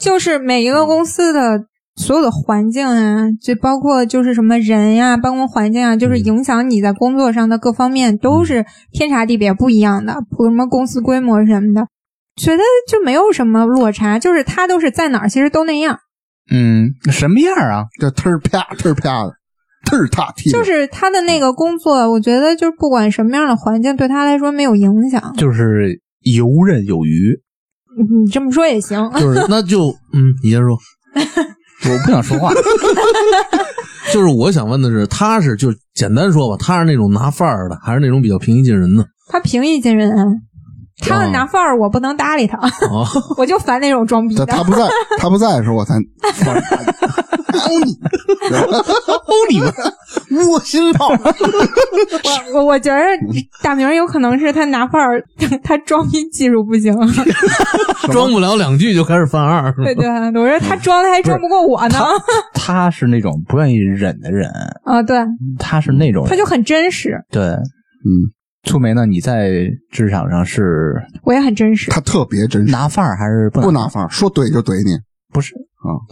A: 就是每一个公司的所有的环境啊，就包括就是什么人呀、办公环境啊，就是
D: 嗯
A: 影响你在工作上的各方面都是天差地别不一样的，不什么公司规模什么的，觉得就没有什么落差，就是他都是在哪儿其实都那样，
D: 嗯，什么样啊？
B: 这嘚儿啪嘚儿啪的，嘚儿踏踢的。
A: 就是他的那个工作，我觉得就是不管什么样的环境对他来说没有影响，
D: 就是游刃有余。
A: 你这么说也行。
C: 就是那就嗯，你先说。
D: 我不想 说话，
C: 就是我想问的是，他是就简单说吧，他是那种拿范儿的，还是那种比较平易近人 的？
A: 他平易近人啊，他要拿范儿，我不能搭理他，
C: 啊，
A: 我就烦那种装逼
B: 他
A: 的。
B: 他不在，他不在的时候我才放着 他。哦你，
C: 窝心炮。
A: 我我我觉得大明儿有可能是他拿范儿， 他装逼技术不行。
C: 装不了两句就开始犯 二。
A: 对对，我说他装的还装不过我呢。
D: 他是那种不愿意忍的人，
A: 啊，对，
D: 他是那种人
A: 他就很真实，
D: 对。
B: 嗯，
D: 醋梅呢？你在职场上是
A: 我也很真实。
B: 他特别真实，
D: 拿范儿还是不
B: 不拿法，说怼就怼你，
D: 不是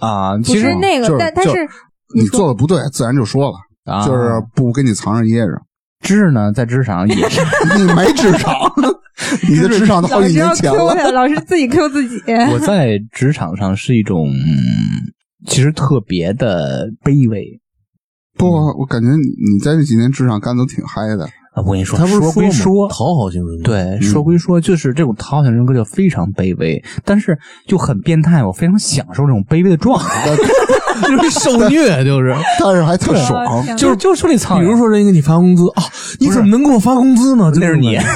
D: 啊？
A: 嗯不
D: 其实
A: 是那
B: 就
A: 个
B: 是，
A: 但但
B: 就是你做的不对，自然就说了，
D: 啊
B: 就是不跟你藏着掖 着。
D: 智呢，在职场也是
B: 你没职场，你的职场都好
A: 老
B: 几
A: 师
B: 年
A: 要
B: 前
A: Q
B: 了。
A: 他，老师自己 Q 自己。
D: 我在职场上是一种，嗯其实特别的卑微。
B: 不，我感觉你你在这几年职场干的都挺嗨的。
D: 啊我跟你说，
C: 他不是
D: 说归
C: 吗
D: 说，
C: 讨好型人格。，嗯
D: 对，说归说，就是这种讨好型人格就非常卑微，但是就很变态。我非常享受这种卑微的状态。
C: 就是受虐，就是。
B: 但是还特爽。
D: 就是就说那苍
C: 比
D: 蝇，
C: 如说人家给你发工资啊，你怎么能给我发工资呢？
D: 那是 你
C: 真的，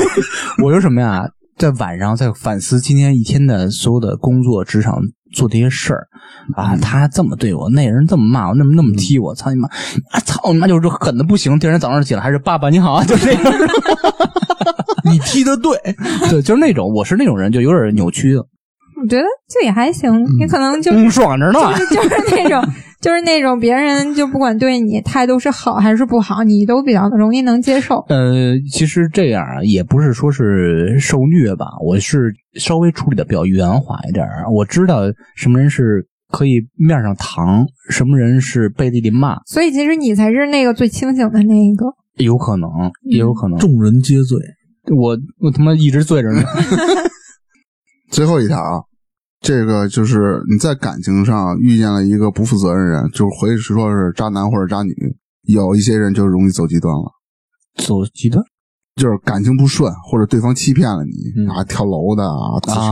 D: 我是什么呀？在晚上在反思今天一天的所有的工作、职场做这些事儿啊，他这么对我，那人这么骂我，那么那么踢我，操你妈！啊操你妈！就是狠的不行。第二天早上起来还是爸爸你好，啊就是那种，
C: 你踢的对，
D: 对，就是那种，我是那种人，就有点扭曲的，
A: 我觉得这也还行，你可能就
D: 嗯，爽着呢。
A: 就是那种，就是那种别人就不管对你态度是好还是不好，你都比较容易能接受。
D: 呃，其实这样啊也不是说是受虐吧，我是稍微处理的比较圆滑一点儿。我知道什么人是可以面上扛，什么人是背地里骂，
A: 所以其实你才是那个最清醒的那一个。
D: 有可能，也有可能。
C: 众人皆醉。
D: 我我他妈一直醉着呢。
B: 最后一条啊，这个就是你在感情上遇见了一个不负责任人，就是回去说是渣男或者渣女，有一些人就容易走极端了，
D: 走极端
B: 就是感情不顺或者对方欺骗了你、
C: 嗯
B: 啊，跳楼的啊，自杀的，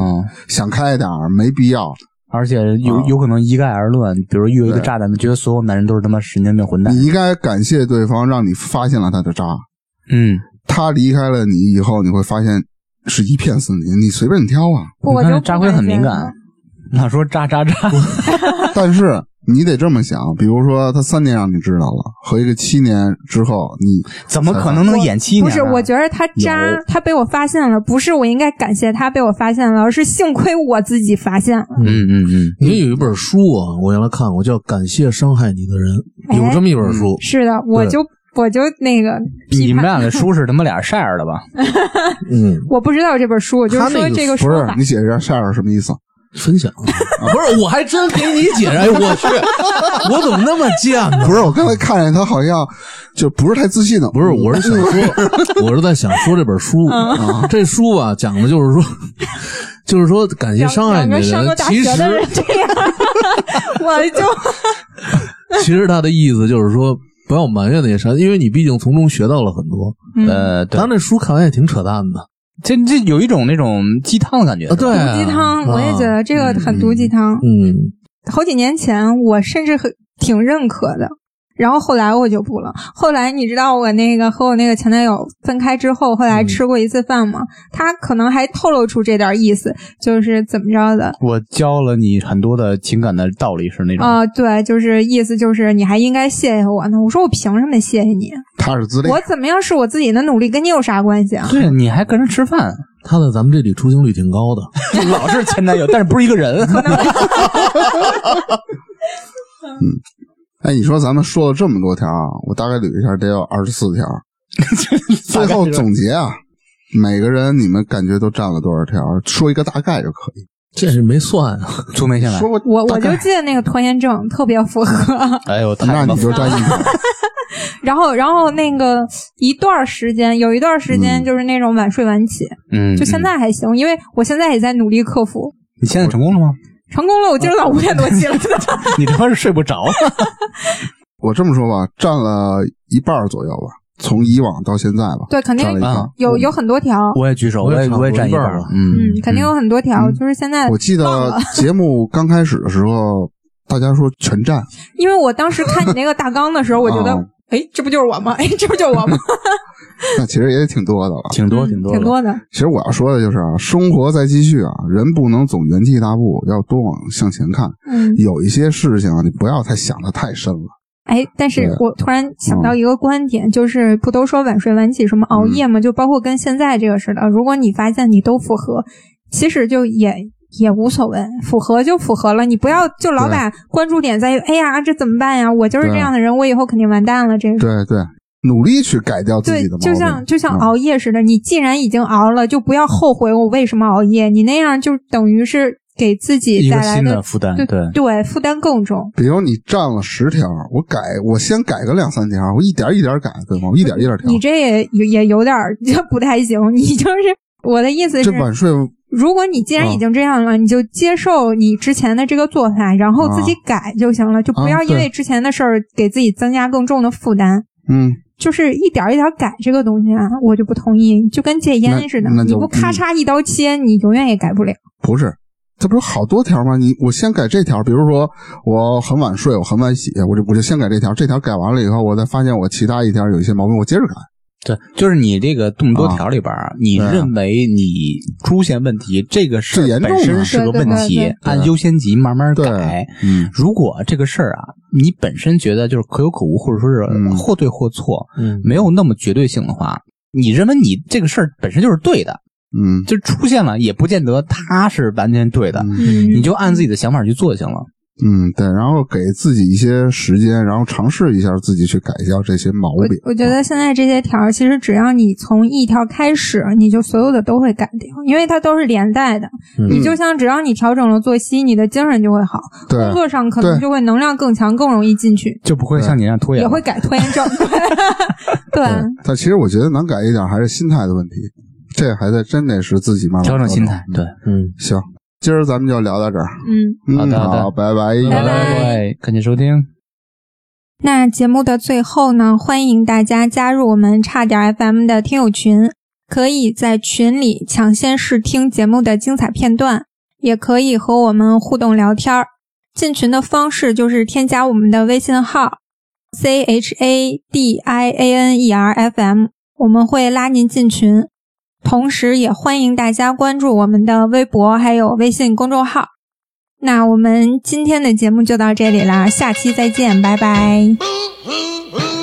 D: 啊！
B: 想开点儿，没必要。
D: 而且有、
B: 啊
D: 有可能一概而论，比如遇到一个
B: 对
D: 渣男，觉得所有男人都是他妈神经病混蛋。
B: 你应该感谢对方，让你发现了他的渣。
D: 嗯，
B: 他离开了你以后，你会发现是一片森林，你随便挑啊。
A: 我
D: 你
A: 就
D: 看
A: 不
D: 渣辉很敏
A: 敢
D: 感，老说渣渣渣，
B: 但是你得这么想，比如说他三年让你知道了，和一个七年之后，你
D: 怎么可能能演七年
A: 不
D: 呢？
A: 是，我觉得他渣
D: 有，
A: 他被我发现了，不是我应该感谢他被我发现了，而是幸亏我自己发现了。
D: 嗯嗯嗯，
C: 因为有一本书啊，我原来看过，叫《感谢伤害你的人》，
A: 哎
C: 有这么一本书。
A: 是的，我就我就那个批
D: 你们
A: 判，
D: 俩的书是他妈俩晒着的 吧？
C: 嗯，
A: 我不知道这本书，我就
C: 他
A: 是说
C: 那个
A: 这个
B: 不
A: 说
B: 是
A: 法
B: 你。解释一下下边什么意思？
C: 分享， 不是，我还真给你解 释。哎，我去，我怎么那么贱呢？
B: 不是，我刚才看见他好像就不是太自信的，
C: 不是，
A: 嗯
C: 我是想说，我是在想说这本书。啊这书啊，讲的就是说， 就是说感谢
A: 两
C: 伤
A: 两
C: 害你的
A: 个上过
C: 人，
A: 大
C: 其
A: 学
C: 实
A: 的人这样， 我就
C: 其实他的意思就是说，不要埋怨那些啥，因为你毕竟从中学到了很多。
A: 嗯
D: 呃，对
C: 当，然，那书看完也挺扯淡的啊，
D: 这这有一种那种鸡汤的感
A: 呃
D: 觉。
C: 对啊，
A: 毒鸡汤，我也觉
C: 啊，
A: 得这个很毒鸡汤。
C: 嗯，
A: 好几年前，我甚至很挺认可的。然后后来我就不了。后来你知道我那个和我那个前男友分开之后，后来吃过一次饭吗？他可能还透露出这点意思，就是怎么着的
D: 我教了你很多的情感的道理，是那种。
A: 啊、对，就是意思就是你还应该谢谢我呢。我说我凭什么谢谢你？啊
B: 他是自恋
A: 我，怎么样是我自己的努力，跟你有啥关系啊？
D: 对，你还跟人吃饭，
C: 他在咱们这里出镜率挺高的。
D: 老是前男友，但是不是一 个人。
B: 哎，你说咱们说了这么多条啊，我大概捋一下，得有二十四 条。最后总结啊，每个人你们感觉都占了多少条？说一个大概就可以。
C: 这是没算啊，
D: 出没下来
B: 说，过
A: 我
B: 大
A: 我
B: 概
A: 就记得那个拖延症特别符合，
D: 哎呦，太
B: 那
D: 他妈
B: 你就占一条。
A: 然后然后那个一段儿时间有一段儿时间
B: 嗯
A: 就是那种晚睡晚起，
D: 嗯，
A: 就现
D: 嗯，
A: 在还行，因为我现在也在努力克服，
D: 你现在成功了吗？
A: 成功了。我今儿早五点多起 来的，
D: 你他妈是睡不着。
B: 我这么说吧，占了一半儿左右吧，从以往到现在吧，
A: 对，肯定
B: 占了一半。
A: 有有很多条，
D: 我也举手，
C: 我也
D: 也
C: 差不多
D: 我也占半儿
C: 一半儿了
A: 嗯，肯定有很多条。
B: 嗯
A: 就是现在
B: 我，记得节目刚开始的时候，大家说全占，
A: 因为我当时看你那个大纲的时候，我觉得
B: 哦，
A: 哎，这不就是我吗？哎，这不就是我吗？
B: 那其实也挺多的了。
D: 挺多挺多
A: 嗯挺多的。
B: 其实我要说的就是啊，生活在继续啊，人不能总原地踏步，要多往向前看。
A: 嗯，
B: 有一些事情啊，你不要太想的太深了。
A: 哎，但是
B: 对啊嗯
A: 我突然想到一个观点，就是不都说晚睡晚起什么熬夜吗？就包括跟现在这个似的，如果你发现你都符合，其实就也。也无所谓，符合就符合了，你不要就老
B: 对
A: 把关注点在于，哎呀，这怎么办呀？我就是这
B: 对
A: 样的人，我以后肯定完蛋了。这个
B: 对对，努力去改掉自
A: 对
B: 己的毛，病。
A: 就像就像
B: 嗯
A: 熬夜似的，你既然已经熬了，就不要后悔我为什么熬夜，你那样就等于是给自己
D: 一
A: 带
D: 个
A: 来
D: 新的
A: 的
D: 负担，
A: 对
D: 对，
A: 对负担更重。
B: 比如你占了十条，我改，我先改个两三条，我一点一点改，对吗？我一点一点调。
A: 你这也有也有点儿这不太行，你就是我的意思
B: 这嗯
A: 是，
B: 晚睡
A: 如果你既然已经这样了，你就接受你之前的这个做法，然后自己改就行了，就不
B: 啊
A: 要因
B: 嗯对
A: 为之前的事儿给自己增加更重的负担。
B: 嗯，
A: 就是一点儿一点儿改这个东西啊，我就不同意，就跟戒
B: 那
A: 烟似的
B: 那，
A: 你
B: 就
A: 不咔
B: 嗯
A: 嚓一刀切，你永远也改不了。
B: 不是，它不是好多条吗？你我先改这条，比如说我很晚睡，我很晚起，我就我就先改这条，这条改完了以后，我再发现我其他一条有一些毛病，我接着改。
D: 对，就是你这个这么多条里边儿，你
B: 对啊
D: 认为你出现问题，这个事
B: 是
D: 儿
B: 严重
D: 本
B: 的
D: 身是个
A: 对
D: 问
A: 对对
D: 题
A: 对，
D: 按优先级慢慢改。
B: 嗯，
D: 如果这个事儿啊，你本身觉得就是可有可无，或者说是
B: 嗯
D: 或对或错，
C: 嗯
D: 没有那么绝对性的话，你认为你这个事儿本身就是对的，
B: 嗯，
D: 就出现了也不见得它是完全对的，
A: 嗯
D: 你就按自己的想法去做就行了。
B: 嗯，对，然后给自己一些时间，然后尝试一下自己去改一下这些毛病。哦
A: 我觉得现在这些条儿，其实只要你从一条开始，你就所有的都会改掉，因为它都是连带的。
C: 嗯
A: 你就像只要你调整了作息，你的精神就会好，
B: 对
A: 工作上可能
B: 对
A: 就会能量更强，更容易进去，
D: 就不会像你那样拖延
A: 也
D: 了，
A: 会改拖延症。 啊对，
B: 对，但其实我觉得难改一点还是心态的问题，这还得真得是自己慢慢
D: 调整心态。
B: 嗯
D: 对，
C: 嗯，
B: 行，今儿咱们就聊到这儿。
A: 嗯。
B: 嗯
D: 好的好的
B: 好，拜拜，
A: 拜拜
D: 拜，感谢收听。
A: 那节目的最后呢，欢迎大家加入我们差点儿 FM 的听友群，可以在群里抢先试听节目的精彩片段，也可以和我们互动聊天儿。进群的方式就是添加我们的微信号 c h a d i a n e r f m，我们会拉您进群。同时，也欢迎大家关注我们的微博还有微信公众号。那我们今天的节目就到这里啦，下期再见，拜拜。
E: Boo hoo hoo.